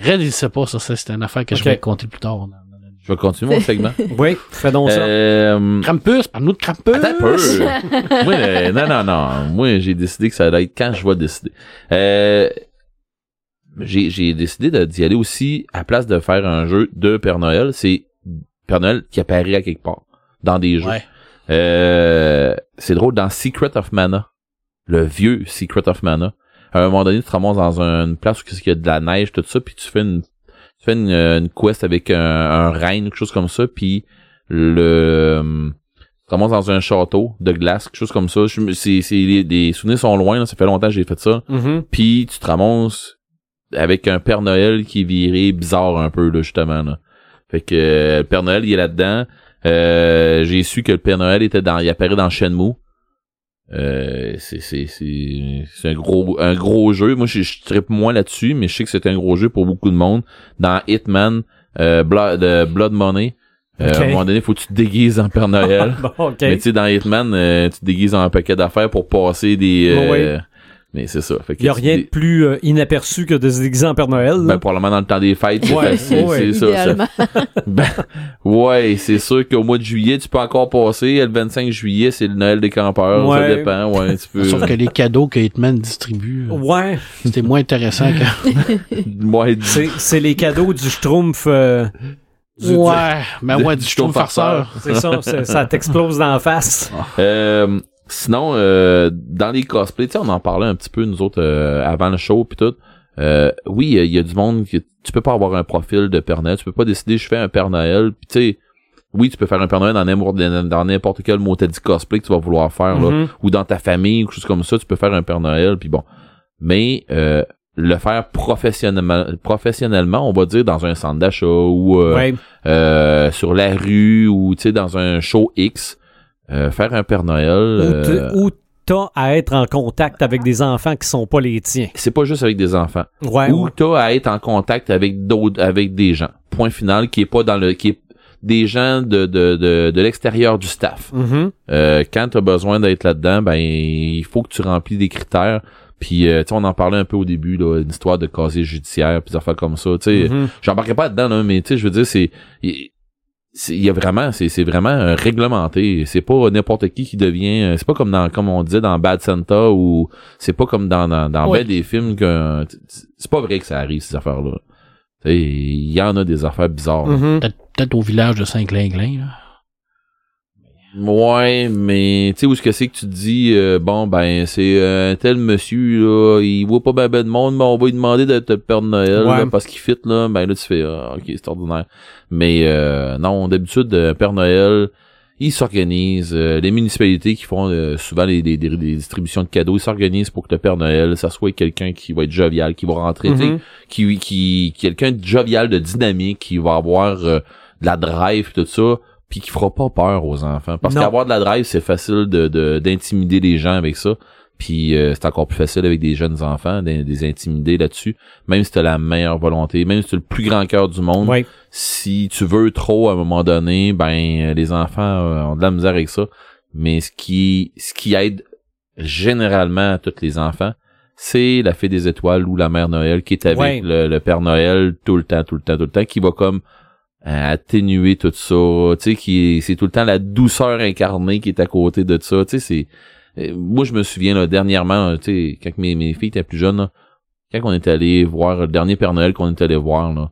Speaker 3: Red, il sait pas, ça, ça, c'est une affaire que je
Speaker 1: Ok.
Speaker 3: vais compter plus tard.
Speaker 5: Je vais
Speaker 3: (laughs)
Speaker 5: continuer mon segment.
Speaker 1: oui, fais donc ça.
Speaker 5: euh,
Speaker 3: Krampus, parle-nous de Krampus!
Speaker 5: Attends un peu. (laughs) Moi, euh, non, non, non. Moi, j'ai décidé que ça allait être quand je vais décider. Euh, j'ai, j'ai décidé de- d'y aller aussi à place de faire un jeu de Père Noël. C'est Père Noël qui apparaît à quelque part dans des jeux.
Speaker 3: Ouais.
Speaker 5: Euh, c'est drôle, dans Secret of Mana, le vieux Secret of Mana, à un moment donné, tu te ramasses dans un- une place où il y a de la neige, tout ça, puis tu fais une, tu fais une, euh, une quest avec un, un renne, quelque chose comme ça, puis le... euh, Tu te ramasses dans un château de glace, quelque chose comme ça. Je me- c'est- c'est- les, les souvenirs sont loin, là, ça fait longtemps que j'ai fait ça.
Speaker 1: Mhm.
Speaker 5: Puis tu te ramasses avec un Père Noël qui est viré bizarre un peu, là, justement. Là. Fait que euh, le Père Noël, il est là-dedans. Euh, J'ai su que le Père Noël était dans. Il apparaît dans Shenmue. Euh, c'est c'est- c'est- c'est un gros un gros jeu. Moi, je, je trippe moins là-dessus, mais je sais que c'est un gros jeu pour beaucoup de monde. Dans Hitman, euh, Blood, euh, Blood Money, euh,
Speaker 1: Ok.
Speaker 5: à un moment donné, faut que tu te déguises en Père Noël.
Speaker 1: Ah, Bon, OK.
Speaker 5: Mais tu sais, dans Hitman, euh, tu te déguises en un paquet d'affaires pour passer des...
Speaker 1: Ouais,
Speaker 5: euh,
Speaker 1: ouais.
Speaker 5: Mais c'est ça. Fait que
Speaker 1: Il n'y a
Speaker 5: tu
Speaker 1: rien de
Speaker 5: dé-
Speaker 1: plus euh, inaperçu que de se déguiser en Père Noël. là.
Speaker 5: ben, probablement dans le temps des fêtes, c'est
Speaker 1: Ouais,
Speaker 5: facile,
Speaker 1: ouais,
Speaker 5: c'est ça, ça.
Speaker 4: Idéalement.
Speaker 5: Ben, ouais, c'est sûr qu'au mois de juillet, tu peux encore passer. Le 25 juillet, c'est le Noël des campeurs.
Speaker 1: Ouais.
Speaker 5: Ça dépend, ouais, tu (laughs) peux.
Speaker 3: Sauf que les cadeaux que Hitman distribue,
Speaker 5: Ben,
Speaker 4: Oh.
Speaker 3: euh,
Speaker 1: ouais,
Speaker 3: c'était moins
Speaker 4: (laughs)
Speaker 3: intéressant que...
Speaker 5: ouais, du-
Speaker 1: c'est c'est les cadeaux du Schtroumpf. euh, du-
Speaker 3: ouais, mais ouais, du
Speaker 5: du
Speaker 3: trouve
Speaker 5: farceur.
Speaker 3: farceur.
Speaker 1: C'est ça, c'est- ça t'explose dans la face.
Speaker 5: Euh, sinon, euh, dans les cosplays, tu sais, on en parlait un petit peu, nous autres, euh, avant le show, puis tout. Euh, oui, il y a du monde que tu peux pas avoir un profil de Père Noël. Tu peux pas décider, je fais un Père Noël. Puis tu sais, oui, tu peux faire un Père Noël dans n'importe dans n'importe quel mot dit cosplay que tu vas vouloir faire, là.
Speaker 1: Mhm.
Speaker 5: ou dans ta famille ou quelque chose comme ça, tu peux faire un Père Noël, puis bon. Mais euh, le faire professionnellement, professionnellement, on va dire dans un centre d'achat ou euh,
Speaker 1: Ouais.
Speaker 5: euh, sur la rue ou tu sais dans un show X, euh, faire un Père Noël.
Speaker 1: Ou t-
Speaker 5: euh,
Speaker 1: Ou t'as à être en contact avec des enfants qui sont pas les tiens.
Speaker 5: c'est pas juste avec des enfants.
Speaker 1: Ouais,
Speaker 5: ou
Speaker 1: ouais.
Speaker 5: t'as à être en contact avec d'autres, avec des gens. Point final qui est pas dans le, qui est des gens de de de, de l'extérieur du staff.
Speaker 1: Mhm.
Speaker 5: Euh, quand tu as besoin d'être là-dedans, ben il faut que tu remplis des critères. Puis euh, tu sais, on en parlait un peu au début là, une histoire de casier judiciaire, puis des affaires comme ça. Tu sais,
Speaker 1: Mhm.
Speaker 5: j'embarquais pas dedans là, mais tu sais, je veux dire c'est c'est- il y a vraiment c'est c'est vraiment euh, réglementé c'est pas n'importe qui qui devient euh, c'est pas comme dans comme on disait dans Bad Santa ou c'est pas comme dans dans, dans
Speaker 3: Ouais.
Speaker 5: ben des films que t- t- c'est pas vrai que ça arrive ces affaires là il y en a des affaires bizarres là.
Speaker 1: Mhm.
Speaker 3: Peut-être peut-être au village de Saint-Glinglin. là.
Speaker 5: ouais mais tu sais où est-ce que c'est que tu te dis euh, bon ben c'est euh, tel monsieur là il voit pas ben ben de monde mais on va lui demander d'être le Père Noël
Speaker 1: Ouais.
Speaker 5: là, parce qu'il fit là ben là tu fais ah, ok c'est ordinaire mais euh, non d'habitude euh, Père Noël ils s'organisent. euh, les municipalités qui font euh, souvent les, les- les- les distributions de cadeaux, ils s'organisent pour que le Père Noël, ça soit quelqu'un qui va être jovial, qui va rentrer, tu sais,
Speaker 1: Mhm.
Speaker 5: qui, qui, quelqu'un de jovial, de dynamique, qui va avoir euh, de la drive pis tout ça, puis qui fera pas peur aux enfants. Parce
Speaker 1: Non.
Speaker 5: qu'avoir de la drive, c'est facile de, de- d'intimider les gens avec ça. Puis euh, c'est encore plus facile avec des jeunes enfants, de, de les intimider là-dessus. Même si t'as la meilleure volonté, même si t'as le plus grand cœur du monde,
Speaker 1: Ouais.
Speaker 5: si tu veux trop à un moment donné, ben euh, les enfants euh, ont de la misère avec ça. Mais ce qui ce qui aide généralement à tous les enfants, c'est la fée des étoiles ou la mère Noël qui est avec
Speaker 1: Ouais.
Speaker 5: le, le père Noël tout le temps, tout le temps, tout le temps, qui va comme euh, atténuer tout ça, tu sais, qui est- c'est tout le temps la douceur incarnée qui est à côté de ça, tu sais, c'est euh, moi je me souviens là, dernièrement, là, tu sais, quand mes, mes filles étaient plus jeunes, là, quand on est allé voir le dernier Père Noël qu'on est allé voir là,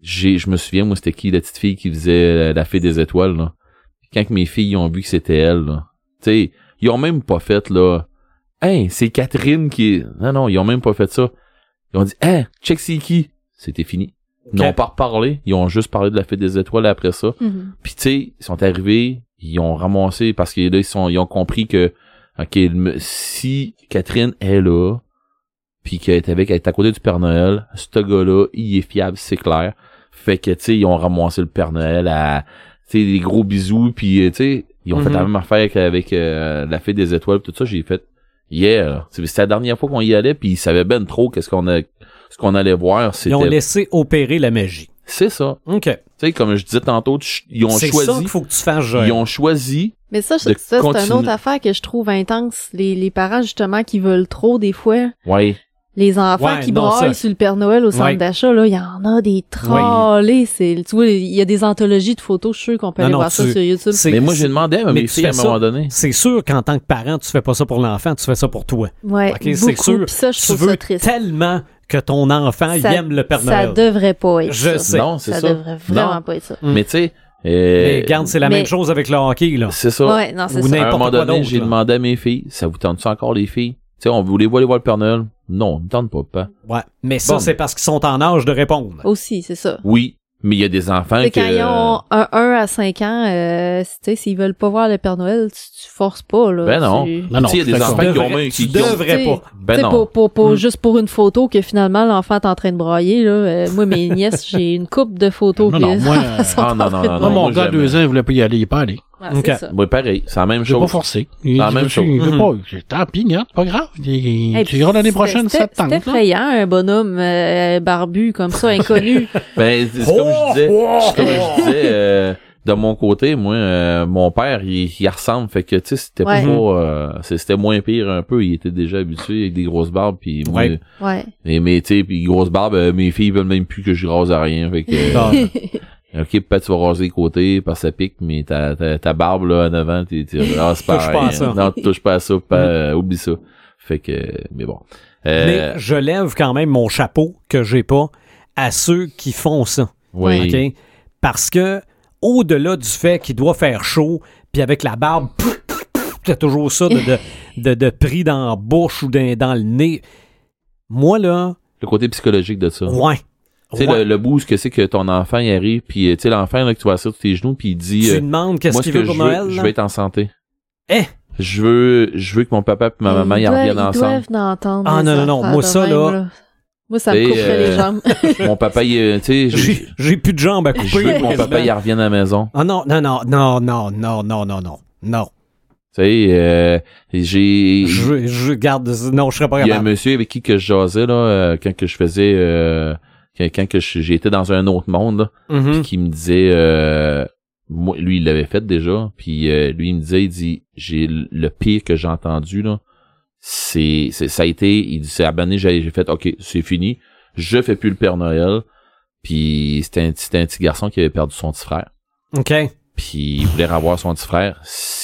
Speaker 5: j'ai je me souviens moi c'était qui la petite fille qui faisait la, la fée des étoiles là. Puis Quand que mes filles ont vu que c'était elle là, tu sais, ils ont même pas fait là Hein, c'est Catherine qui est Non non, ils ont même pas fait ça. Ils ont dit "Hein, check c'est qui C'était fini. Ils n'ont
Speaker 1: Ok.
Speaker 5: pas reparlé, ils ont juste parlé de la fée des étoiles après ça.
Speaker 4: Mhm.
Speaker 5: Puis tu sais, ils sont arrivés, ils ont ramassé parce que là ils sont ils ont compris que OK, le me- si Catherine est là puis qu'elle est avec elle est à côté du Père Noël, ce gars-là, il est fiable, c'est clair. Fait que tu sais, ils ont ramassé le Père Noël à tu sais des gros bisous puis euh, tu sais, ils ont fait la
Speaker 1: Mhm.
Speaker 5: même affaire qu'avec euh, la fée des étoiles tout ça, j'ai fait Yeah, C'est- c'était la dernière fois qu'on y allait puis ils savaient ben trop qu'est-ce qu'on a ce qu'on allait voir,
Speaker 1: Ils ont
Speaker 5: c'était
Speaker 1: laissé opérer la magie.
Speaker 5: c'est ça.
Speaker 1: OK.
Speaker 5: Tu sais comme je disais tantôt, tu- ils ont
Speaker 1: C'est ça
Speaker 5: choisi
Speaker 1: qu'il faut que tu fasses, Joël.
Speaker 5: ils ont choisi
Speaker 4: Mais ça,
Speaker 5: De
Speaker 4: ça, ça, c'est une
Speaker 5: continuer.
Speaker 4: autre affaire que je trouve intense. Les, les parents, justement, qui veulent trop, des fois,
Speaker 5: Ouais.
Speaker 4: les enfants
Speaker 1: Ouais,
Speaker 4: qui
Speaker 1: non,
Speaker 4: braillent
Speaker 1: ça-
Speaker 4: sur le Père Noël au centre
Speaker 1: Ouais.
Speaker 4: d'achat, là, il y en a des trollés. C'est, tu vois, il y a des anthologies de photos, je suis sûr qu'on peut
Speaker 1: Non,
Speaker 4: aller
Speaker 1: non,
Speaker 4: voir ça
Speaker 1: tu-
Speaker 4: sur YouTube.
Speaker 1: C'est-
Speaker 5: Mais moi, j'ai demandé à
Speaker 1: Mais
Speaker 5: mes
Speaker 1: tu
Speaker 5: filles à un
Speaker 1: fais
Speaker 5: moment
Speaker 1: ça.
Speaker 5: donné.
Speaker 1: C'est sûr qu'en tant que parent, tu fais pas ça pour l'enfant, tu fais ça pour toi.
Speaker 4: Ouais,
Speaker 1: Ok, c'est
Speaker 4: beaucoup.
Speaker 1: sûr.
Speaker 4: Puis ça, je
Speaker 1: Tu
Speaker 4: trouve
Speaker 1: veux
Speaker 4: ça triste.
Speaker 1: tellement que ton enfant il
Speaker 4: Ça-
Speaker 1: aime le Père
Speaker 4: Ça
Speaker 1: Noël.
Speaker 4: devrait pas être
Speaker 1: Je
Speaker 4: ça.
Speaker 1: sais.
Speaker 5: Non, c'est ça.
Speaker 4: Ça devrait vraiment
Speaker 5: Non.
Speaker 4: pas être ça.
Speaker 1: Mm.
Speaker 5: Mais tu sais,
Speaker 1: Mais
Speaker 5: euh,
Speaker 1: garde, c'est la
Speaker 4: mais-
Speaker 1: même chose avec le hockey, là.
Speaker 5: c'est ça.
Speaker 4: Ouais, non, c'est
Speaker 1: Ou
Speaker 4: ça.
Speaker 5: à un
Speaker 1: n'importe
Speaker 5: moment
Speaker 1: quoi
Speaker 5: donné,
Speaker 1: d'autre,
Speaker 5: j'ai
Speaker 1: là.
Speaker 5: demandé à mes filles, ça vous tente ça encore les filles? Tu sais, on voulait aller voir le Père Noël? Non, on me tente pas, pas.
Speaker 1: Ouais. Mais ça,
Speaker 5: Bon.
Speaker 1: c'est parce qu'ils sont en âge de répondre.
Speaker 4: Aussi, c'est ça.
Speaker 5: Oui, mais il y a des enfants
Speaker 4: C'est
Speaker 5: que...
Speaker 4: quand ils ont un 1 à 5 ans, euh, si- tu sais, s'ils veulent pas voir le Père Noël, tu, tu forces pas, là.
Speaker 5: Ben non.
Speaker 4: Tu-
Speaker 3: Ah Non, non,
Speaker 5: Tu sais, il y a des
Speaker 3: d'accord.
Speaker 5: enfants qui ont
Speaker 1: Devrais- tu
Speaker 5: même... Qui, qui ont-
Speaker 1: devrais
Speaker 4: tu sais,
Speaker 1: pas.
Speaker 4: tu
Speaker 5: Ben
Speaker 4: sais,
Speaker 5: non.
Speaker 4: pour, pour, pour- juste pour une photo que finalement l'enfant est en train de brailler, là. Euh, moi, mes nièces, j'ai une coupe de photos.
Speaker 3: Non,
Speaker 4: que-
Speaker 3: non, moi,
Speaker 4: (laughs)
Speaker 3: euh,
Speaker 4: sont
Speaker 5: Ah non,
Speaker 4: en train
Speaker 5: non,
Speaker 4: de
Speaker 5: non,
Speaker 3: moi,
Speaker 5: non,
Speaker 3: mon
Speaker 5: moi,
Speaker 3: gars de
Speaker 5: jamais.
Speaker 3: deux ans, il voulait pas y aller, il est pas allé.
Speaker 4: Ouais, c'est
Speaker 1: Ok.
Speaker 4: ça.
Speaker 5: Oui, pareil, c'est la même
Speaker 3: J'ai
Speaker 5: chose.
Speaker 3: pas forcé. Il
Speaker 5: la
Speaker 3: dit,
Speaker 5: même
Speaker 3: je-
Speaker 5: chose.
Speaker 3: Il veut
Speaker 1: Mhm.
Speaker 3: pas. J'ai- Tant pis, regarde, c'est pas grave. Il-
Speaker 4: Hey,
Speaker 3: tu iras l'année prochaine,
Speaker 4: c'était-
Speaker 3: ça te
Speaker 4: C'était
Speaker 3: tente. là.
Speaker 4: effrayant, un bonhomme euh, barbu comme ça, inconnu.
Speaker 5: Ben, c'est c'est comme
Speaker 3: Oh!
Speaker 5: je disais, c'est comme je disais euh, de mon côté, moi, euh, mon père, il, il ressemble, fait que, tu sais, c'était
Speaker 4: Ouais.
Speaker 5: pas... euh, c'est- c'était moins pire un peu, il était déjà habitué avec des grosses barbes, puis moi,
Speaker 1: Ouais.
Speaker 4: ouais.
Speaker 5: Et mais tu sais, puis grosse barbe, euh, mes filles veulent même plus que je rase à rien. Fait que,
Speaker 4: (laughs)
Speaker 1: Ah,
Speaker 5: euh, ok, peut-être tu vas raser les côtés parce que ça pique, mais ta, ta, ta barbe là en avant, t'es, t'es, ah, c'est
Speaker 1: Touche pas à
Speaker 5: pareil,
Speaker 1: ça.
Speaker 5: hein. Non, touche pas à ça, pas- euh, oublie ça. Fait que, euh, mais bon. Euh,
Speaker 1: Mais je lève quand même mon chapeau que j'ai pas à ceux qui font ça.
Speaker 5: oui.
Speaker 1: OK? Parce que, au-delà du fait qu'il doit faire chaud, puis avec la barbe, pff, pff, pff, t'as toujours ça de, de, de, de pris dans la bouche ou dans, dans le nez. Moi, là,
Speaker 5: Le côté psychologique de ça.
Speaker 1: ouais.
Speaker 5: Tu sais,
Speaker 1: Ouais.
Speaker 5: le, le bout, ce que c'est que ton enfant il arrive, puis euh, tu sais, l'enfant là, que tu vas asseoir sur tes genoux, puis il dit,
Speaker 1: tu
Speaker 5: euh,
Speaker 1: lui demandes qu'est-ce
Speaker 5: moi ce
Speaker 1: qu'il
Speaker 5: que
Speaker 1: veut
Speaker 5: je
Speaker 1: pour
Speaker 5: veux,
Speaker 1: Noël.
Speaker 5: je
Speaker 1: là.
Speaker 5: veux être en santé.
Speaker 1: Eh!
Speaker 5: Je veux, je veux que mon papa et ma maman
Speaker 4: ils
Speaker 5: y
Speaker 4: doivent-
Speaker 5: reviennent
Speaker 4: Ils
Speaker 5: ensemble.
Speaker 4: doivent l'entendre.
Speaker 1: Ah,
Speaker 4: les
Speaker 1: non, non, non,
Speaker 4: enfants
Speaker 1: moi,
Speaker 4: de
Speaker 1: ça,
Speaker 4: même,
Speaker 1: là-
Speaker 4: Moi, ça me
Speaker 5: Et,
Speaker 4: couperait les
Speaker 5: euh,
Speaker 4: jambes.
Speaker 5: Mon papa, il,
Speaker 1: (laughs)
Speaker 5: euh, tu sais, je-
Speaker 1: J'ai j'ai plus de jambes à couper.
Speaker 5: je veux que mon papa y
Speaker 1: quasiment.
Speaker 5: revienne à la maison.
Speaker 1: Ah non, non, non, non, non, non, non, non, non. Non.
Speaker 5: Tu sais, euh, j'ai...
Speaker 1: Je, je garde. Non, je serais pas
Speaker 5: Il y a un
Speaker 1: capable.
Speaker 5: monsieur avec qui que je jasais, là, euh, quand que je faisais... Euh, quand, quand que je- j'étais dans un autre monde, là,
Speaker 1: Mhm.
Speaker 5: qui me disait... euh, moi, lui, il l'avait fait déjà. Puis euh, lui, il me disait, il dit, j'ai l- le pire que j'ai entendu, là, c'est, c'est- ça a été, il dit, c'est abonné, j'ai, j'ai fait, OK, c'est fini, je fais plus le Père Noël. Puis c'était un, petit- c'était un petit garçon qui avait perdu son petit frère.
Speaker 1: OK.
Speaker 5: Puis il voulait revoir son petit frère,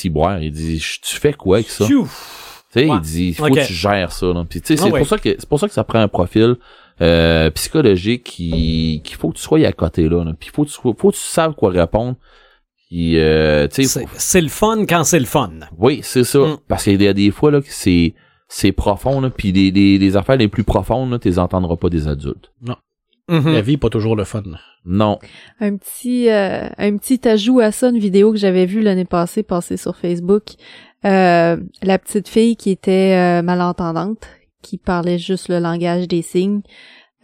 Speaker 5: boire. Il dit Ch- Tu fais quoi avec ça? Tu
Speaker 1: Pfiouf.
Speaker 5: sais,
Speaker 1: Ouais.
Speaker 5: il dit Faut
Speaker 1: Ok.
Speaker 5: que tu gères ça. là. Puis tu sais,
Speaker 1: Ah
Speaker 5: c'est
Speaker 1: ouais.
Speaker 5: pour ça que c'est pour ça que ça prend un profil euh, psychologique qui qu'il faut que tu sois à côté là. là. Puis faut que tu sois- faut que tu saves quoi répondre. Puis euh, tu sais,
Speaker 1: C'est c'est le fun quand c'est le fun.
Speaker 5: Oui, c'est ça.
Speaker 1: Mm.
Speaker 5: Parce qu'il y a des fois là que c'est c'est profond là, puis les, les, les affaires les plus profondes, là, tu les entendras pas des adultes.
Speaker 1: Mhm.
Speaker 3: La vie est pas toujours le fun.
Speaker 5: Non.
Speaker 4: Un petit, euh, un petit ajout à ça, une vidéo que j'avais vue l'année passée, passée sur Facebook. Euh, la petite fille qui était euh, malentendante, qui parlait juste le langage des signes.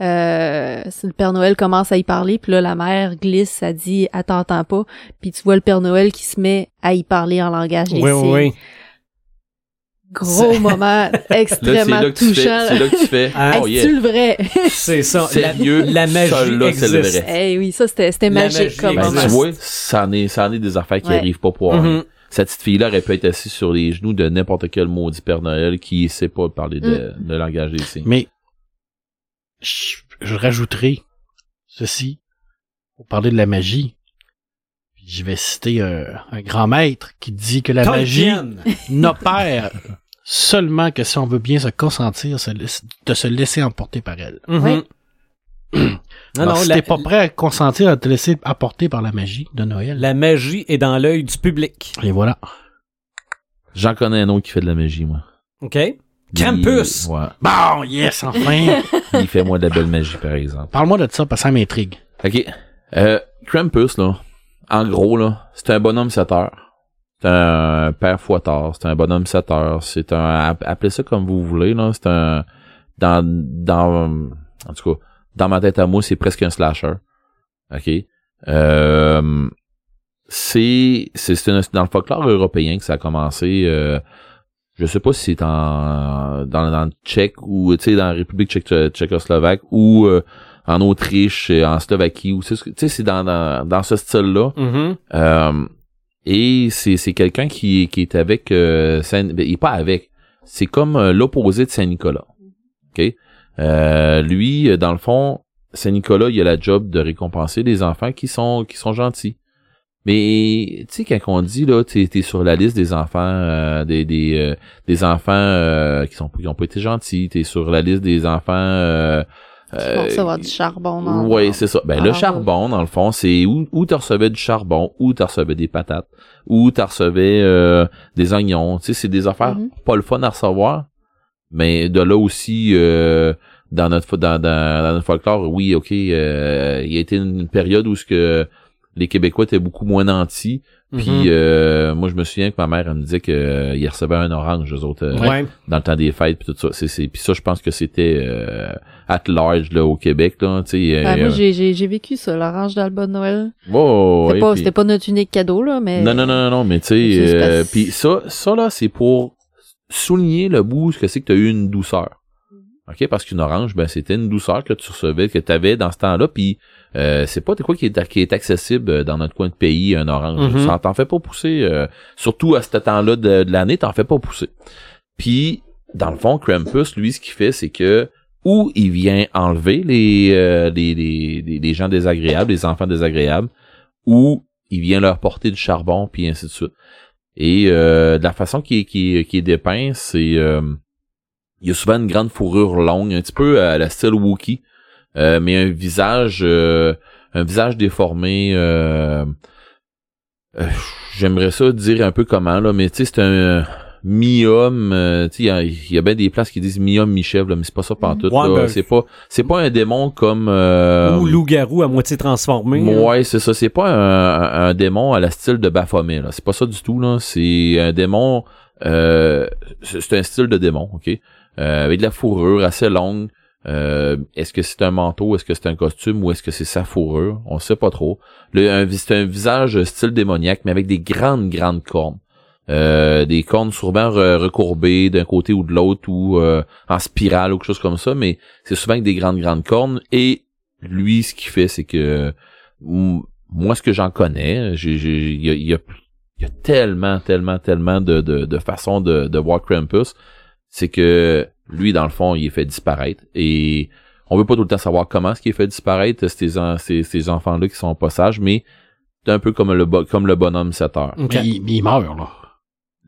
Speaker 4: Euh, c'est le Père Noël commence à y parler, puis là la mère glisse, elle dit « attends, attends pas », puis tu vois le Père Noël qui se met à y parler en langage des
Speaker 1: Oui, oui,
Speaker 4: signes.
Speaker 1: oui.
Speaker 4: Gros moment
Speaker 5: (laughs) Là, c'est
Speaker 4: extrêmement
Speaker 5: là que tu fais.
Speaker 4: touchant.
Speaker 5: C'est là que tu fais.
Speaker 1: (laughs) Ah,
Speaker 5: oh
Speaker 4: Hey,
Speaker 5: yeah.
Speaker 4: c'est-tu le vrai? (laughs)
Speaker 3: (laughs)
Speaker 1: C'est ça. La,
Speaker 5: Sérieux,
Speaker 1: la magie
Speaker 5: celle-là, c'est le
Speaker 1: existe.
Speaker 5: vrai.
Speaker 4: Eh oui, ça c'était c'était
Speaker 1: La
Speaker 4: magique
Speaker 1: magie
Speaker 4: comme
Speaker 5: Ben,
Speaker 1: existe.
Speaker 4: moment.
Speaker 5: tu vois, ça en est, ça en est des affaires qui
Speaker 4: Ouais.
Speaker 5: arrivent pas pour rien.
Speaker 1: Mhm.
Speaker 5: Cette petite fille-là aurait pu être assise sur les genoux de n'importe quel maudit Père Noël qui sait pas parler de, de langage des signes.
Speaker 3: Mais je, je rajouterai ceci pour parler de la magie. Puis Je vais citer un, un grand maître qui dit que la magie
Speaker 1: Tolkien.
Speaker 3: n'opère seulement que si on veut bien se consentir se laiss- de se laisser emporter par elle.
Speaker 1: Mhm.
Speaker 4: Oui.
Speaker 1: non,
Speaker 3: Alors,
Speaker 1: non,
Speaker 3: si
Speaker 1: la,
Speaker 3: t'es pas prêt à consentir à te laisser emporter par la magie de Noël,
Speaker 1: la magie est dans l'œil du public.
Speaker 3: et voilà.
Speaker 5: J'en connais un autre qui fait de la magie, moi.
Speaker 1: OK? Krampus!
Speaker 5: Il, ouais.
Speaker 3: Bon,
Speaker 1: (laughs)
Speaker 3: yes, enfin!
Speaker 5: Il fait moi de la belle magie, par exemple.
Speaker 3: Parle-moi de ça, parce que ça m'intrigue.
Speaker 5: OK. Euh, Krampus, là, en gros, là, c'est un bonhomme 7 heures. C'est un père fouettard. C'est un bonhomme 7 heures. C'est un... app- Appelez ça comme vous voulez, là. C'est un... Dans... Dans... En tout cas, dans ma tête à moi, c'est presque un slasher. OK? Euh... C'est... C'est c'est une- c'est dans le folklore européen que ça a commencé. euh, Je sais pas si c'est en... Dans, dans le Tchèque ou, tu sais, dans la République tchèque- tchécoslovaque ou... euh, en Autriche, euh, en Slovaquie, ou c'est ce que- tu sais, c'est dans, dans, dans ce style-là.
Speaker 1: Mhm.
Speaker 5: Euh, et c'est, c'est quelqu'un qui, qui est avec euh, Saint, ben, il est pas avec. C'est comme euh, l'opposé de Saint-Nicolas. OK? Euh, lui, euh, dans le fond, Saint-Nicolas, il a la job de récompenser les enfants qui sont qui sont gentils. Mais tu sais, quand on dit là, t'es, t'es sur la liste des enfants euh, des des, euh, des enfants euh, qui sont qui ont pas été gentils, t'es sur la liste des enfants euh,
Speaker 4: Ils vont
Speaker 5: euh,
Speaker 4: recevoir du charbon dans Ah
Speaker 5: oui,
Speaker 4: dans-
Speaker 5: c'est ça. Ben,
Speaker 4: dans
Speaker 5: le
Speaker 4: leur
Speaker 5: charbon, dans le fond, c'est où, où tu recevais du charbon, où tu recevais des patates, où tu recevais euh, des oignons. Tu sais, c'est des affaires
Speaker 4: Mhm.
Speaker 5: pas le fun à recevoir, mais de là aussi, euh, dans, notre, fo- dans, dans, dans notre folklore, oui, OK, euh, il y a été une période où ce que les Québécois étaient beaucoup moins nantis. Puis euh, moi, je me souviens que ma mère, elle me disait qu'ils recevaient un orange, eux autres. euh,
Speaker 1: Mhm. Ouais.
Speaker 5: dans le temps des fêtes puis tout ça c'est c'est puis ça je pense que c'était euh, at large là au Québec là tu sais
Speaker 4: Ben,
Speaker 5: euh,
Speaker 4: moi, j'ai, j'ai, j'ai vécu ça, l'orange dans le bas de Noël.
Speaker 5: wow,
Speaker 4: C'était,
Speaker 5: ouais,
Speaker 4: pas,
Speaker 5: puis-
Speaker 4: c'était pas notre unique cadeau, là, mais...
Speaker 5: non non non non, non mais tu sais
Speaker 4: C'est
Speaker 5: euh,
Speaker 4: parce-
Speaker 5: puis ça ça là c'est pour souligner le bout où ce que c'est que tu as eu une douceur OK parce qu'une orange ben c'était une douceur que tu recevais que tu avais dans ce temps-là puis euh, c'est pas de quoi qui est qui est accessible euh, dans notre coin de pays un orange
Speaker 1: Mhm.
Speaker 5: Ça, t'en fais pas pousser euh, surtout à ce temps-là de, de l'année t'en fais pas pousser Puis, dans le fond, Krampus, lui, ce qu'il fait, c'est que ou il vient enlever les, euh, les, les, les- les gens désagréables, les enfants désagréables, ou il vient leur porter du charbon, puis ainsi de suite. Et euh, de la façon qui est, qui est, qui est dépeint, c'est... euh, il y a souvent une grande fourrure longue, un petit peu à la style Wookie, euh, mais un visage... euh, un visage déformé... euh, euh, J'aimerais ça dire un peu comment, là, mais tu sais, c'est un mi-homme, euh, tu sais, il y a- il y, a bien des places qui disent mi-homme, mi-chef, là, mais c'est pas ça pantoute,
Speaker 1: Ouais,
Speaker 5: là.
Speaker 1: ben,
Speaker 5: c'est pas, c'est pas un démon comme, euh,
Speaker 1: Ou loup-garou à moitié transformé.
Speaker 5: Ouais, c'est ça. C'est pas un, un démon à la style de Baphomet. là. C'est pas ça du tout. là. C'est un démon. euh, c'est c'est un style de démon, ok. Euh, avec de la fourrure assez longue. Euh, est-ce que c'est un manteau, est-ce que c'est un costume ou est-ce que c'est sa fourrure On sait pas trop. Le, un, vis- c'est un visage style démoniaque, mais avec des grandes grandes cornes. Euh, des cornes souvent re- recourbées d'un côté ou de l'autre ou euh, en spirale ou quelque chose comme ça, mais c'est souvent avec des grandes grandes cornes. Et lui, ce qu'il fait, c'est que M- moi ce que j'en connais, j'ai- j'ai- il y a, il y a- il y a tellement, tellement, tellement de, de, de façons de, de voir Krampus, c'est que lui, dans le fond, il est fait disparaître. Et on veut pas tout le temps savoir comment est-ce qu'il est fait disparaître, ces, en- ces, ces enfants-là qui sont pas sages, mais un peu comme le, bo- comme le bonhomme 7 heures.
Speaker 1: OK.
Speaker 3: Mais il, mais il meurt, là.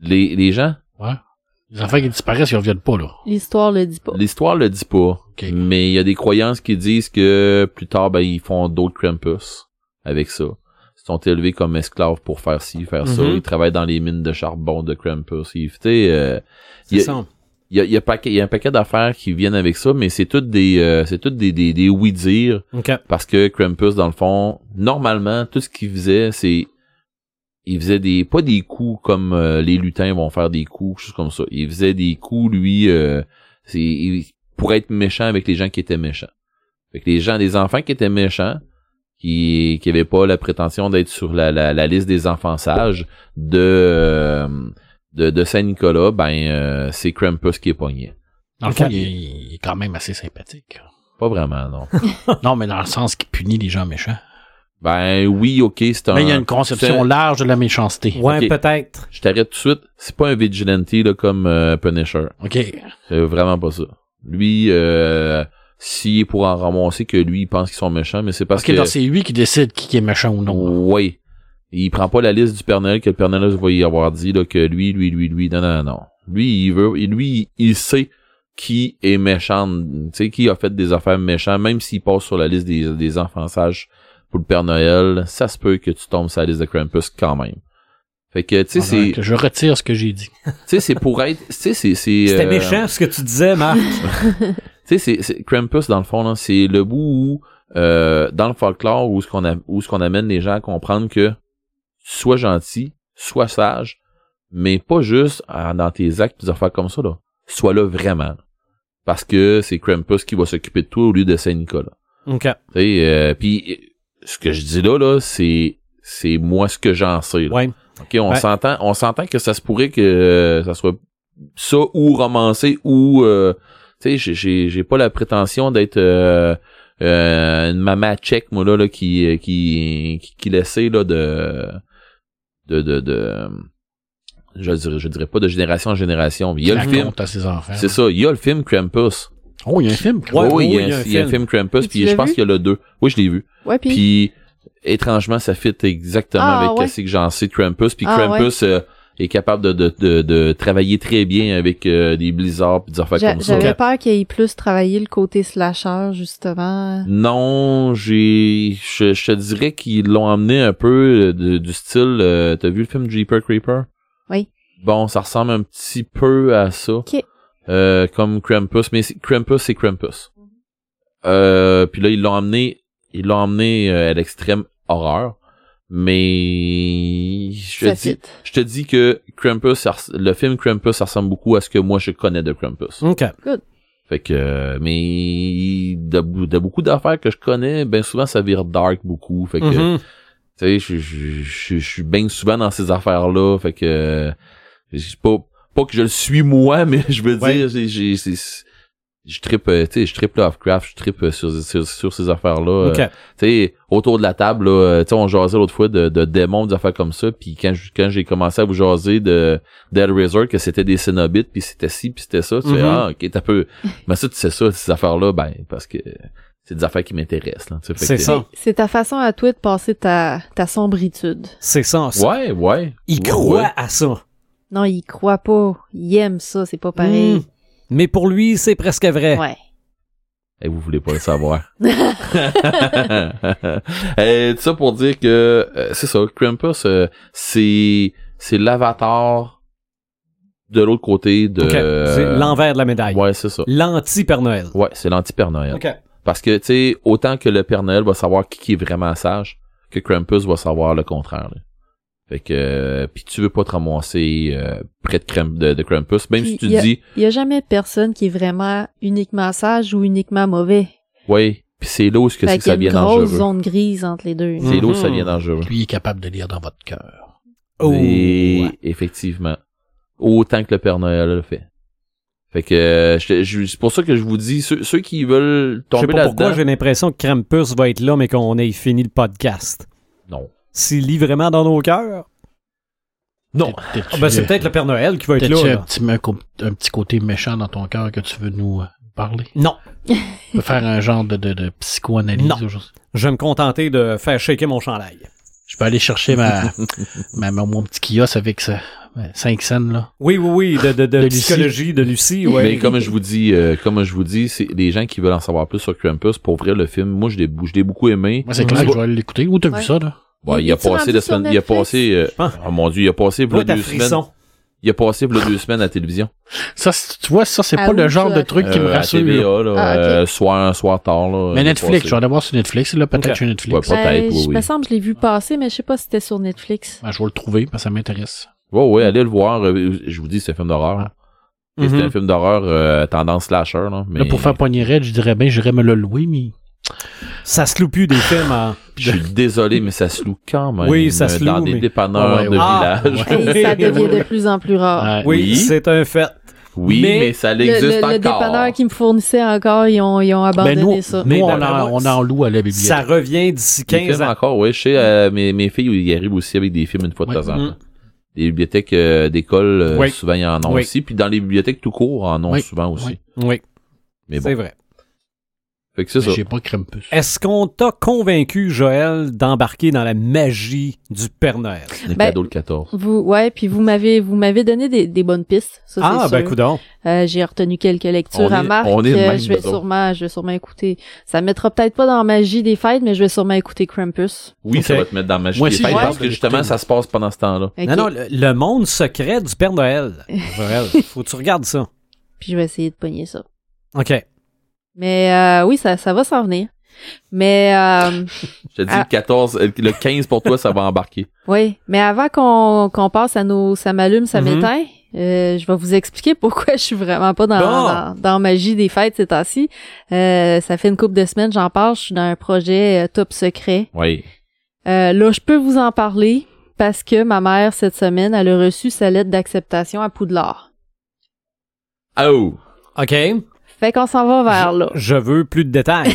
Speaker 5: Les, les gens,
Speaker 3: Ouais. Les affaires qui disparaissent, ils reviennent pas, là.
Speaker 4: L'histoire le dit pas.
Speaker 5: l'histoire le dit pas.
Speaker 3: OK.
Speaker 5: Mais il y a des croyances qui disent que plus tard, ben, ils font d'autres Krampus avec ça. Ils sont élevés comme esclaves pour faire ci, faire ça.
Speaker 1: Mhm.
Speaker 5: Ils travaillent dans les mines de charbon de Krampus. Ils, tu sais, euh,
Speaker 1: C'est
Speaker 5: il y a-
Speaker 1: ça.
Speaker 5: il y a, il y a paquet- il y a un paquet d'affaires qui viennent avec ça, mais c'est toutes des, euh, c'est toutes des, des, des oui-dire
Speaker 1: OK.
Speaker 5: parce que Krampus, dans le fond, normalement, tout ce qu'il faisait, c'est. Il faisait des. pas des coups comme euh, les lutins vont faire des coups, choses comme ça. Il faisait des coups, lui, euh, c'est il- pour être méchant avec les gens qui étaient méchants. Fait que les gens, les enfants qui étaient méchants, qui qui avaient pas la prétention d'être sur la, la, la liste des enfants sages de euh, de, de Saint-Nicolas, ben euh, c'est Krampus qui est pogné.
Speaker 3: Dans le
Speaker 1: OK.
Speaker 3: fond, il, est- il est quand même assez sympathique. (laughs)
Speaker 5: Pas vraiment, non.
Speaker 3: non, mais dans le sens qu'il punit les gens méchants.
Speaker 5: ben oui, ok, c'est un.
Speaker 3: Mais il y a une conception
Speaker 5: c'est-
Speaker 3: large de la méchanceté.
Speaker 1: Ouais,
Speaker 5: OK.
Speaker 1: peut-être.
Speaker 5: Je t'arrête tout de suite. C'est pas un vigilante là, comme euh, Punisher.
Speaker 3: OK.
Speaker 5: C'est vraiment pas ça. Lui, euh, s'il est pour en ramasser que lui, il pense qu'ils sont méchants, mais c'est parce
Speaker 3: Parce que
Speaker 5: que...
Speaker 3: dans c'est lui qui décide qui qui est méchant ou non.
Speaker 5: Oui. Il prend pas la liste du Père Noël que le Père Noël va y avoir dit, là, que lui, lui, lui, lui, non, non, non. Lui, il veut, lui, il sait qui est méchant, tu sais, qui a fait des affaires méchantes, même s'il passe sur la liste des, des enfants sages pour le Père Noël, ça se peut que tu tombes sur la liste de Krampus quand même. Fait que, tu sais,
Speaker 3: Alors
Speaker 5: c'est,
Speaker 3: que je retire ce que j'ai dit.
Speaker 5: tu sais, c'est pour être, tu sais, c'est, c'est,
Speaker 1: C'était
Speaker 5: euh,
Speaker 1: méchant ce que tu disais,
Speaker 5: (laughs)
Speaker 1: Marc.
Speaker 5: Tu sais, c'est- c'est Krampus dans le fond, là, c'est le bout où euh, dans le folklore où ce qu'on a, où ce qu'on amène les gens à comprendre que sois gentil, sois sage, mais pas juste en- dans tes actes des affaires comme ça là. Sois là vraiment. Parce que c'est Krampus qui va s'occuper de toi au lieu de Saint Nicolas.
Speaker 1: OK.
Speaker 5: Tu sais, euh, puis ce que je dis là là, c'est c'est moi ce que j'en sais. là.
Speaker 1: Ouais.
Speaker 5: Ok, on
Speaker 1: Ouais.
Speaker 5: s'entend, on s'entend que ça se pourrait que euh, ça soit ça ou romancé ou euh, tu sais, j'ai- j'ai j'ai pas la prétention d'être euh, euh, une maman tchèque moi là, là qui euh, qui qui, qui laissait là de de de, de je dirais je dirais pas de génération en génération. Il y a
Speaker 3: La
Speaker 5: le film,
Speaker 3: compte à ses enfants.
Speaker 5: c'est ça, il y a le film Krampus.
Speaker 3: Oh, il y a un film. quoi.
Speaker 1: Ouais,
Speaker 5: Oui, oui,
Speaker 1: oui,
Speaker 5: il y a un- il y, a un film Krampus
Speaker 4: Et tu
Speaker 5: puis je
Speaker 4: l'as
Speaker 5: pense
Speaker 4: vu?
Speaker 5: qu'il y a le 2. Oui, je l'ai vu.
Speaker 4: Ouais, puis
Speaker 5: Puis étrangement, ça fit exactement
Speaker 4: Ah,
Speaker 5: avec
Speaker 4: ouais.
Speaker 5: ce que j'en sais de Krampus. Puis
Speaker 4: Ah,
Speaker 5: Krampus euh, est capable de, de, de, de travailler très bien avec euh, des blizzards pis des affaires
Speaker 4: j'a-
Speaker 5: comme ça.
Speaker 4: j'avais peur qu'il y ait plus travaillé le côté slasher, justement.
Speaker 5: Non, j'ai, je, je te dirais qu'ils l'ont amené un peu euh, de- du style. euh, T'as vu le film Jeeper Creeper
Speaker 4: Oui.
Speaker 5: Bon, ça ressemble un petit peu à ça.
Speaker 4: Ok.
Speaker 5: Euh, comme Krampus, mais c'est- Krampus c'est Krampus. Euh, puis là ils l'ont amené, ils l'ont amené euh, à l'extrême horreur. Mais je
Speaker 4: Ça
Speaker 5: te dis,
Speaker 4: fit.
Speaker 5: je te dis que Krampus, ça res- le film Krampus ça ressemble beaucoup à ce que moi je connais de Krampus.
Speaker 1: OK.
Speaker 5: Fait que, euh, mais de, bou- de beaucoup d'affaires que je connais, ben souvent ça vire dark beaucoup. Fait que,
Speaker 1: Mhm.
Speaker 5: tu sais, je- je je- je suis bien souvent dans ces affaires-là. Fait que, euh, je- pas, pas que je le suis moi, mais (laughs) je veux
Speaker 1: Ouais.
Speaker 5: dire, j'ai- j'ai- c'est- je trippe, euh, tu sais, je trippe Lovecraft, je trippe euh, sur, sur, sur ces affaires-là.
Speaker 1: OK.
Speaker 5: Euh, tu sais, autour de la table, là, euh, tu sais, on jasait l'autre fois de, de démons, des affaires comme ça. Puis quand je- quand j'ai commencé à vous jaser de Dead Razor, que c'était des Cénobites, puis c'était ci, puis c'était ça, tu
Speaker 1: Mhm.
Speaker 5: fais, ah, ok, t'as peu. Mais ça, tu sais ça, ces affaires-là, ben, parce que c'est des affaires qui m'intéressent. là, tu sais, fait
Speaker 1: C'est
Speaker 5: que-
Speaker 1: ça.
Speaker 4: C'est ta façon à toi de passer ta, ta sombritude.
Speaker 1: C'est ça. ça.
Speaker 5: Ouais, ouais.
Speaker 1: Il
Speaker 5: Ouais,
Speaker 1: croit
Speaker 5: ouais.
Speaker 1: à ça.
Speaker 4: Non, il croit pas. Il aime ça, c'est pas
Speaker 5: Mmh.
Speaker 4: pareil.
Speaker 1: Mm. Mais pour lui, c'est presque
Speaker 5: Eh.
Speaker 1: vrai.
Speaker 4: Ouais.
Speaker 5: Et vous voulez pas le
Speaker 1: (laughs)
Speaker 5: savoir. (laughs) Et tout ça pour dire que euh, c'est ça, Krampus, euh, c'est c'est l'avatar de l'autre côté de.
Speaker 1: OK. C'est l'envers de la médaille.
Speaker 5: Euh, ouais, c'est ça.
Speaker 1: L'anti-Père Noël.
Speaker 5: Ouais, c'est l'anti-Père Noël.
Speaker 1: OK.
Speaker 5: Parce que tu sais, autant que le Père Noël va savoir qui, qui est vraiment sage, que Krampus va savoir le contraire. là. Fait que euh, puis tu veux pas te ramasser euh, près de, Kramp- de, de Krampus, même
Speaker 4: Puis
Speaker 5: si tu
Speaker 4: y a-
Speaker 5: dis
Speaker 4: Il y a jamais personne qui est vraiment uniquement sage ou uniquement mauvais.
Speaker 5: ouais, puis c'est là où est-ce que
Speaker 4: fait
Speaker 5: c'est que
Speaker 4: qu'il y a
Speaker 5: ça
Speaker 4: une
Speaker 5: vient
Speaker 4: grosse
Speaker 5: dangereux. Mmh.
Speaker 4: zone grise entre les deux.
Speaker 5: C'est là où ça
Speaker 1: Mhm.
Speaker 5: vient dangereux.
Speaker 3: Lui est capable de lire dans votre cœur.
Speaker 1: Oh.
Speaker 5: Et effectivement, autant que le Père Noël le fait. Fait que euh, je- je- c'est pour ça que je vous dis ceux, ceux qui veulent
Speaker 1: Je sais
Speaker 5: tomber
Speaker 1: pas pourquoi
Speaker 5: là-dedans.
Speaker 1: j'ai l'impression que Krampus va être là, mais qu'on ait fini le podcast.
Speaker 5: Non.
Speaker 1: S'il lit vraiment dans nos cœurs,
Speaker 5: Non.
Speaker 3: T'es- t'es-tu,
Speaker 1: ah ben c'est
Speaker 3: euh,
Speaker 1: peut-être le Père Noël qui va être
Speaker 3: t'as-tu
Speaker 1: là.
Speaker 3: un,
Speaker 1: là.
Speaker 3: petit, un, co- un petit côté méchant dans ton cœur que tu veux nous euh, parler?
Speaker 1: Non,
Speaker 3: Tu peux faire un genre de, de, de psychoanalyse
Speaker 1: Non.
Speaker 3: aujourd'hui?
Speaker 1: je vais me contenter de faire shaker mon chandail.
Speaker 3: Je Je peux aller chercher ma, (laughs) ma, mon- mon petit kiosque avec ça. 5 cents, là.
Speaker 1: Oui, oui, oui, de, de, de
Speaker 3: De Lucie.
Speaker 1: psychologie de Lucie, ouais.
Speaker 5: Mais comme je vous dis, euh, comme je vous dis, c'est les gens qui veulent en savoir plus sur Krampus pour ouvrir le film. Moi, je l'ai, je l'ai beaucoup aimé.
Speaker 3: Moi, c'est clair
Speaker 1: Ouais.
Speaker 3: que je vais aller l'écouter. Où t'as
Speaker 4: Ouais.
Speaker 3: vu ça, là?
Speaker 5: Bon, il a
Speaker 4: Es-tu
Speaker 5: passé
Speaker 4: rendu
Speaker 5: la
Speaker 4: sur
Speaker 5: semaine, il a
Speaker 4: Netflix?
Speaker 5: passé, euh,
Speaker 1: pense.
Speaker 5: oh mon dieu, il a passé
Speaker 1: Toi,
Speaker 5: v'là
Speaker 1: t'as
Speaker 5: deux semaines.
Speaker 1: frisson.
Speaker 5: Il a passé v'là deux semaines à la télévision.
Speaker 3: Ça, c'est- tu vois, ça, c'est
Speaker 4: Ah
Speaker 3: pas le
Speaker 4: oui,
Speaker 3: genre
Speaker 4: ça.
Speaker 3: de truc qui me
Speaker 5: Euh, à
Speaker 3: rassure. là.
Speaker 5: TVA, là,
Speaker 4: Ah, ok.
Speaker 5: euh, soir, soir tard, là.
Speaker 3: Mais
Speaker 5: il a
Speaker 3: Netflix,
Speaker 5: passé.
Speaker 3: je vais aller voir sur Netflix, là. Peut-être
Speaker 1: Ok.
Speaker 3: sur Netflix.
Speaker 5: Ouais, peut-être,
Speaker 4: Ben,
Speaker 5: oui,
Speaker 4: je
Speaker 5: oui.
Speaker 4: me semble que je l'ai vu passer, mais je sais pas si c'était sur Netflix.
Speaker 3: Ben, je vais le trouver, parce que ça m'intéresse.
Speaker 5: Ouais, ouais, allez le voir. Euh, Je vous dis, c'est un film d'horreur. là.
Speaker 1: Mhm.
Speaker 5: C'est un film d'horreur euh, tendance slasher, là. Mais
Speaker 3: Ah. Là, pour faire poignet raide, je dirais, ben, j'irais me le louer, mais.
Speaker 5: (laughs)
Speaker 1: Ça se loue plus des films en...
Speaker 5: je suis désolé, mais ça se loue quand même.
Speaker 1: Oui, ça se
Speaker 5: Dans
Speaker 1: loue,
Speaker 5: des
Speaker 1: mais-
Speaker 5: dépanneurs
Speaker 3: Ouais, ouais,
Speaker 5: de
Speaker 3: ouais.
Speaker 1: Ah,
Speaker 5: (laughs) village.
Speaker 1: ouais.
Speaker 4: Et ça devient de plus en plus rare.
Speaker 3: Ouais.
Speaker 1: Oui,
Speaker 5: Ah, Oui.
Speaker 1: c'est un fait.
Speaker 5: Oui, mais,
Speaker 1: Mais
Speaker 5: ça
Speaker 4: Le,
Speaker 5: existe
Speaker 4: le-
Speaker 5: encore.
Speaker 4: le dépanneur qui me fournissait encore, ils ont, ils ont abandonné
Speaker 3: nous,
Speaker 4: ça.
Speaker 1: Ben, Mais
Speaker 3: nous, on,
Speaker 1: d'après
Speaker 3: en,
Speaker 1: moi,
Speaker 3: on en loue à la bibliothèque.
Speaker 1: Ça revient d'ici
Speaker 5: Des
Speaker 1: 15
Speaker 5: films
Speaker 1: ans.
Speaker 5: encore, oui. Je sais, euh, mes, mes filles, ils arrivent aussi avec des films une fois de
Speaker 3: Ouais. Mm-hmm.
Speaker 5: temps en temps.
Speaker 1: Mm.
Speaker 5: Les bibliothèques euh, d'école, euh,
Speaker 1: Oui.
Speaker 5: souvent, ils en ont
Speaker 1: Oui.
Speaker 5: aussi. Puis dans les bibliothèques tout court, en ont
Speaker 3: Oui.
Speaker 5: souvent aussi.
Speaker 3: Oui.
Speaker 1: Oui,
Speaker 5: Mais
Speaker 1: c'est
Speaker 5: bon,
Speaker 1: vrai.
Speaker 5: fait que c'est ça.
Speaker 3: J'ai pas Krampus.
Speaker 1: Est-ce qu'on t'a convaincu, Joël, d'embarquer dans la magie du Père Noël?
Speaker 5: Les
Speaker 4: Ben,
Speaker 5: cadeaux le 14.
Speaker 4: Vous, ouais, puis vous m'avez, vous m'avez donné des, des bonnes pistes. Ça, c'est
Speaker 1: Ah,
Speaker 4: sûr.
Speaker 1: ben, coudon.
Speaker 4: Euh, j'ai retenu quelques lectures
Speaker 5: On
Speaker 4: à
Speaker 5: est-
Speaker 4: Marc.
Speaker 5: on est de
Speaker 4: euh,
Speaker 5: même,
Speaker 4: je vais
Speaker 5: nous autres.
Speaker 4: sûrement, je vais sûrement écouter. Ça me mettra peut-être pas dans Magie des fêtes, mais je vais sûrement écouter Krampus.
Speaker 5: Oui, ça
Speaker 1: Ok.
Speaker 5: va te mettre dans ma
Speaker 3: Moi
Speaker 5: des
Speaker 3: aussi,
Speaker 5: fêtes,
Speaker 4: je
Speaker 5: parce
Speaker 3: pense
Speaker 5: que
Speaker 3: que
Speaker 5: justement,
Speaker 3: j'écoute.
Speaker 5: ça se passe pendant ce temps-là.
Speaker 4: Ok.
Speaker 1: Non, non, le, le monde secret du Père Noël.
Speaker 4: (laughs)
Speaker 1: Joël, faut que tu regardes ça.
Speaker 4: Puis je vais essayer de pogner ça.
Speaker 1: OK.
Speaker 4: Mais euh, oui, ça, ça va s'en venir. Mais euh,
Speaker 5: Je te dis,
Speaker 4: Ah.
Speaker 5: le 14, euh, le 15 pour toi, ça va embarquer.
Speaker 4: oui, mais avant qu'on qu'on passe à nos ça m'allume, ça
Speaker 1: Mhm.
Speaker 4: m'éteint, euh, je vais vous expliquer pourquoi je suis vraiment pas dans
Speaker 1: Bon.
Speaker 4: dans, dans magie des fêtes ces temps-ci. Euh, ça fait une couple de semaines, j'en parle, je suis dans un projet euh, top secret.
Speaker 5: Oui.
Speaker 4: Euh, là, je peux vous en parler parce que ma mère cette semaine, elle a reçu sa lettre d'acceptation à Poudlard.
Speaker 5: Oh!
Speaker 1: OK.
Speaker 4: Fait qu'on s'en va
Speaker 1: (laughs)
Speaker 4: vers là.
Speaker 1: Je veux plus de
Speaker 4: (laughs)
Speaker 1: détails.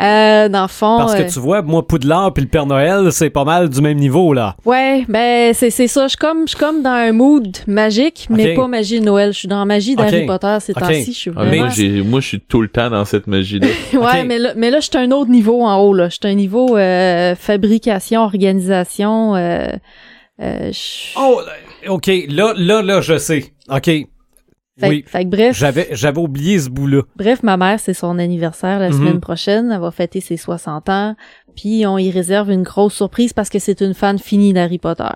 Speaker 4: Euh, dans le fond,
Speaker 1: Parce
Speaker 4: euh,
Speaker 1: que tu vois, moi, Poudlard puis le Père Noël, c'est pas mal du même niveau, là.
Speaker 4: Ouais, ben c'est c'est ça. Je suis comme je suis comme dans un mood magique, mais
Speaker 1: Ok.
Speaker 4: pas magie de Noël. Je suis dans la magie d'Harry
Speaker 1: Ok.
Speaker 4: Potter ces
Speaker 1: Ok.
Speaker 4: temps-ci. Je suis
Speaker 5: Ah, mais
Speaker 4: vraiment.
Speaker 5: moi, j'ai, moi, je suis tout le temps dans
Speaker 4: (laughs)
Speaker 5: cette magie-là.
Speaker 4: ouais,
Speaker 1: ok.
Speaker 4: mais là, mais là, je suis un autre niveau en haut. Là, je suis un niveau euh, fabrication, organisation. Euh, euh, je-
Speaker 1: Oh, OK. Là, là, là, je sais. OK.
Speaker 4: fait,
Speaker 1: oui.
Speaker 4: fait que bref,
Speaker 1: J'avais, j'avais oublié ce bout-là.
Speaker 4: bref, ma mère, c'est son anniversaire la
Speaker 1: Mhm.
Speaker 4: semaine prochaine. Elle va fêter ses 60 ans. Puis on y réserve une grosse surprise parce que c'est une fan finie d'Harry Potter.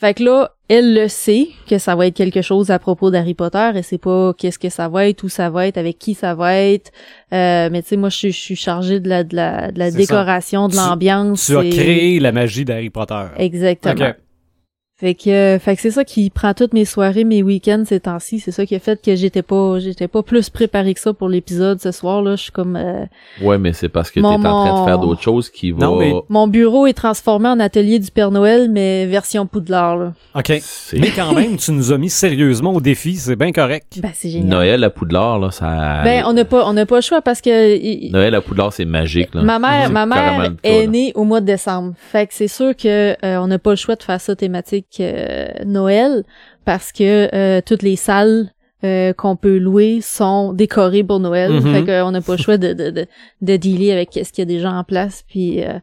Speaker 4: Fait que là, elle le sait que ça va être quelque chose à propos d'Harry Potter. Elle sait pas qu'est-ce que ça va être, où ça va être, avec qui ça va être. Euh, mais tu sais, moi, je suis- je suis chargée de la, de la, de la
Speaker 1: C'est
Speaker 4: décoration, de
Speaker 1: Tu-
Speaker 4: l'ambiance.
Speaker 1: Tu as
Speaker 4: et-
Speaker 1: créé la magie d'Harry Potter.
Speaker 4: Exactement.
Speaker 1: OK.
Speaker 4: Fait que, euh, fait que c'est ça qui prend toutes mes soirées, mes week-ends ces temps-ci. C'est ça qui a fait que j'étais pas, j'étais pas plus préparée que ça pour l'épisode ce soir là. Je suis comme, euh,
Speaker 5: ouais, mais c'est parce que t'es
Speaker 4: Mon-
Speaker 5: en train de faire
Speaker 4: mon-
Speaker 5: d'autres choses qui va...
Speaker 1: Non, mais-
Speaker 4: mon bureau est transformé en atelier du Père Noël, mais version Poudlard là.
Speaker 1: OK.
Speaker 5: C'est-
Speaker 1: Mais quand même, tu nous as mis sérieusement au défi. C'est bien correct.
Speaker 4: Ben c'est génial.
Speaker 5: Noël à Poudlard, là, ça...
Speaker 4: Ben on n'a pas, on n'a pas le choix parce que i- i-
Speaker 5: Noël à Poudlard, c'est magique, là.
Speaker 4: ma mère,
Speaker 5: C'est
Speaker 4: ma
Speaker 5: carrément
Speaker 4: mère
Speaker 5: le cas,
Speaker 4: est
Speaker 5: là.
Speaker 4: née au mois de décembre. Fait que c'est sûr que euh, on n'a pas le choix de faire ça thématique euh, Noël parce que euh, toutes les salles euh, qu'on peut louer sont décorées pour Noël.
Speaker 5: Mm-hmm.
Speaker 1: Mhm.
Speaker 4: Fait qu'on n'a pas le choix de, de, de, de dealer avec ce qu'il y a déjà en place. Puis euh,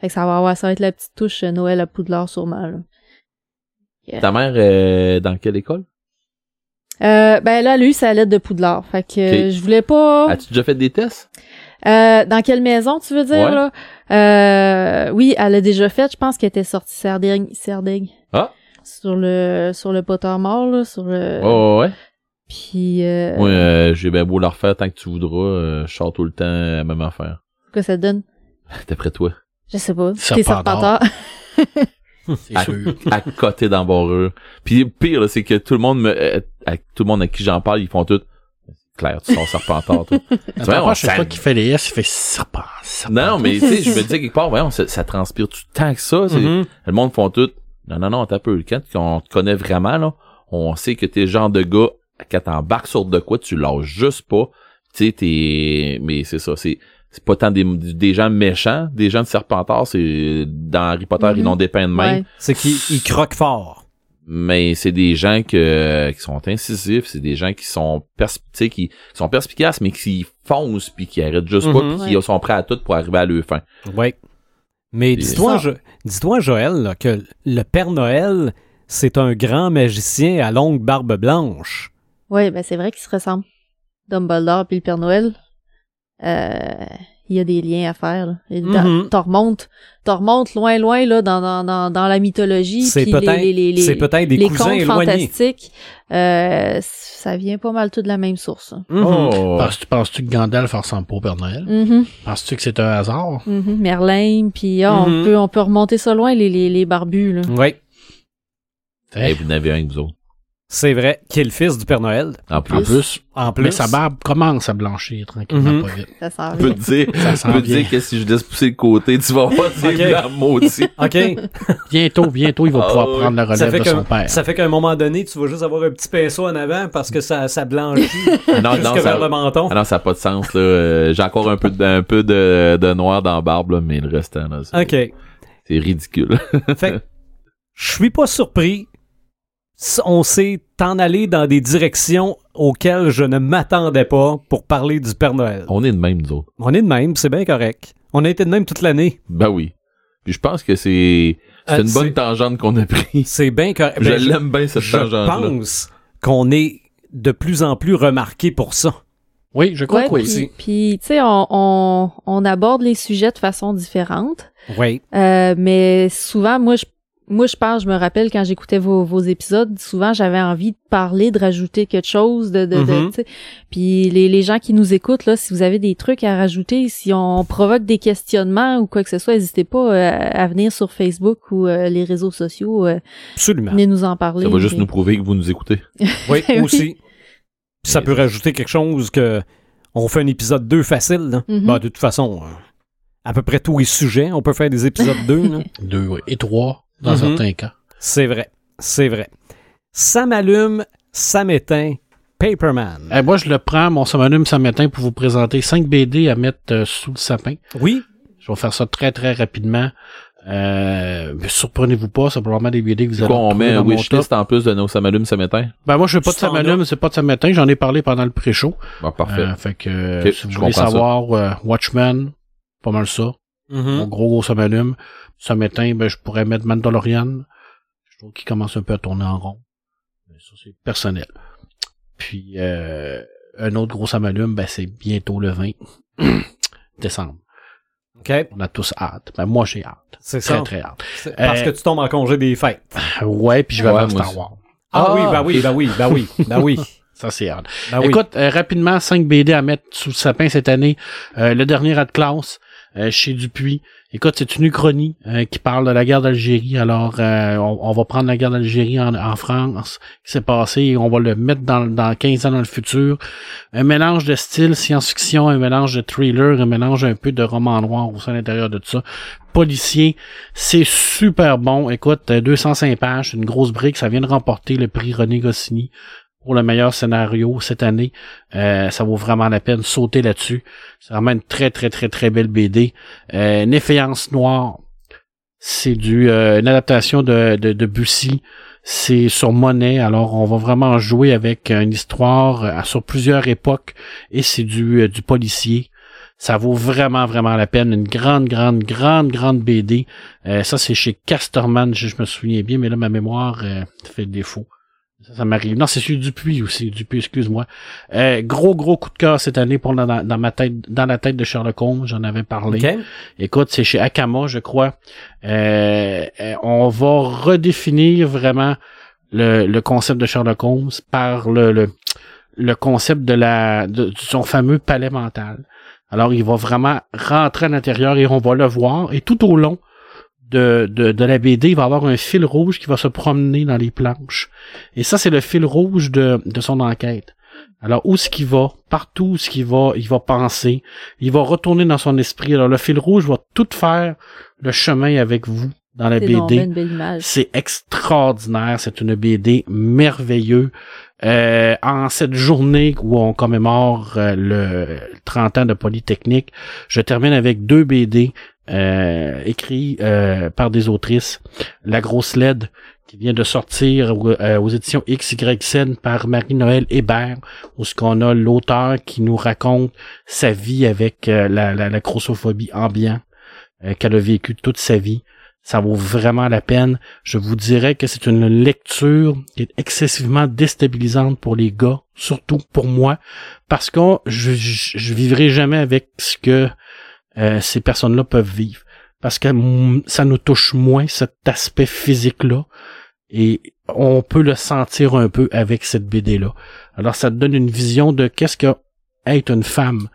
Speaker 4: fait que ça va avoir ça va être la petite touche euh, Noël à Poudlard sûrement. Là.
Speaker 5: Ta mère est dans quelle école?
Speaker 4: Euh, ben là, lui, sa lettre de Poudlard. Fait que euh,
Speaker 5: Ok.
Speaker 4: je voulais pas.
Speaker 5: As-tu déjà fait des tests?
Speaker 4: Euh, dans quelle maison, tu veux dire,
Speaker 5: Ouais.
Speaker 4: là? Euh, oui, elle l'a déjà faite. Je pense qu'elle était sortie Serdaigne. Serdaigne.
Speaker 5: Ah.
Speaker 4: Sur le, sur le Pottermore, là, sur le...
Speaker 5: Oh, ouais.
Speaker 4: Puis, euh,
Speaker 5: Ouais, euh, j'ai bien beau la refaire tant que tu voudras, euh, je sors tout le temps la même affaire. (laughs)
Speaker 4: quoi ça donne?
Speaker 5: D'après toi.
Speaker 4: Je sais pas. T'es serpentard.
Speaker 3: Serpentard.
Speaker 5: Ah,
Speaker 3: C'est sûr.
Speaker 5: à côté d'embarrure. Puis le pire, là, c'est que tout le monde me, euh, à- tout le monde à qui j'en parle, ils font tout. Claire, tu sors serpentard, toi.
Speaker 3: Attends,
Speaker 5: Ouais, on
Speaker 3: pas, je sais
Speaker 5: s'en-
Speaker 3: pas qui fait les S, il fait serpent, serpent.
Speaker 5: Non, non, mais tu sais, je me disais quelque part, voyons, ça, ça transpire tout tant que ça. c'est-
Speaker 1: Mhm.
Speaker 5: Le monde font tout. Non, non, non, t'as peu. Quand tu- on te connaît vraiment, là, on sait que t'es le genre de gars, quand t'embarques sur de quoi, tu lâches juste pas. Tu sais, t'es. Mais c'est ça, c'est. C'est pas tant des, des gens méchants, des gens de Serpentard, c'est dans Harry Potter, ils
Speaker 4: Mhm.
Speaker 5: l'ont dépeint de (laughs) même.
Speaker 4: Ouais.
Speaker 1: C'est qu'il croque fort.
Speaker 5: mais c'est des gens que, qui sont incisifs, c'est des gens qui sont persp- tu sais, qui, qui sont perspicaces, mais qui foncent puis qui arrêtent juste pas
Speaker 1: Mhm.
Speaker 5: puis qui
Speaker 4: Mm-hmm. Ouais.
Speaker 5: sont prêts à tout pour arriver à leur fin.
Speaker 1: Oui. Mais
Speaker 5: Puis-
Speaker 1: dis-toi,
Speaker 4: Ça.
Speaker 1: Jo- dis-toi, Joël, là, que le Père Noël, c'est un grand magicien à longue barbe blanche.
Speaker 4: Ouais, ben c'est vrai qu'ils se ressemblent. Dumbledore puis le Père Noël. Euh, il y a des liens à faire. là. Et dans-
Speaker 5: Mm-hmm.
Speaker 1: Mhm.
Speaker 4: T'en remontes, t'en remontes loin, loin là, dans, dans, dans, dans la mythologie.
Speaker 1: C'est
Speaker 4: puis les-
Speaker 1: peut-être
Speaker 4: les, les, les-
Speaker 1: c'est peut-être des
Speaker 4: les
Speaker 1: cousins
Speaker 4: contes
Speaker 1: éloignés.
Speaker 4: fantastiques. Euh, ça vient pas mal tout de la même source. hein.
Speaker 1: Mhm.
Speaker 5: Oh.
Speaker 3: Penses-tu penses que Gandalf ressemble pas au Père Noël?
Speaker 4: Mhm,
Speaker 3: Penses-tu que c'est un hasard?
Speaker 4: mhm. Merlin, puis ah,
Speaker 1: Mhm.
Speaker 4: on peut on peut remonter ça loin les les, les barbus là.
Speaker 1: Oui,
Speaker 5: Hey, Eh, vous n'avez rien que vous autres.
Speaker 1: c'est vrai, qui est le fils du Père Noël.
Speaker 5: En
Speaker 3: En
Speaker 5: plus, Mm-hmm.
Speaker 3: plus,
Speaker 1: En plus,
Speaker 3: mais sa barbe commence à blanchir tranquillement,
Speaker 1: Mhm.
Speaker 3: pas vite.
Speaker 4: Ça
Speaker 5: je
Speaker 4: sert.
Speaker 5: peux te dire,
Speaker 3: Ça
Speaker 5: je peux
Speaker 3: sent
Speaker 5: te
Speaker 3: bien.
Speaker 5: dire que si je laisse pousser le côté, tu vas voir (laughs) c'est
Speaker 1: Ok.
Speaker 5: blanc
Speaker 1: (laughs)
Speaker 5: maudit.
Speaker 1: OK,
Speaker 3: Bientôt, bientôt, il va
Speaker 5: Ah
Speaker 3: pouvoir
Speaker 5: oui.
Speaker 3: prendre la
Speaker 1: ça
Speaker 3: relève
Speaker 1: fait
Speaker 3: de
Speaker 1: qu'un-
Speaker 3: son père.
Speaker 1: ça fait qu'à un moment donné, tu vas juste avoir un petit pinceau en avant parce que ça, ça blanchit
Speaker 5: Ah non,
Speaker 1: jusque
Speaker 5: non, ça,
Speaker 1: vers le menton.
Speaker 5: ah non, ça n'a pas de sens. là. Euh, J'ai encore un peu, de, un peu de, de noir dans la barbe, là, mais le restant, là, c'est
Speaker 1: OK.
Speaker 5: (laughs) c'est ridicule. (laughs)
Speaker 1: Fait que, je suis pas surpris. S- On s'est en allé dans des directions auxquelles je ne m'attendais pas pour parler du Père Noël.
Speaker 5: On est de même, nous autres.
Speaker 1: On est de même, c'est bien correct. On a été de même toute l'année.
Speaker 5: Ben oui. Puis je pense que c'est c'est
Speaker 1: Euh,
Speaker 5: une bonne tangente qu'on a prise.
Speaker 1: C'est bien correct.
Speaker 5: Je
Speaker 1: Ben,
Speaker 5: l'aime bien, cette
Speaker 1: je
Speaker 5: tangente-là.
Speaker 1: pense qu'on est de plus en plus remarqué pour ça.
Speaker 3: Oui, je crois
Speaker 4: Ouais,
Speaker 3: que oui.
Speaker 4: puis- Puis tu sais on, on on aborde les sujets de façon différente.
Speaker 1: Oui.
Speaker 4: Euh, mais souvent, moi, je, moi, je pense, je me rappelle quand j'écoutais vos, vos épisodes, souvent, j'avais envie de parler, de rajouter quelque chose, de, de, de-
Speaker 5: Mm-hmm.
Speaker 1: Mhm.
Speaker 4: tu sais. Puis les, les gens qui nous écoutent, là, si vous avez des trucs à rajouter, si on provoque des questionnements ou quoi que ce soit, n'hésitez pas euh, à venir sur Facebook ou euh, les réseaux sociaux, euh,
Speaker 1: Absolument.
Speaker 4: venez nous en parler.
Speaker 5: Ben, Ça va juste
Speaker 4: mais-
Speaker 5: nous prouver que vous nous écoutez.
Speaker 1: Oui,
Speaker 4: Oui.
Speaker 1: aussi. Puis ça
Speaker 3: Eh
Speaker 5: Mais-
Speaker 1: peut rajouter quelque chose que on fait un épisode 2 facile. là.
Speaker 4: Mhm.
Speaker 1: Ben, de toute façon, euh, à peu près tous les sujets, on peut faire des épisodes 2. là.
Speaker 3: Deux oui. et trois dans
Speaker 1: Mhm.
Speaker 3: certains cas.
Speaker 1: C'est vrai, c'est vrai. Ça m'allume, ça m'éteint, Paperman.
Speaker 3: Eh, moi, je le prends, mon sommonum ce matin, pour vous présenter cinq BD à mettre euh, sous le sapin.
Speaker 1: Oui,
Speaker 3: Je vais faire ça très, très rapidement. Euh, mais surprenez-vous pas, c'est probablement des BD que vous
Speaker 5: C'est
Speaker 3: allez
Speaker 5: quoi, on
Speaker 3: retrouver
Speaker 5: met un
Speaker 3: dans mon top.
Speaker 5: wishlist en plus de nos samalumes ce matin?
Speaker 3: Ben, moi, je veux pas de
Speaker 1: Tu t'en
Speaker 3: sommonum, c'est pas de ce matin. J'en ai parlé pendant le pré-show.
Speaker 5: Bon, parfait.
Speaker 3: Euh, fait que, euh,
Speaker 5: Ok,
Speaker 3: si vous
Speaker 5: je
Speaker 3: voulez
Speaker 5: comprends ça.
Speaker 3: savoir, euh, Watchmen, pas mal ça.
Speaker 1: Mm-hmm.
Speaker 3: Mon
Speaker 5: Hmm.
Speaker 3: gros, gros sommonum. Ce matin, ben, je pourrais mettre Mandalorian. Je trouve qu'il commence un peu à tourner en rond. Mais ça, c'est personnel. Puis, euh, un autre gros sommonum, ben, c'est bientôt le 20 (coughs) décembre.
Speaker 1: OK,
Speaker 3: On a tous hâte. Ben, moi, j'ai hâte.
Speaker 1: c'est
Speaker 3: Très,
Speaker 1: ça.
Speaker 3: très hâte.
Speaker 1: C'est Parce
Speaker 3: Euh,
Speaker 1: que tu tombes en congé des fêtes.
Speaker 3: Ouais, puis je vais
Speaker 5: Ouais,
Speaker 3: voir
Speaker 5: moi
Speaker 3: Star
Speaker 5: aussi.
Speaker 3: Wars.
Speaker 1: Ah,
Speaker 5: Ah,
Speaker 1: oui, bah oui, bah oui, bah oui, bah oui,
Speaker 3: Ça, c'est hâte.
Speaker 1: bah oui.
Speaker 3: Écoute, euh, rapidement, 5 BD à mettre sous le sapin cette année. Euh, le dernier à de classe, euh, chez Dupuis. Écoute, c'est une uchronie euh, qui parle de la guerre d'Algérie. Alors, euh, on, on va prendre la guerre d'Algérie en, en France, qui s'est passée, et on va le mettre dans, dans 15 ans dans le futur. Un mélange de style science-fiction, un mélange de thriller, un mélange un peu de roman noir au sein à l'intérieur de tout ça. Policier, c'est super bon. Écoute, euh, 205 pages, une grosse brique, ça vient de remporter le prix René Goscinny pour le meilleur scénario cette année. Euh, ça vaut vraiment la peine de sauter là-dessus. C'est vraiment une très, très, très, très belle BD. Euh, Néféance Noire, c'est du euh, une adaptation de, de, de Bussy. C'est sur Monet, alors on va vraiment jouer avec une histoire euh, sur plusieurs époques et c'est du, euh, du policier. Ça vaut vraiment, vraiment la peine. Une grande, grande, grande, grande BD. Euh, ça, c'est chez Casterman, si je me souviens bien, mais là, ma mémoire euh, fait défaut. Ça, ça m'arrive. Non, c'est celui du Dupuis aussi. Dupuis, excuse-moi. Euh, gros, gros coup de cœur cette année pour la- dans, dans ma tête, dans la tête de Sherlock Holmes. J'en avais parlé.
Speaker 1: OK.
Speaker 3: Écoute, c'est chez Akama, je crois. Euh, euh, on va redéfinir vraiment le, le concept de Sherlock Holmes par le, le, le concept de la de, de son fameux palais mental. Alors, il va vraiment rentrer à l'intérieur et on va le voir. Et tout au long de, de, de la BD, il va avoir un fil rouge qui va se promener dans les planches. Et ça, c'est le fil rouge de, de son enquête. Alors, où ce qu'il va, partout où ce qu'il va, il va penser, il va retourner dans son esprit. Alors, le fil rouge va tout faire le chemin avec vous dans la
Speaker 4: C'est
Speaker 3: BD.
Speaker 4: donc bien une belle image.
Speaker 3: C'est extraordinaire. C'est une BD merveilleuse. Euh, en cette journée où on commémore euh, le 30 ans de Polytechnique, je termine avec deux BD euh, écrits euh, par des autrices. La grosse LED qui vient de sortir au- euh, aux éditions XYZ par Marie-Noël Hébert, où ce qu'on a l'auteur qui nous raconte sa vie avec euh, la, la, la grossophobie ambiante. euh, qu'elle a vécu toute sa vie. Ça vaut vraiment la peine. Je vous dirais que c'est une lecture qui est excessivement déstabilisante pour les gars, surtout pour moi, parce que je, je, je vivrai jamais avec ce que euh, ces personnes-là peuvent vivre. Parce que mm, ça nous touche moins, cet aspect physique-là. Et on peut le sentir un peu avec cette BD-là. Alors, ça te donne une vision de qu'est-ce que être une femme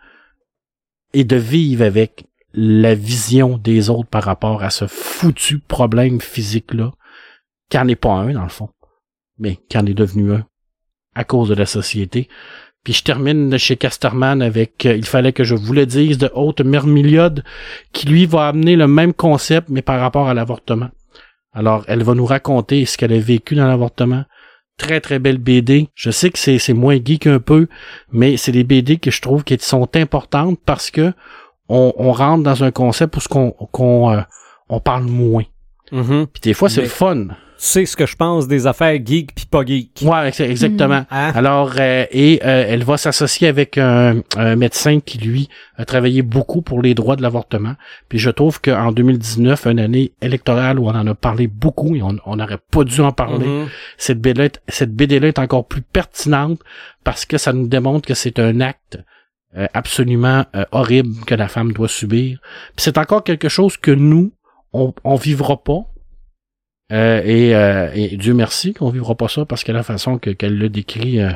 Speaker 3: et de vivre avec la vision des autres par rapport à ce foutu problème physique-là, qui n'en est pas un, dans le fond, mais qui en est devenu un à cause de la société. Puis je termine de chez Casterman avec euh, Il fallait que je vous le dise de Haute Mermiliode, qui lui va amener le même concept, mais par rapport à l'avortement. Alors, elle va nous raconter ce qu'elle a vécu dans l'avortement. Très, très belle BD. Je sais que c'est, c'est moins geek un peu, mais c'est des BD que je trouve qui sont importantes parce que on, on rentre dans un concept où ce qu'on, qu'on, euh, on parle moins.
Speaker 1: Mhm.
Speaker 3: Puis des fois, c'est
Speaker 1: Mais-
Speaker 3: le fun.
Speaker 1: C'est ce que je pense des affaires geek puis pas geek.
Speaker 3: Ouais, ex- exactement.
Speaker 1: Hein?
Speaker 3: Alors, euh, et euh, elle va s'associer avec un, un médecin qui, lui, a travaillé beaucoup pour les droits de l'avortement. Puis je trouve qu'en 2019, une année électorale où on en a parlé beaucoup et on on n'aurait pas dû en parler,
Speaker 1: Mhm.
Speaker 3: cette BD-là est, cette BD-là est encore plus pertinente parce que ça nous démontre que c'est un acte euh, absolument euh, horrible que la femme doit subir. Puis c'est encore quelque chose que nous, on, on vivra pas. Euh, et, euh, et Dieu merci qu'on vivra pas ça parce que la façon que- qu'elle le décrit, euh,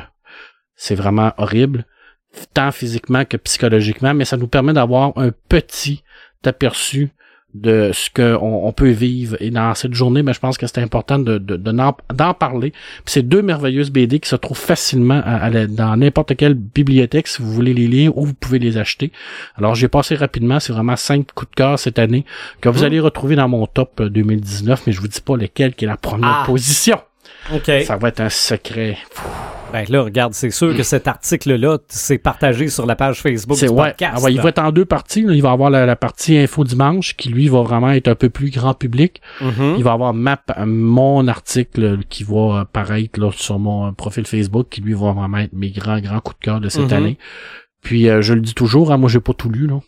Speaker 3: c'est vraiment horrible, tant physiquement que psychologiquement, mais ça nous permet d'avoir un petit aperçu de ce qu'on on peut vivre. Et dans cette journée, ben, je pense que c'est important de, de- de n'en- d'en parler. Puis c'est deux merveilleuses BD qui se trouvent facilement à- à la- dans n'importe quelle bibliothèque si vous voulez les lire ou vous pouvez les acheter. Alors j'ai passé rapidement, c'est vraiment cinq coups de cœur cette année que vous
Speaker 1: Mhm.
Speaker 3: allez retrouver dans mon top euh, 2019, mais je vous dis pas lequel qui est la première
Speaker 1: Ah.
Speaker 3: position.
Speaker 1: OK.
Speaker 3: Ça va être un secret.
Speaker 1: Ben là, regarde, c'est sûr que cet article-là, t- c'est partagé sur la page Facebook
Speaker 3: C'est
Speaker 1: du
Speaker 3: ouais.
Speaker 1: podcast.
Speaker 3: Ah ouais, il va être en deux parties. là. Il va avoir la, la partie info dimanche qui lui va vraiment être un peu plus grand public.
Speaker 1: Mhm.
Speaker 3: Il va avoir ma, mon article euh, qui va apparaître là, sur mon euh, profil Facebook qui lui va vraiment être mes grands grands coups de cœur de cette
Speaker 1: Mhm.
Speaker 3: année. Puis euh, je le dis toujours, hein, moi j'ai pas tout lu là.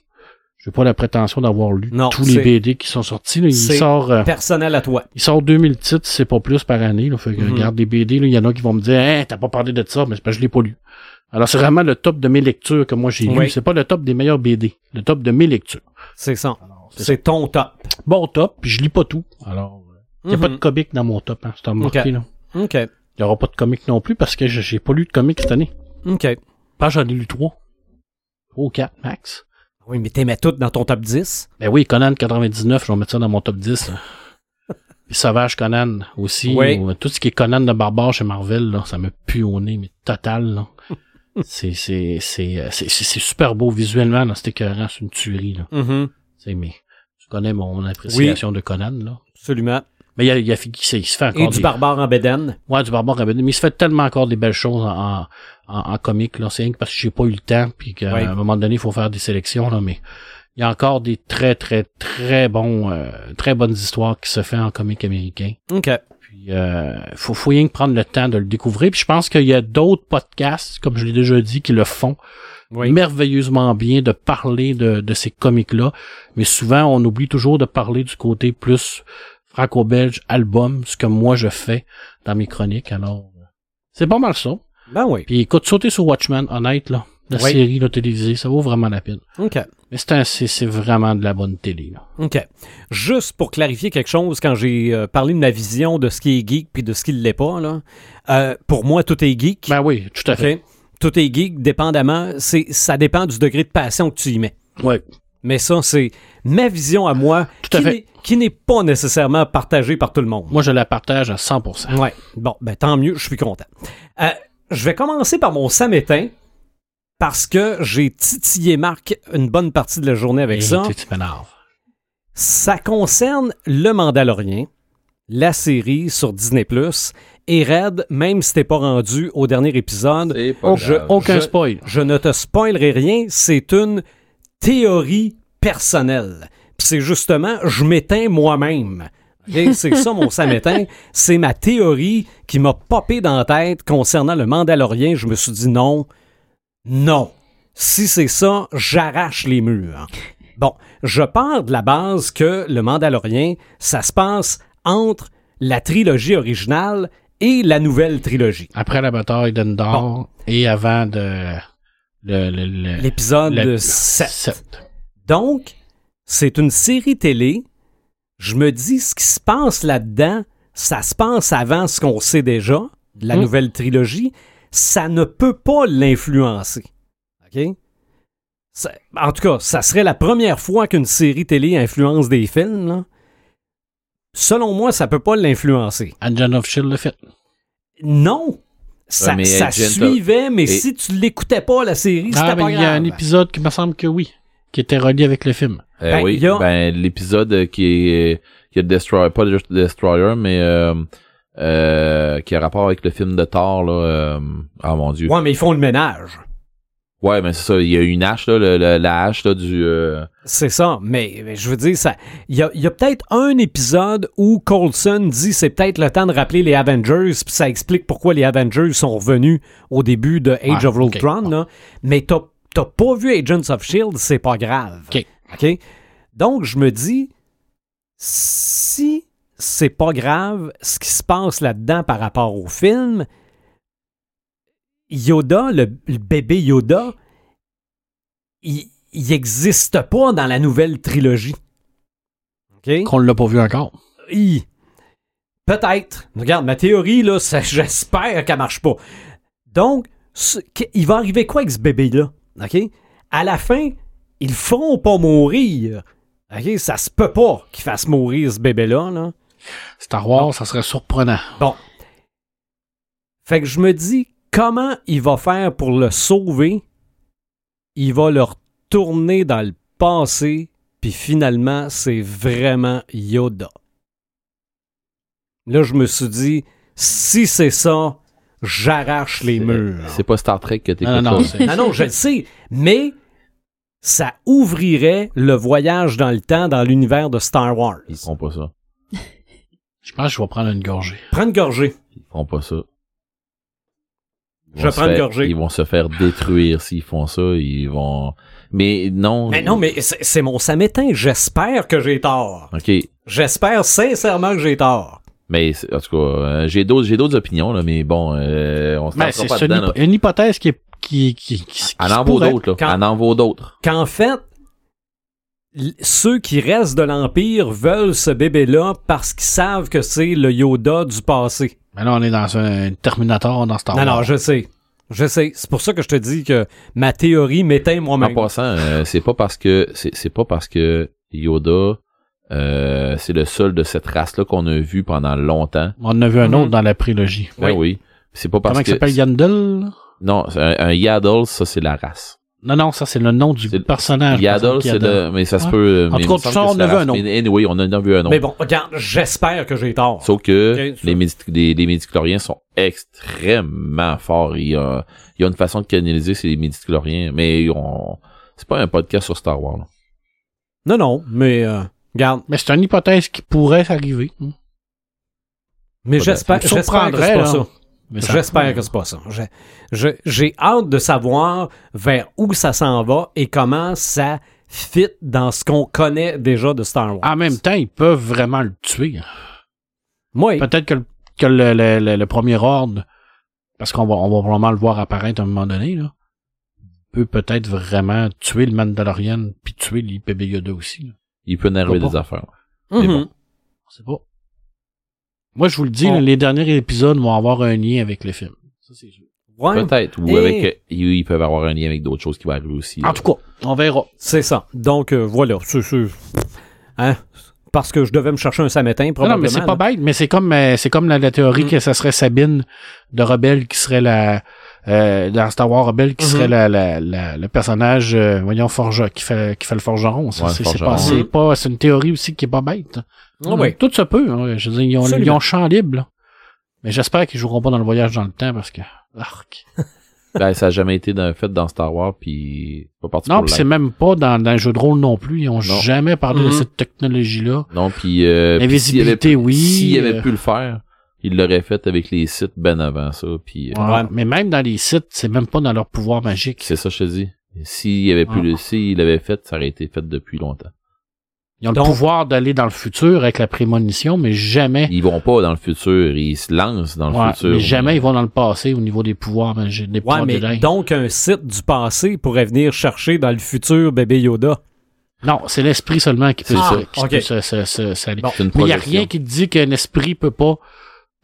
Speaker 3: J'ai pas la prétention d'avoir lu
Speaker 1: Non,
Speaker 3: tous les
Speaker 1: c'est-
Speaker 3: BD qui sont sortis. là. Il
Speaker 1: c'est-
Speaker 3: sort euh,
Speaker 1: Personnel à toi.
Speaker 3: il sort 2000 titres, c'est pas plus par année. Là. Fait que
Speaker 1: Mhm.
Speaker 3: regarde les BD, là, il y en a qui vont me dire Hein, t'as pas parlé de ça, mais c'est parce que je l'ai pas lu. Alors c'est vraiment le top de mes lectures que moi j'ai lu.
Speaker 1: Oui.
Speaker 3: C'est pas le top des meilleurs BD, le top de mes lectures.
Speaker 1: C'est ça.
Speaker 3: c'est
Speaker 1: C'est ton top.
Speaker 3: Bon top, puis je lis pas tout. Alors, il y a pas de comics dans mon top, hein, c'est à
Speaker 1: Mhm.
Speaker 3: remarquer,
Speaker 1: Ok.
Speaker 3: là.
Speaker 1: Mhm. OK.
Speaker 3: Il y aura pas de comics non plus parce que je- j'ai pas lu de comics cette année.
Speaker 1: OK.
Speaker 3: Pas j'en ai lu trois. Trois ou quatre max.
Speaker 1: Oui, mais t'aimais toutes dans ton top 10.
Speaker 3: Ben oui, Conan 99, je vais mettre ça dans mon top
Speaker 1: (laughs)
Speaker 3: 10. là. Puis Sauvage Conan aussi.
Speaker 1: Oui.
Speaker 3: ou, euh, tout ce qui est Conan de Barbare chez Marvel, là, ça me pue au nez, mais total.
Speaker 1: (laughs)
Speaker 3: là. c'est, c'est, c'est, euh, c'est, c'est- c'est super beau visuellement, là, c'est écœurant, c'est une tuerie. Là.
Speaker 1: Mhm.
Speaker 3: C'est, mais tu connais mon appréciation de Conan. Là.
Speaker 1: Absolument.
Speaker 3: Mais il y a, il y a- il se- il se fait encore
Speaker 1: Et du
Speaker 3: des-
Speaker 1: barbare en bédaine.
Speaker 3: Ouais, du barbare rabbit. Mais il se fait tellement encore des belles choses en, en, en, en comique, là. C'est rien que parce que j'ai pas eu le temps, puis qu'à
Speaker 1: Ouais.
Speaker 3: un moment donné, il faut faire des sélections, là, mais il y a encore des très, très, très bons, euh, très bonnes histoires qui se fait en comique américain.
Speaker 1: OK.
Speaker 3: Puis, euh, faut, faut rien que prendre le temps de le découvrir. Puis je pense qu'il y a d'autres podcasts, comme je l'ai déjà dit, qui le font
Speaker 1: Oui.
Speaker 3: merveilleusement bien de parler de, de ces comiques-là, mais souvent on oublie toujours de parler du côté plus franco-belge album, ce que moi je fais dans mes chroniques. Alors, euh, c'est pas mal ça.
Speaker 1: Ben oui.
Speaker 3: Puis écoute, sauter sur Watchmen, honnête, là, la
Speaker 1: Oui.
Speaker 3: série là, télévisée, ça vaut vraiment la peine.
Speaker 1: OK.
Speaker 3: Mais c'est un- c'est c'est vraiment de la bonne télé. Là.
Speaker 1: OK. Juste pour clarifier quelque chose, quand j'ai euh, parlé de ma vision de ce qui est geek puis de ce qui ne l'est pas, là, euh, pour moi, tout est geek.
Speaker 3: Ben oui, tout à fait.
Speaker 1: OK? Tout est geek, dépendamment. C'est, ça dépend du degré de passion que tu y mets.
Speaker 3: Ouais.
Speaker 1: Mais ça, c'est ma vision à moi
Speaker 3: Tout à
Speaker 1: qui
Speaker 3: fait.
Speaker 1: n'est- qui n'est pas nécessairement partagée par tout le monde.
Speaker 3: Moi, je la partage à 100%.
Speaker 1: Ouais. Bon, ben tant mieux, je suis content. Euh, je vais commencer par mon samétain parce que j'ai titillé Marc une bonne partie de la journée avec
Speaker 3: Et
Speaker 1: ça.
Speaker 3: tu- tu m'énerves.
Speaker 1: Ça concerne Le Mandalorien, la série sur Disney+, et Red, même si t'es pas rendu au dernier épisode,
Speaker 5: C'est pas
Speaker 1: Je-
Speaker 5: grave.
Speaker 3: Aucun
Speaker 1: Je-
Speaker 3: spoil.
Speaker 1: je ne te spoilerai rien, c'est une théorie personnelle. Puis c'est justement, je m'éteins moi-même. Et c'est ça mon samétain, c'est ma théorie qui m'a popé dans la tête concernant le Mandalorien. Je me suis dit non, non. Si c'est ça, j'arrache les murs. Bon, je pars de la base que le Mandalorien, ça se passe entre la trilogie originale et la nouvelle trilogie.
Speaker 3: Après la bataille d'Endor
Speaker 1: Bon.
Speaker 3: et avant de le, le, le-
Speaker 1: L'épisode
Speaker 3: le-
Speaker 1: 7.
Speaker 3: sept.
Speaker 1: Donc, c'est une série télé. Je me dis, ce qui se passe là-dedans, ça se passe avant ce qu'on sait déjà, de la
Speaker 5: Mmh.
Speaker 3: Mhm.
Speaker 1: nouvelle trilogie. Ça ne peut pas l'influencer. OK? Ça- en tout cas, ça serait la première fois qu'une série télé influence des films. là. Selon moi, ça peut pas l'influencer.
Speaker 3: Agent of Shield le fait.
Speaker 1: Non! Ça,
Speaker 5: mais
Speaker 1: ça
Speaker 5: Agent of-
Speaker 1: suivait, mais
Speaker 5: et-
Speaker 1: si tu l'écoutais pas, la série,
Speaker 3: Ah,
Speaker 1: c'était pas
Speaker 3: mais il y a un
Speaker 1: grave.
Speaker 3: épisode qui me semble que oui, qui était relié avec le film.
Speaker 5: Euh,
Speaker 1: Ben,
Speaker 5: oui,
Speaker 1: il y a-
Speaker 5: ben, l'épisode qui est, qui est Destroyer, pas juste Destroyer, mais euh, euh, qui a rapport avec le film de Thor, là. euh, ah mon dieu. Ouais,
Speaker 1: Ouais, mais ils font le ménage.
Speaker 5: mais c'est ça, il y a une hache, là, le- le- la hache là, du... euh,
Speaker 1: C'est ça, mais, mais je veux dire, ça. Il y a, il y a peut-être un épisode où Colson dit c'est peut-être le temps de rappeler les Avengers, puis ça explique pourquoi les Avengers sont revenus au début de Age
Speaker 3: Ouais,
Speaker 1: of
Speaker 3: ok,
Speaker 1: Ultron.
Speaker 3: bon.
Speaker 1: là. Mais t'as t'as pas vu Agents of Shield, E c'est pas grave.
Speaker 3: Ok.
Speaker 1: OK? Donc je me dis si c'est pas grave ce qui se passe là-dedans par rapport au film, Yoda, le, le bébé Yoda, il n'existe pas dans la nouvelle trilogie. OK?
Speaker 3: Qu'on l'a pas vu encore.
Speaker 1: Hi. Peut-être. Regarde, ma théorie, là, ça- (laughs) j'espère qu'elle marche pas. Donc, ce- qu- il va arriver quoi avec ce bébé-là? OK? À la fin, ils feront pas mourir. OK? Ça se peut pas qu'il fasse mourir ce bébé-là, là.
Speaker 3: Star Wars, ça serait surprenant.
Speaker 1: Bon. Fait que je me dis, comment il va faire pour le sauver? Il va le retourner dans le passé, puis finalement, c'est vraiment Yoda. Là, je me suis dit, si c'est ça, j'arrache les murs.
Speaker 5: C'est pas Star Trek que t'écoutes.
Speaker 3: Non, non, non.
Speaker 5: là.
Speaker 3: c'est-
Speaker 1: Non, non, je le sais, mais ça ouvrirait le voyage dans le temps dans l'univers de Star Wars.
Speaker 5: Ils font pas ça.
Speaker 3: Je pense que je vais prendre une gorgée.
Speaker 1: Prends une gorgée.
Speaker 5: Ils font pas ça. Ils
Speaker 1: Je
Speaker 5: vont
Speaker 1: vais
Speaker 5: se
Speaker 1: prendre une
Speaker 5: faire-
Speaker 1: gorgée.
Speaker 5: Ils vont se faire détruire s'ils font ça. Ils vont... Mais non...
Speaker 1: Mais Ben, non, mais c'est c'est mon samétain. J'espère que j'ai tort.
Speaker 5: OK.
Speaker 1: J'espère sincèrement que j'ai tort.
Speaker 5: Mais c'est- en tout cas, euh, j'ai d'autres j'ai d'autres opinions, là, mais bon, euh, on se
Speaker 1: Ben,
Speaker 3: Mais
Speaker 5: lancera
Speaker 3: c'est
Speaker 5: pas
Speaker 3: c'est une,
Speaker 5: dedans. là.
Speaker 3: hypo- une hypothèse qui est. Qui, qui, qui, qui
Speaker 5: Elle
Speaker 3: se
Speaker 5: en vaut
Speaker 3: pourrait.
Speaker 5: d'autres, là.
Speaker 1: Quand-
Speaker 5: Elle en vaut d'autres.
Speaker 1: Qu'en fait, l- ceux qui restent de l'Empire veulent ce bébé-là parce qu'ils savent que c'est le Yoda du passé.
Speaker 3: Mais là, on est dans un Terminator dans Star
Speaker 1: non,
Speaker 3: Wars.
Speaker 1: non, je sais. Je sais. C'est pour ça que je te dis que ma théorie m'éteint
Speaker 5: En
Speaker 3: Oh
Speaker 1: moi-même.
Speaker 5: passant, euh, c'est pas parce que c'est c'est pas parce que Yoda euh, c'est le seul de cette race-là qu'on a vu pendant longtemps.
Speaker 3: On en a vu un
Speaker 1: Mhm.
Speaker 3: autre dans la prélogie.
Speaker 5: Ben oui. C'est pas parce
Speaker 3: Comment il
Speaker 5: que.
Speaker 3: s'appelle Yandel?
Speaker 5: non, c'est un, un Yaddle, ça c'est la race.
Speaker 3: Non, non, ça c'est le nom du
Speaker 5: C'est-
Speaker 3: personnage.
Speaker 5: Yaddle,
Speaker 3: par exemple,
Speaker 5: c'est
Speaker 3: qu'il y a
Speaker 5: le. Mais ça se
Speaker 3: Ouais.
Speaker 5: peut.
Speaker 3: En
Speaker 5: mais
Speaker 3: tout
Speaker 5: il
Speaker 3: cas,
Speaker 5: me semble
Speaker 3: ça,
Speaker 5: que
Speaker 3: on
Speaker 5: c'est la
Speaker 3: a vu
Speaker 5: race.
Speaker 3: un autre.
Speaker 5: Mais anyway, on en a vu un autre.
Speaker 1: Mais bon, regarde, j'espère que j'ai tort.
Speaker 5: Sauf que
Speaker 1: Ok, ça-
Speaker 5: les, midi- les, les midichloriens sont extrêmement forts. Il y a, il y a une façon de canaliser c'est les midichloriens, mais on c'est pas un podcast sur Star Wars. là.
Speaker 1: Non, non, mais euh, regarde.
Speaker 3: Mais c'est une hypothèse qui pourrait arriver. Hmm.
Speaker 1: Mais
Speaker 5: Peut-être.
Speaker 1: j'espère
Speaker 3: Ça
Speaker 1: j'espère
Speaker 3: me
Speaker 1: que c'est
Speaker 3: surprendrait,
Speaker 1: pas
Speaker 3: là.
Speaker 1: ça.
Speaker 3: Mais ça-
Speaker 1: J'espère que c'est pas ça. J'ai- je- J'ai hâte de savoir vers où ça s'en va et comment ça fit dans ce qu'on connaît déjà de Star Wars.
Speaker 3: En Ah, même temps, ils peuvent vraiment le tuer. hein.
Speaker 1: Oui.
Speaker 3: Peut-être que, le, que le, le- le- le premier ordre, parce qu'on va, on va probablement le voir apparaître à un moment donné, là, peut peut-être vraiment tuer le Mandalorian puis tuer l'IPB Yoda aussi. là.
Speaker 5: Il peut en arriver
Speaker 3: Pourquoi
Speaker 5: des affaires.
Speaker 1: Mhm.
Speaker 5: mais bon.
Speaker 3: On sait pas. Moi, je vous le dis,
Speaker 1: On-
Speaker 3: là, les derniers épisodes vont avoir un lien avec le film. Ça, c'est sûr.
Speaker 1: Ouais,
Speaker 5: Peut-être. Ou
Speaker 1: Et-
Speaker 5: avec euh, ils ils peuvent avoir un lien avec d'autres choses qui vont arriver aussi.
Speaker 3: En tout cas, on verra.
Speaker 1: c'est ça. Donc euh, voilà, c'est c'est- hein? parce que je devais me chercher un samétain
Speaker 3: Non,
Speaker 1: probablement.
Speaker 3: non, mais c'est
Speaker 1: là.
Speaker 3: pas bête, mais c'est comme euh, c'est comme la, la théorie
Speaker 1: Mm.
Speaker 3: que ça serait Sabine de Rebelle qui serait la euh, dans Star Wars Rebelle
Speaker 5: Mm-hmm.
Speaker 3: qui
Speaker 1: Mhm.
Speaker 3: serait la, la, la- le personnage euh, voyons forge qui fait qui fait le forgeron. Ça,
Speaker 5: Ouais, le
Speaker 3: c'est, c'est
Speaker 5: forgeron.
Speaker 3: pas c'est
Speaker 1: Mhm.
Speaker 3: pas c'est une théorie aussi qui est pas bête.
Speaker 1: Ah ouais.
Speaker 3: Tout se peut. hein. Je veux dire, ils ont
Speaker 1: Absolument.
Speaker 3: ils ont champ libre. là. Mais j'espère qu'ils joueront pas dans le voyage dans le temps parce que arc.
Speaker 5: Ben, ça n'a jamais été dans- fait dans Star Wars, puis c'est pas parti
Speaker 3: Non,
Speaker 5: pour
Speaker 3: puis
Speaker 5: le
Speaker 3: c'est
Speaker 5: live.
Speaker 3: même pas dans, dans le jeu de rôle non plus. Ils ont
Speaker 5: Non. Mm-hmm.
Speaker 3: jamais parlé de
Speaker 1: Mhm.
Speaker 3: cette technologie là.
Speaker 5: Non, puis euh, puis s'il y avait
Speaker 3: L'invisibilité,
Speaker 5: pu-
Speaker 3: oui.
Speaker 5: S'il avait
Speaker 3: euh,
Speaker 5: pu le faire, il l'aurait fait avec les sites ben avant ça. Puis euh,
Speaker 3: ouais. Mais même dans les sites, c'est même pas dans leur pouvoir magique.
Speaker 5: c'est ça, je te dis. S'il y avait plus
Speaker 3: Ah.
Speaker 5: le s'il l'avait fait, ça aurait été fait depuis longtemps.
Speaker 3: Ils ont
Speaker 1: Donc-
Speaker 3: le pouvoir d'aller dans le futur avec la prémonition, mais jamais,
Speaker 5: Ils vont pas dans le futur, ils se lancent dans le
Speaker 3: Ouais,
Speaker 5: futur.
Speaker 3: mais jamais ils vont dans le passé au niveau des pouvoirs, mais j'ai des
Speaker 1: Ouais,
Speaker 3: pouvoirs de
Speaker 1: mais
Speaker 3: dingue.
Speaker 1: donc un site du passé pourrait venir chercher dans le futur bébé Yoda.
Speaker 3: Non, c'est l'esprit seulement qui peut,
Speaker 1: C'est
Speaker 3: se-
Speaker 1: ça.
Speaker 3: qui
Speaker 1: Ah, Ok.
Speaker 3: peut se- se- se- s'aller.
Speaker 5: C'est une
Speaker 3: Mais il n'y a
Speaker 5: projection.
Speaker 3: rien qui te dit qu'un esprit peut pas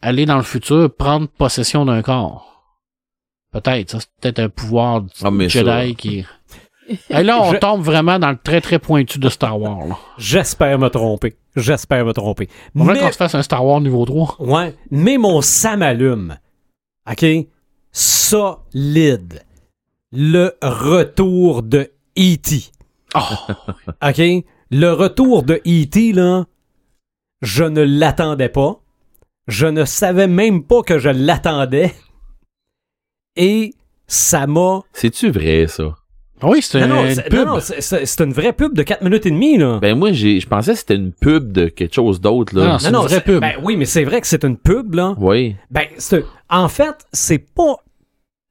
Speaker 3: aller dans le futur prendre possession d'un corps. Peut-être, ça, c'est peut-être un pouvoir du
Speaker 5: Ah, mais
Speaker 3: Jedi
Speaker 5: ça-
Speaker 3: qui. Et là, on
Speaker 1: Je-
Speaker 3: tombe vraiment dans le très très pointu de Star Wars. Là.
Speaker 1: J'espère me tromper. J'espère me tromper.
Speaker 3: On
Speaker 1: Mais-
Speaker 3: qu'on se fasse un Star Wars niveau 3.
Speaker 1: Ouais, mais mon Sam allume. OK? Solide. Le retour de E.T.
Speaker 5: Ah.
Speaker 3: Ah
Speaker 1: OK? Le retour de E.T., là, je ne l'attendais pas. Je ne savais même pas que je l'attendais. Et ça m'a.
Speaker 5: C'est-tu vrai, ça?
Speaker 3: Oui, c'est
Speaker 1: Non, non,
Speaker 3: une
Speaker 1: c'est-
Speaker 3: pub.
Speaker 1: non, non, c'est- c'est c'est une vraie pub de 4 minutes et demie, là.
Speaker 5: Ben moi, j'ai, je pensais que c'était une pub de quelque chose d'autre, là.
Speaker 3: Non, c'est une vraie
Speaker 1: c'est-
Speaker 3: pub.
Speaker 1: Ben oui, mais c'est vrai que c'est une pub, là.
Speaker 5: Oui.
Speaker 1: Ben, c'est- en fait, c'est pas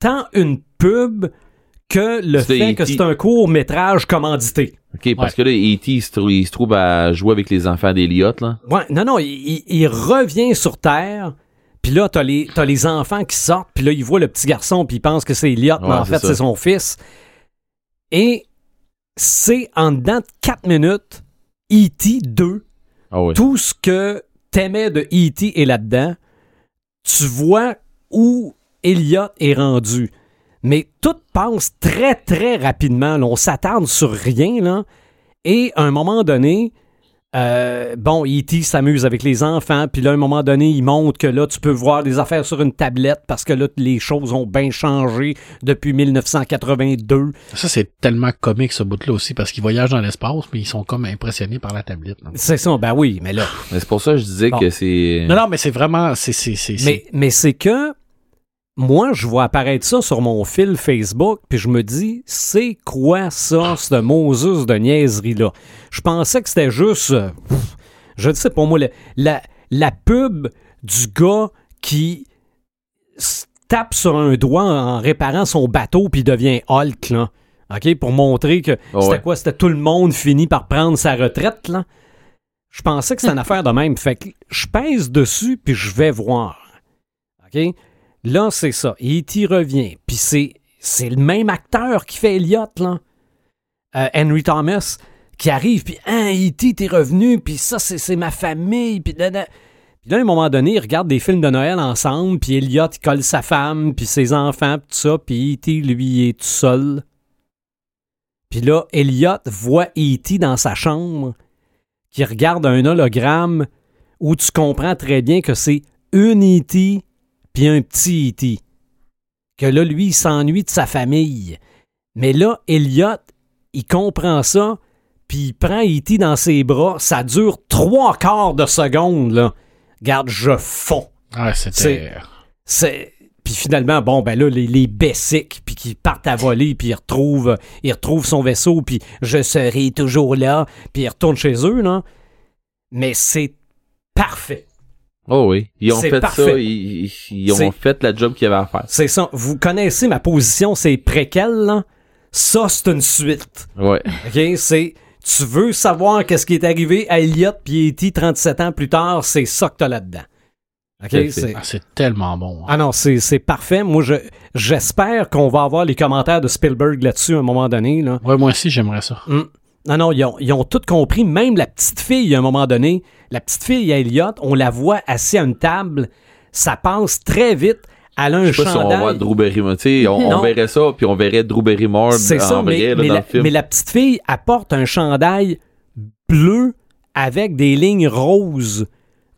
Speaker 1: tant une pub que le
Speaker 5: C'est
Speaker 1: fait
Speaker 5: E.T.
Speaker 1: que c'est un court métrage commandité.
Speaker 5: OK, parce que là, E.T., il se, trou- il se trouve à jouer avec les enfants d'Eliott, là.
Speaker 1: Ouais, non, non, il, il- il revient sur Terre, puis là, t'as les, t'as les enfants qui sortent, puis là, ils voient le petit garçon, puis ils pensent que c'est Elliot, mais
Speaker 5: Ouais,
Speaker 1: en
Speaker 5: c'est
Speaker 1: fait,
Speaker 5: ça.
Speaker 1: c'est son fils. Et c'est en dedans de 4 minutes, E E.T. 2,
Speaker 5: Ah oui.
Speaker 1: tout ce que t'aimais de E.T. est là-dedans. Tu vois où Elliot est rendu. Mais tout passe très, très rapidement. là. On s'attarde sur rien. Là. Et à un moment donné, euh, bon, E.T. s'amuse avec les enfants. Puis là, à un moment donné, il montre que là, tu peux voir des affaires sur une tablette parce que là, les choses ont bien changé depuis 1982.
Speaker 3: Ça, c'est tellement comique ce bout-là aussi parce qu'ils voyagent dans l'espace, mais ils sont comme impressionnés par la tablette. là.
Speaker 1: C'est ça, ben oui, mais là,
Speaker 5: Mais c'est pour ça que je disais
Speaker 1: Bon.
Speaker 5: que c'est...
Speaker 3: Non, non, mais c'est vraiment. C'est, c'est, c'est,
Speaker 1: Mais, mais c'est que moi, je vois apparaître ça sur mon fil Facebook, puis je me dis, c'est quoi ça,
Speaker 3: Ah.
Speaker 1: ce Moses de niaiserie-là? Je pensais que c'était juste, euh, pff, je ne sais pas moi, le- la, la pub du gars qui se tape sur un doigt en réparant son bateau, puis devient Hulk, là. OK? Pour montrer que
Speaker 5: Ah
Speaker 1: c'était
Speaker 5: ouais.
Speaker 1: quoi? C'était tout le monde fini par prendre sa retraite, là. Je pensais que c'était une affaire de même. Fait que je pèse dessus, puis je vais voir. OK? Là, c'est ça. E.T. revient. Puis c'est, c'est le même acteur qui fait Elliot, là. Euh, Henry Thomas, qui arrive, puis « Ah, E.T., t'es revenu, puis ça, c'est, c'est ma famille, puis... da, da. » Puis là, à un moment donné, ils regardent des films de Noël ensemble, puis Elliot, il colle sa femme, puis ses enfants, puis tout ça, puis E.T., lui, il est tout seul. Puis là, Elliot voit E.T. dans sa chambre, qui regarde un hologramme où tu comprends très bien que c'est une E.T. puis un petit E.T. Que là, lui, il s'ennuie de sa famille. Mais là, Elliot, il comprend ça, puis il prend E.T. dans ses bras. Ça dure trois quarts de seconde, là. Garde, je fonds.
Speaker 3: Ah, c'était.
Speaker 1: c'est- C'est... Puis finalement, bon, ben là, les, les bessiques, puis qui partent à voler, puis ils retrouvent, ils retrouvent son vaisseau, puis je serai toujours là, puis ils retournent chez eux, là. Mais c'est parfait.
Speaker 5: Oh oui. Ils ont
Speaker 1: C'est
Speaker 5: fait
Speaker 1: parfait.
Speaker 5: ça, ils, ils- ils ont
Speaker 1: C'est-
Speaker 5: fait la job qu'ils avaient à faire.
Speaker 1: C'est ça. Vous connaissez ma position, c'est préquel, là. Ça, c'est une suite.
Speaker 5: Ouais.
Speaker 1: OK? C'est. Tu veux savoir qu'est-ce qui est arrivé à Elliot puis E.T. 37 ans plus tard, c'est ça que t'as là-dedans. OK?
Speaker 5: C'est-
Speaker 1: C'est-
Speaker 3: Ah, c'est tellement bon. hein.
Speaker 1: Ah non, c'est c'est parfait. Moi, je j'espère qu'on va avoir les commentaires de Spielberg là-dessus à un moment donné, là. Hmm.
Speaker 3: Ouais, moi aussi, j'aimerais ça.
Speaker 1: Non, non, ils ont, ils ont tout compris, même la petite fille, à un moment donné. La petite fille, Elliot, on la voit assise à une table. Ça passe très vite. Elle a un
Speaker 5: Je sais pas si on
Speaker 1: chandail.
Speaker 5: voit Drew Barrymore. Tu sais, on, on
Speaker 1: Non.
Speaker 5: verrait ça, puis on verrait Drew Barrymore en
Speaker 1: C'est ça,
Speaker 5: vrai,
Speaker 1: mais,
Speaker 5: là,
Speaker 1: mais
Speaker 5: dans
Speaker 1: la,
Speaker 5: le film.
Speaker 1: mais la petite fille apporte un chandail bleu avec des lignes roses.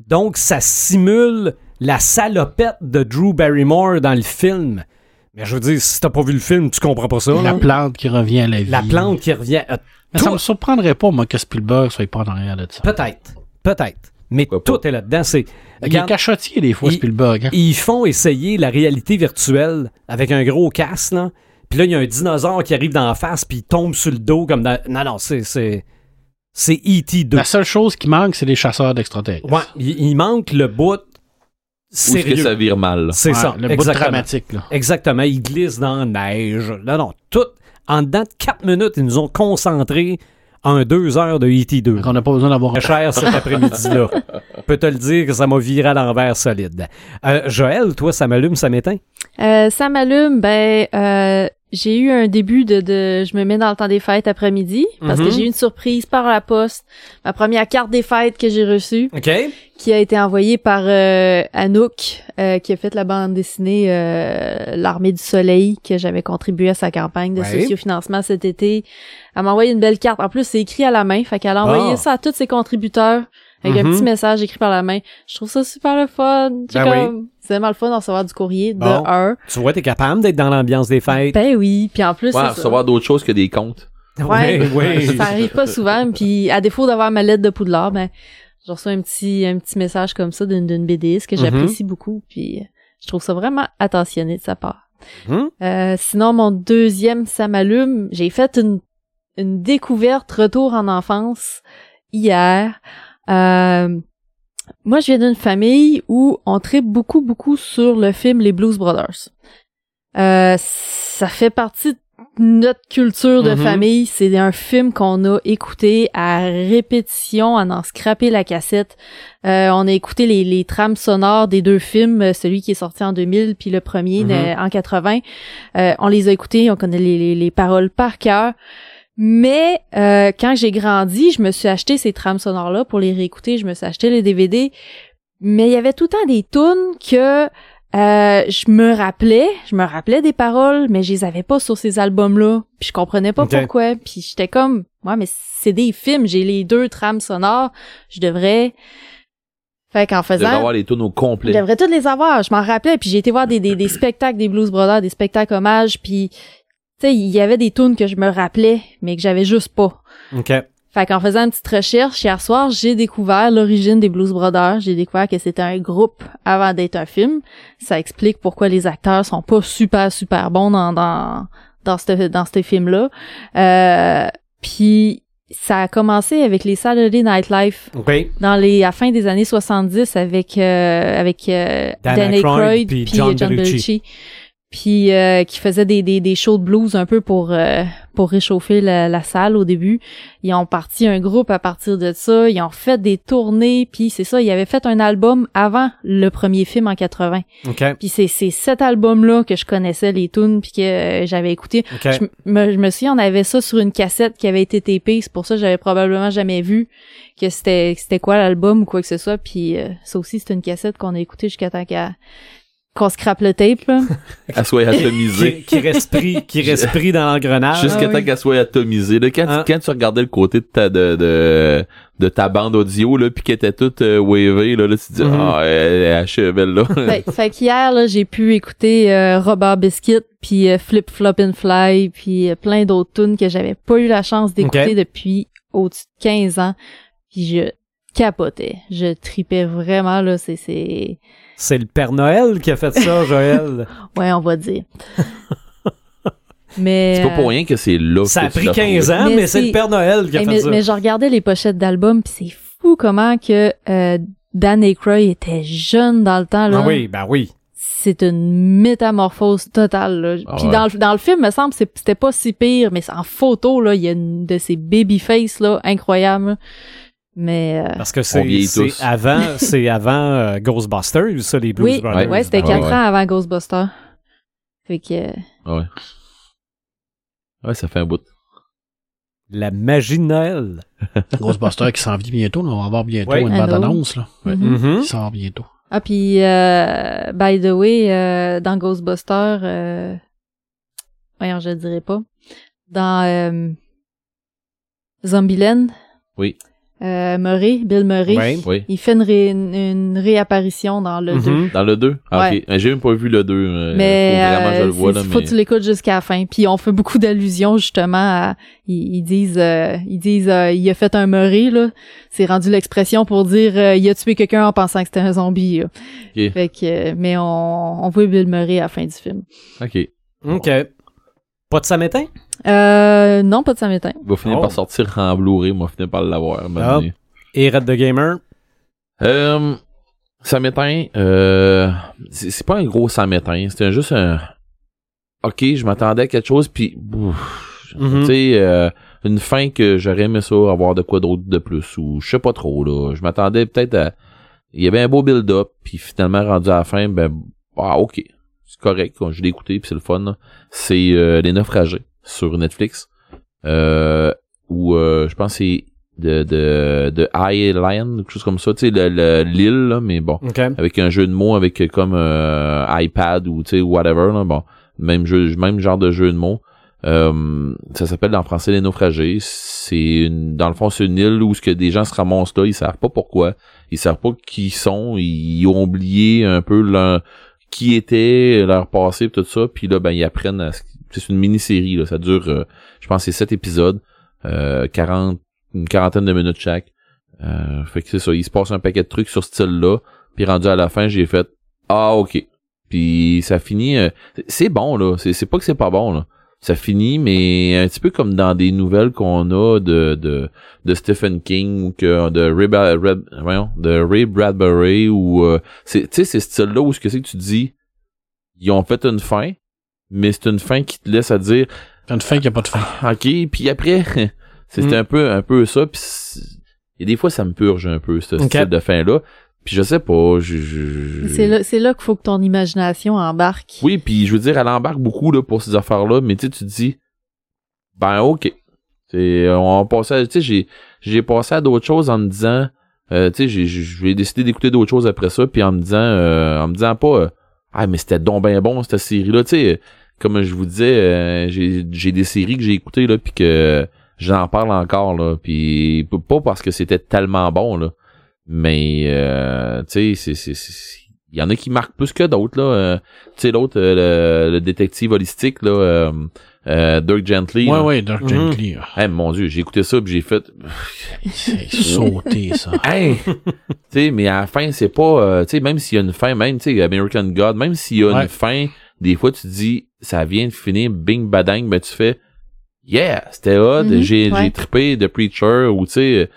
Speaker 1: Donc, ça simule la salopette de Drew Barrymore dans le film. Mais je veux dire, si t'as pas vu le film, tu comprends pas ça. là.
Speaker 3: La plante qui revient à la vie.
Speaker 1: Mm. La plante qui revient. euh,
Speaker 3: Mais ça
Speaker 1: tout-
Speaker 3: me surprendrait pas, moi, que Spielberg soit pas en arrière de ça.
Speaker 1: Peut-être. Peut-être. Mais
Speaker 5: Pourquoi
Speaker 1: tout est là-dedans. C'est.
Speaker 3: Il est
Speaker 1: Regarde,
Speaker 3: cachotier, des fois,
Speaker 1: il-
Speaker 3: Spielberg. hein.
Speaker 1: ils font essayer la réalité virtuelle avec un gros casque, là. Puis là, il y a un dinosaure qui arrive dans la face, puis il tombe sur le dos comme dans... Non, non, c'est... C'est c'est E E.T. 2.
Speaker 3: La seule chose qui manque, c'est les chasseurs d'extraterrestres.
Speaker 1: Ouais, il, il manque le bout
Speaker 5: Ou est-ce que ça
Speaker 1: sérieux.
Speaker 5: vire mal?
Speaker 1: C'est ça,
Speaker 3: Le bout
Speaker 1: exactement.
Speaker 3: dramatique, là.
Speaker 1: Exactement, ils glissent dans la neige. Là, non, tout, en dedans de 4 minutes, ils nous ont concentré en 2 heures de
Speaker 3: Fait
Speaker 1: E.T. 2.
Speaker 3: qu'on n'a pas besoin d'avoir
Speaker 1: Très cher cet
Speaker 3: (laughs)
Speaker 1: après-midi-là. Je peux te le dire que ça m'a viré à l'envers solide. Euh, Joël, toi, ça m'allume, ça m'éteint?
Speaker 4: Euh, ça m'allume, ben euh, j'ai eu un début de, de je me mets dans le temps des fêtes après-midi parce que
Speaker 1: Mhm.
Speaker 4: j'ai eu une surprise par la poste, ma première carte des fêtes que j'ai reçue
Speaker 1: OK.
Speaker 4: qui a été envoyée par euh, Anouk euh, qui a fait la bande dessinée euh, L'armée du soleil que j'avais contribué à sa campagne de
Speaker 1: Ouais.
Speaker 4: sociofinancement cet été. Elle m'a envoyé une belle carte. En plus, c'est écrit à la main, fait qu'elle a envoyé
Speaker 1: Ah.
Speaker 4: ça à tous ses contributeurs avec
Speaker 1: Mhm.
Speaker 4: un petit message écrit par la main. Je trouve ça super le fun. C'est
Speaker 1: Ben oui.
Speaker 4: comme c'est vraiment le fun de recevoir du courrier de
Speaker 1: Bon.
Speaker 4: un.
Speaker 1: Tu vois, t'es capable d'être dans l'ambiance des fêtes.
Speaker 4: Ben oui, puis en plus,
Speaker 5: Ouais,
Speaker 4: c'est
Speaker 5: recevoir d'autres choses que des comptes.
Speaker 1: Ouais,
Speaker 4: Ben, Ouais.
Speaker 1: (laughs) ouais.
Speaker 4: ça, ça arrive pas souvent, puis à défaut d'avoir ma lettre de Poudlard, ben, je reçois un petit, un petit message comme ça d'une, d'une BDiste que
Speaker 1: Mhm.
Speaker 4: j'apprécie beaucoup, puis euh, je trouve ça vraiment attentionné de sa part.
Speaker 1: Mhm.
Speaker 4: Euh, sinon, mon deuxième, ça m'allume, j'ai fait une, une découverte retour en enfance hier. Euh, moi, je viens d'une famille où on tripe beaucoup, beaucoup sur le film Les Blues Brothers. Euh, ça fait partie de notre culture de
Speaker 1: Mhm.
Speaker 4: famille. C'est un film qu'on a écouté à répétition, à en scraper la cassette. Euh, on a écouté les, les trames sonores des deux films, euh, celui qui est sorti en 2000 puis le premier
Speaker 1: Mhm.
Speaker 4: euh, en 80. Euh, on les a écoutés, on connaît les, les- les paroles par cœur. Mais euh, quand j'ai grandi, je me suis acheté ces trames sonores-là pour les réécouter. Je me suis acheté les DVD. Mais il y avait tout le temps des tunes que euh, je me rappelais, je me rappelais des paroles, mais je les avais pas sur ces albums-là. Puis je comprenais pas
Speaker 1: Ok.
Speaker 4: pourquoi. Puis j'étais comme, ouais, mais c'est des films, j'ai les deux trames sonores, je devrais. Fait qu'en
Speaker 5: De
Speaker 4: faisant,
Speaker 5: avoir les tunes au
Speaker 4: je
Speaker 5: complet.
Speaker 4: devrais toutes les avoir. Je m'en rappelais. Puis j'ai été voir des, des, des spectacles des Blues Brothers, des spectacles hommages. Puis tu sais, il y avait des tunes que je me rappelais, mais que j'avais juste pas.
Speaker 1: OK.
Speaker 4: Fait qu'en faisant une petite recherche hier soir, j'ai découvert l'origine des Blues Brothers. J'ai découvert que c'était un groupe avant d'être un film. Ça explique pourquoi les acteurs sont pas super super bons dans dans dans ce dans ce film là. Euh, Puis ça a commencé avec les Saturday Night Live
Speaker 1: OK.
Speaker 4: dans les à la fin des années 70 avec euh, avec euh,
Speaker 1: Dan
Speaker 4: Dan
Speaker 1: Aykroyd
Speaker 4: Aykroyd
Speaker 1: puis
Speaker 4: puis
Speaker 1: John
Speaker 4: John,
Speaker 1: Belushi.
Speaker 4: Belushi. Puis euh, qui faisait des, des, des shows de blues un peu pour euh, pour réchauffer la, la salle au début. Ils ont parti un groupe à partir de ça. Ils ont fait des tournées. Puis c'est ça, ils avaient fait un album avant le premier film en 80.
Speaker 1: OK.
Speaker 4: Puis c'est c'est cet album-là que je connaissais les tunes puis que euh, j'avais écouté.
Speaker 1: OK.
Speaker 4: Je, m- me, je me souviens, on avait ça sur une cassette qui avait été tapée. C'est pour ça que j'avais probablement jamais vu que c'était que c'était quoi l'album ou quoi que ce soit. Puis euh, ça aussi, c'est une cassette qu'on a écoutée jusqu'à temps qu'à- qu'on scrape le tape.
Speaker 5: (laughs)
Speaker 4: là.
Speaker 5: Elle soit atomisée.
Speaker 1: Qui, qui reste pris, qui reste pris dans l'engrenage.
Speaker 4: Ah
Speaker 5: Jusqu'à temps
Speaker 4: oui.
Speaker 5: qu'elle soit atomisée. Là, quand, tu-
Speaker 1: Ah.
Speaker 5: quand tu regardais le côté de ta, de, de, de ta bande audio, là, pis qu'elle était toute euh, wavée, là, là, tu te dis,
Speaker 4: Mm-hmm.
Speaker 1: Mhm.
Speaker 5: ah, elle, elle HML, là.
Speaker 4: fait, fait qu'hier, là, j'ai pu écouter euh, Robert Biscuit, puis euh, Flip Flop and Fly, puis euh, plein d'autres tunes que j'avais pas eu la chance d'écouter
Speaker 1: Ok.
Speaker 4: depuis au-dessus de 15 ans. Puis je capotais. Je tripais vraiment, là. C'est... c'est-
Speaker 1: C'est le Père Noël qui a fait
Speaker 4: (laughs)
Speaker 1: ça, Joël.
Speaker 4: Ouais, on va
Speaker 5: (laughs)
Speaker 4: dire. mais
Speaker 5: (laughs) c'est pas
Speaker 4: euh,
Speaker 5: pour rien que Oh, c'est là
Speaker 1: ça
Speaker 5: que
Speaker 1: a
Speaker 5: tu
Speaker 1: pris
Speaker 5: l'as
Speaker 1: 15
Speaker 5: trouvé.
Speaker 1: ans, mais,
Speaker 4: Mais
Speaker 1: c'est
Speaker 4: c'est-
Speaker 1: le Père Noël qui a
Speaker 4: Hey,
Speaker 1: fait
Speaker 4: mais,
Speaker 1: ça.
Speaker 4: mais je regardais les pochettes d'albums, puis c'est fou comment que euh, Dan Aykroyd était jeune dans le temps. Là.
Speaker 1: Ah oui, ben oui.
Speaker 4: C'est une métamorphose totale. Là.
Speaker 5: Ah
Speaker 4: puis
Speaker 5: ouais.
Speaker 4: dans, le- dans le film, me semble, c'est- c'était pas si pire, mais en photo, là, il y a une de ces babyface là, incroyable. Mais euh,
Speaker 1: Parce que c'est
Speaker 5: vieillit
Speaker 1: c'est
Speaker 5: tous. (laughs)
Speaker 1: avant, c'est avant euh, Ghostbusters, ça, les Blues
Speaker 4: oui,
Speaker 1: Brothers.
Speaker 4: ouais, c'était
Speaker 5: Ouais,
Speaker 4: quatre
Speaker 5: ouais.
Speaker 4: ans avant Ghostbusters. Fait que euh,
Speaker 5: Ouais, ça fait un bout.
Speaker 1: La magie de Noël. (laughs)
Speaker 3: Ghostbuster qui s'en vient bientôt. là. On va avoir bientôt
Speaker 1: Ouais.
Speaker 3: une
Speaker 4: Allô?
Speaker 3: bande-annonce. là. Ouais.
Speaker 4: Mhm.
Speaker 1: Mhm.
Speaker 3: Qui sort bientôt.
Speaker 4: Ah puis euh, by the way, euh, dans Ghostbusters, euh, voyons, je le dirais pas. Dans euh, Zombieland,
Speaker 5: Oui.
Speaker 4: euh, Murray, Bill Murray,
Speaker 1: Ouais.
Speaker 5: Oui.
Speaker 4: il fait une, ré- une- une réapparition dans le
Speaker 1: Mhm.
Speaker 4: 2.
Speaker 5: Dans le 2? Ah,
Speaker 4: Ouais.
Speaker 5: ok. J'ai même pas vu le 2. euh,
Speaker 4: Mais
Speaker 5: faut vraiment que je le
Speaker 4: euh,
Speaker 5: vois,
Speaker 4: c'est-
Speaker 5: là,
Speaker 4: faut
Speaker 5: mais-
Speaker 4: que tu l'écoutes jusqu'à la fin. Puis on fait beaucoup d'allusions justement à ils, ils disent euh, ils disent euh, il a fait un Murray là, c'est rendu l'expression pour dire euh, il a tué quelqu'un en pensant que c'était un zombie. là.
Speaker 5: Ok.
Speaker 4: Fait que euh, mais on on voit Bill Murray à la fin du film.
Speaker 5: Ok.
Speaker 1: OK. Pas de samétain?
Speaker 4: Euh non, pas de Samaritain.
Speaker 5: Il va finir
Speaker 1: Oh.
Speaker 5: par sortir en Blu-ray, moi, je vais finir par l'avoir, maintenant.
Speaker 1: Et Red the Gamer?
Speaker 5: Euh, Ça m'éteint. Euh, c'est c'est pas un gros ça m'éteint. C'était juste un. Ok, je m'attendais à quelque chose, puis. ouf,
Speaker 1: Mhm.
Speaker 5: Tu sais, euh, une fin que j'aurais aimé ça, avoir de quoi d'autre de plus, ou je sais pas trop, là. Je m'attendais peut-être à. Il y avait un beau build-up, puis finalement, rendu à la fin, ben. Ah, ok. C'est correct. quoi. Je l'ai écouté, puis c'est le fun, là. C'est euh, Les Naufragés sur Netflix. Euh, où euh, je pense que c'est de, de, de High Island, quelque chose comme ça, tu sais, le- le- l'île, là, mais bon
Speaker 1: OK.
Speaker 5: avec un jeu de mots avec euh, comme euh, iPad ou tu sais whatever là, bon même jeu même genre de jeu de mots Euh, ça s'appelle en français les naufragés c'est une- dans le fond c'est une île où ce que des gens se ramassent là ils savent pas pourquoi ils savent pas qui ils sont ils ont oublié un peu leur qui était leur passé pis tout ça puis là ben ils apprennent à ce- c'est une mini série là ça dure euh, je pense que c'est sept épisodes euh, 40 une quarantaine de minutes chaque euh, fait que c'est ça il se passe un paquet de trucs sur ce style là puis rendu à la fin, j'ai fait Ah ok. Puis ça finit. euh, c'est- c'est bon là. C'est, c'est pas que c'est pas bon là. Ça finit, mais un petit peu comme dans des nouvelles qu'on a de, de, de Stephen King ou que de Ray, Ba- Red- voyons, de Ray Bradbury ou euh, c'est tu sais c'est ce style là où ce que c'est que tu dis ils ont fait une fin, mais c'est une fin qui te laisse à dire
Speaker 3: T'as une fin qui a pas de
Speaker 1: Ah,
Speaker 3: fin.
Speaker 5: Ah, OK, puis après, (laughs) c'était
Speaker 1: Mm.
Speaker 5: un peu un peu ça, puis c'est- et des fois ça me purge un peu ce
Speaker 1: Ok.
Speaker 5: style de fin là. Puis je sais pas, je, je-
Speaker 4: C'est là, c'est là qu'il faut que ton imagination embarque.
Speaker 5: Euh. Oui, puis je veux dire elle embarque beaucoup là pour ces affaires là, mais tu sais, tu te dis ben OK. C'est on passait à- tu sais j'ai j'ai passé à d'autres choses en me disant euh, tu sais j'ai j'ai- j'ai décidé d'écouter d'autres choses après ça puis en me disant euh, en me disant pas euh, ah mais c'était donc ben bon cette série là tu sais comme je vous disais, euh, j'ai j'ai des séries que j'ai écoutées là, puis que j'en parle encore là, puis p- pas parce que c'était tellement bon là, mais euh, tu sais, c'est- c'est- c'est- il y en a qui marquent plus que d'autres là. euh, tu sais l'autre, euh, le, le détective holistique là, euh, euh, Dirk Gently.
Speaker 3: Ouais,
Speaker 5: là.
Speaker 3: ouais, Dirk
Speaker 1: Mhm.
Speaker 3: Gently. là.
Speaker 5: Hey, mon dieu, j'ai écouté ça puis j'ai fait,
Speaker 3: Hey, Sauter, (laughs) ça.
Speaker 5: hey, (laughs) tu sais, mais à la fin c'est pas, euh, tu sais, même s'il y a une fin, même tu sais American God, même s'il y a
Speaker 3: Ouais.
Speaker 5: une fin, des fois tu dis ça vient de finir, bing badang, mais tu fais yeah, c'était hot,
Speaker 4: Mhm,
Speaker 5: j'ai
Speaker 4: ouais.
Speaker 5: j'ai trippé de Preacher ou tu sais,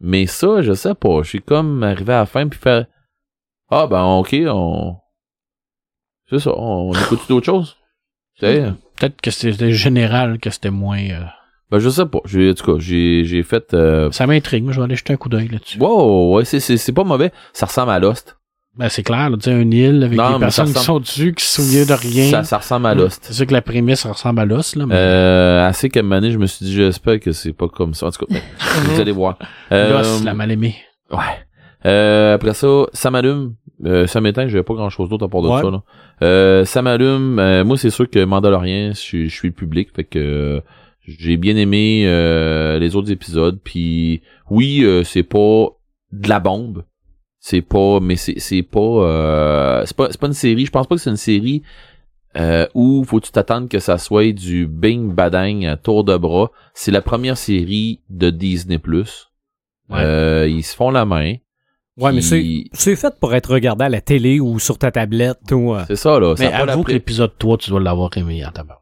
Speaker 5: mais ça je sais pas, je suis comme arrivé à la fin puis faire ah ben ok on c'est ça, on, écoute d'autres choses, tu
Speaker 3: Mm-hmm.
Speaker 5: sais.
Speaker 3: Euh, Peut-être que c'était général, que c'était moins. euh,
Speaker 5: Ben je sais pas, j'ai en tout cas j'ai j'ai fait euh,
Speaker 3: Ça m'intrigue. Moi, je vais aller jeter un coup d'œil là-dessus.
Speaker 5: wow ouais c'est c'est c'est pas mauvais, ça ressemble à Lost.
Speaker 3: Ben, c'est clair, là, tu sais, une île avec
Speaker 5: Non,
Speaker 3: des
Speaker 5: mais ça
Speaker 3: personnes qui sont
Speaker 5: ressemble-
Speaker 3: dessus, qui se souviennent de rien. Mm.
Speaker 5: Ça, ça ressemble à Lost.
Speaker 3: C'est sûr que la prémisse ressemble à l'os, là, mais
Speaker 5: Euh, assez qu'à un moment donné, je me suis dit, j'espère que c'est pas comme ça. En tout cas, ben, vous allez voir. Euh,
Speaker 3: l'os, la mal aimée.
Speaker 5: Ouais. Euh, après ça, ça m'allume. Euh, ça m'éteint, j'avais pas grand chose d'autre à part de
Speaker 1: Ouais.
Speaker 5: ça. Là. Euh, ça m'allume. Euh, moi, c'est sûr que Mandalorian, je, suis- je suis public, fait que euh, j'ai bien aimé euh, les autres épisodes. Puis oui, euh, c'est pas de la bombe. C'est pas, mais c'est c'est pas, euh, c'est pas, c'est pas une série. Je pense pas que c'est une série euh, où faut que tu t'attendes que ça soit du bing badang à tour de bras. C'est la première série de Disney Plus.
Speaker 3: Ouais.
Speaker 5: Euh, ils se font la main.
Speaker 1: Ouais, mais c'est,
Speaker 5: Puis-
Speaker 1: c'est fait pour être regardé à la télé ou sur ta tablette ou. euh,
Speaker 5: C'est ça là.
Speaker 3: Mais
Speaker 5: ça a pas la
Speaker 3: avoue que
Speaker 5: pré-
Speaker 3: l'épisode 3, tu dois l'avoir aimé en tabac.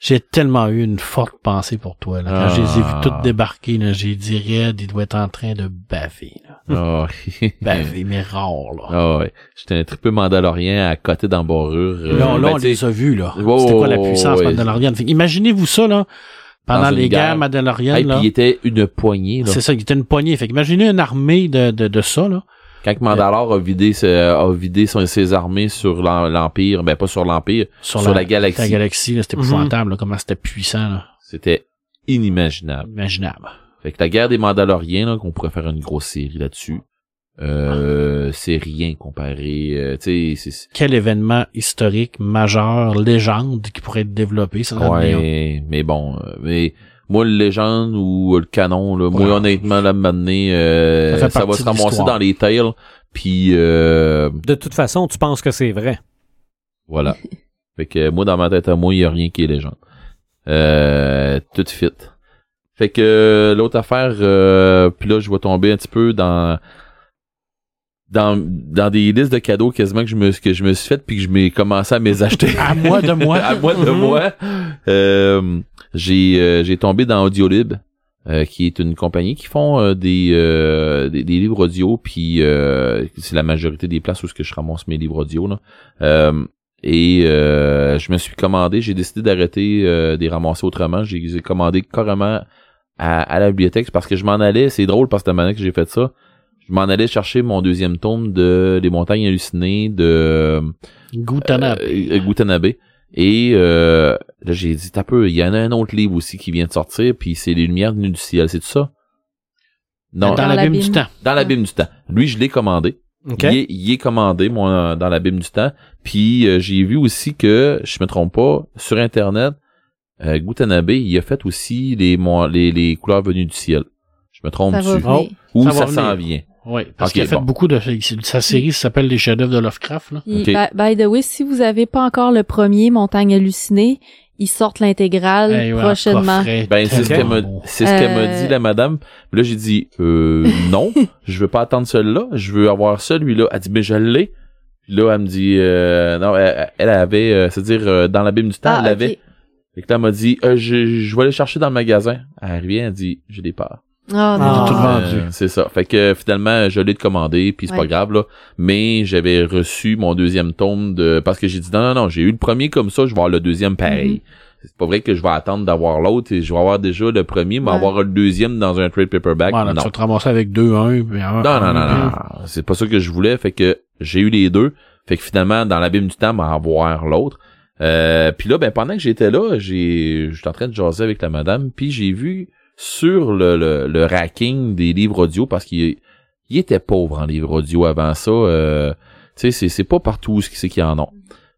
Speaker 3: J'ai tellement eu une forte pensée pour toi, là. Quand je les ai vus
Speaker 5: Ah.
Speaker 3: toutes débarquer, là, j'ai dit Red, il doit être en train de baver,
Speaker 5: Ah,
Speaker 3: là. (laughs) Baver, mais rare, là.
Speaker 5: ah ouais. J'étais un triple mandalorien à côté d'embarrure. euh,
Speaker 3: là, on- là,
Speaker 5: ben,
Speaker 3: on
Speaker 5: t'sais,
Speaker 3: les a vus, là.
Speaker 5: Ouais, ouais,
Speaker 3: C'était quoi
Speaker 5: ouais,
Speaker 3: la puissance
Speaker 5: ouais.
Speaker 3: mandalorienne? Fait que Imaginez-vous ça, là, pendant
Speaker 5: Dans une
Speaker 3: les guerres
Speaker 5: guerre.
Speaker 3: mandaloriennes,
Speaker 5: hey, puis
Speaker 3: là.
Speaker 5: il était une poignée là.
Speaker 3: C'est ça, il était une poignée. Fait qu'imaginez une armée de, de, de ça, là.
Speaker 5: Quand que Mandalore a vidé, ce- a vidé son- ses armées sur l'en- l'empire, ben pas sur l'empire, sur, la, galaxie,
Speaker 3: La galaxie, là, c'était
Speaker 1: Mhm.
Speaker 3: épouvantable, là, comment c'était puissant, là.
Speaker 5: c'était inimaginable.
Speaker 3: Imaginable.
Speaker 5: Fait que la guerre des Mandaloriens là, qu'on pourrait faire une grosse série là-dessus.
Speaker 3: Ah.
Speaker 5: Euh, c'est rien comparé. Euh, tu sais, c'est
Speaker 3: Quel événement historique, majeur, légende qui pourrait être développé, ça serait
Speaker 5: (laughs)
Speaker 3: bien.
Speaker 5: Ouais, mais bon, euh, mais moi le légende ou euh, le canon là,
Speaker 3: Ouais.
Speaker 5: moi honnêtement là maintenant euh,
Speaker 3: Ça
Speaker 5: ça,
Speaker 3: fait
Speaker 5: va
Speaker 3: partie
Speaker 5: se
Speaker 3: de
Speaker 5: ramasser
Speaker 3: l'histoire.
Speaker 5: dans les tails puis euh,
Speaker 1: De toute façon, tu penses que c'est vrai.
Speaker 5: voilà.
Speaker 3: (laughs)
Speaker 5: fait que moi dans ma tête à moi, il y a rien qui est légende. Euh, tout fit. Fait que euh, l'autre affaire euh, puis là je vais tomber un petit peu dans dans, dans des listes de cadeaux quasiment que je me que je me suis fait puis que je m'ai commencé à mes (laughs) acheter.
Speaker 3: À moi Mhm. de moi. (laughs)
Speaker 5: à moi de moi. Euh, j'ai euh, j'ai tombé dans Audiolib. euh, qui est une compagnie qui font euh, des, euh, des des livres audio puis euh, c'est la majorité des places où ce que je ramasse mes livres audio là. Euh, et euh, je me suis commandé, j'ai décidé d'arrêter euh, des ramasser autrement, j'ai j'ai commandé carrément à, à la bibliothèque parce que je m'en allais, c'est drôle parce que la manière que j'ai fait ça, je m'en allais chercher mon deuxième tome de Les montagnes hallucinées de
Speaker 3: Goutanap.
Speaker 5: euh, euh, Gutanabe. Et euh, là, j'ai dit, t'as peu, il y en a un autre livre aussi qui vient de sortir, puis c'est Les Lumières venues du ciel, c'est tout ça? Non,
Speaker 3: dans
Speaker 5: dans,
Speaker 4: Dans
Speaker 3: l'abîme
Speaker 4: l'abîme.
Speaker 3: du temps.
Speaker 5: l'abîme du temps. Lui, je l'ai commandé.
Speaker 1: OK.
Speaker 5: Il, est, il est commandé, moi, euh, dans l'abîme du temps. Puis euh, j'ai vu aussi que, je me trompe pas, sur Internet, euh, Gutanabe, il a fait aussi les, mon- les, les couleurs venues du ciel. Je me trompe
Speaker 4: Ça va
Speaker 5: dessus.
Speaker 1: Oh.
Speaker 4: venir.
Speaker 5: Ou
Speaker 3: Ça
Speaker 5: ça,
Speaker 3: va
Speaker 5: s'en
Speaker 3: venir.
Speaker 5: vient.
Speaker 3: Oui, parce
Speaker 5: Ok,
Speaker 3: qu'il a fait
Speaker 5: bon.
Speaker 3: beaucoup de... Sa série s'appelle Les chefs-d'œuvre de Lovecraft, là.
Speaker 4: Il-
Speaker 5: Ok.
Speaker 4: by, by the way, si vous avez pas encore le premier Montagne hallucinée, ils sortent l'intégrale
Speaker 3: Eh ouais,
Speaker 4: prochainement.
Speaker 3: coffret,
Speaker 5: Ben, c'est ce
Speaker 1: Ok.
Speaker 5: qu'elle
Speaker 3: tellement
Speaker 5: m'a,
Speaker 3: beau.
Speaker 5: c'est ce qu'elle m'a
Speaker 4: Euh,
Speaker 5: dit, la madame. Là, j'ai dit,
Speaker 4: (laughs)
Speaker 5: euh, non, je veux pas attendre celui-là, je veux avoir celui-là. Elle dit, mais je l'ai. Puis là, elle me dit, euh, non, elle, elle avait, euh, c'est-à-dire, euh, dans la Bible du temps,
Speaker 4: Ah,
Speaker 5: elle l'avait.
Speaker 4: ok.
Speaker 5: Fait que là, elle m'a dit, euh, je, je vais aller chercher dans le magasin. Elle revient, elle dit, je l'ai pas.
Speaker 4: Oh, non.
Speaker 1: Tout
Speaker 3: Ah.
Speaker 1: vendu.
Speaker 5: Euh, c'est ça. Fait que euh, finalement, je l'ai commandé, puis c'est pas
Speaker 4: Ouais.
Speaker 5: grave, là. Mais j'avais reçu mon deuxième tome de... Parce que j'ai dit, non, non, non, j'ai eu le premier comme ça, je vais avoir le deuxième pareil.
Speaker 4: Mhm.
Speaker 5: C'est pas vrai que je vais attendre d'avoir l'autre et je vais avoir déjà le premier, mais
Speaker 4: Ouais.
Speaker 5: avoir le deuxième dans un trade paperback.
Speaker 3: Voilà,
Speaker 5: non.
Speaker 3: tu vas te ramasser avec deux, un, puis un,
Speaker 5: Non,
Speaker 3: un,
Speaker 5: non, non,
Speaker 3: puis
Speaker 5: non. C'est pas ça que je voulais. Fait que j'ai eu les deux. Fait que finalement, dans l'abîme du temps, m'a avoir l'autre. Euh, puis là, ben pendant que j'étais là, j'ai, j'étais en train de jaser avec la madame, puis j'ai vu sur le, le, le racking des livres audio parce qu'il il était pauvre en livres audio avant ça. Euh, tu sais, c'est, c'est pas partout où c'est qu'ils en ont.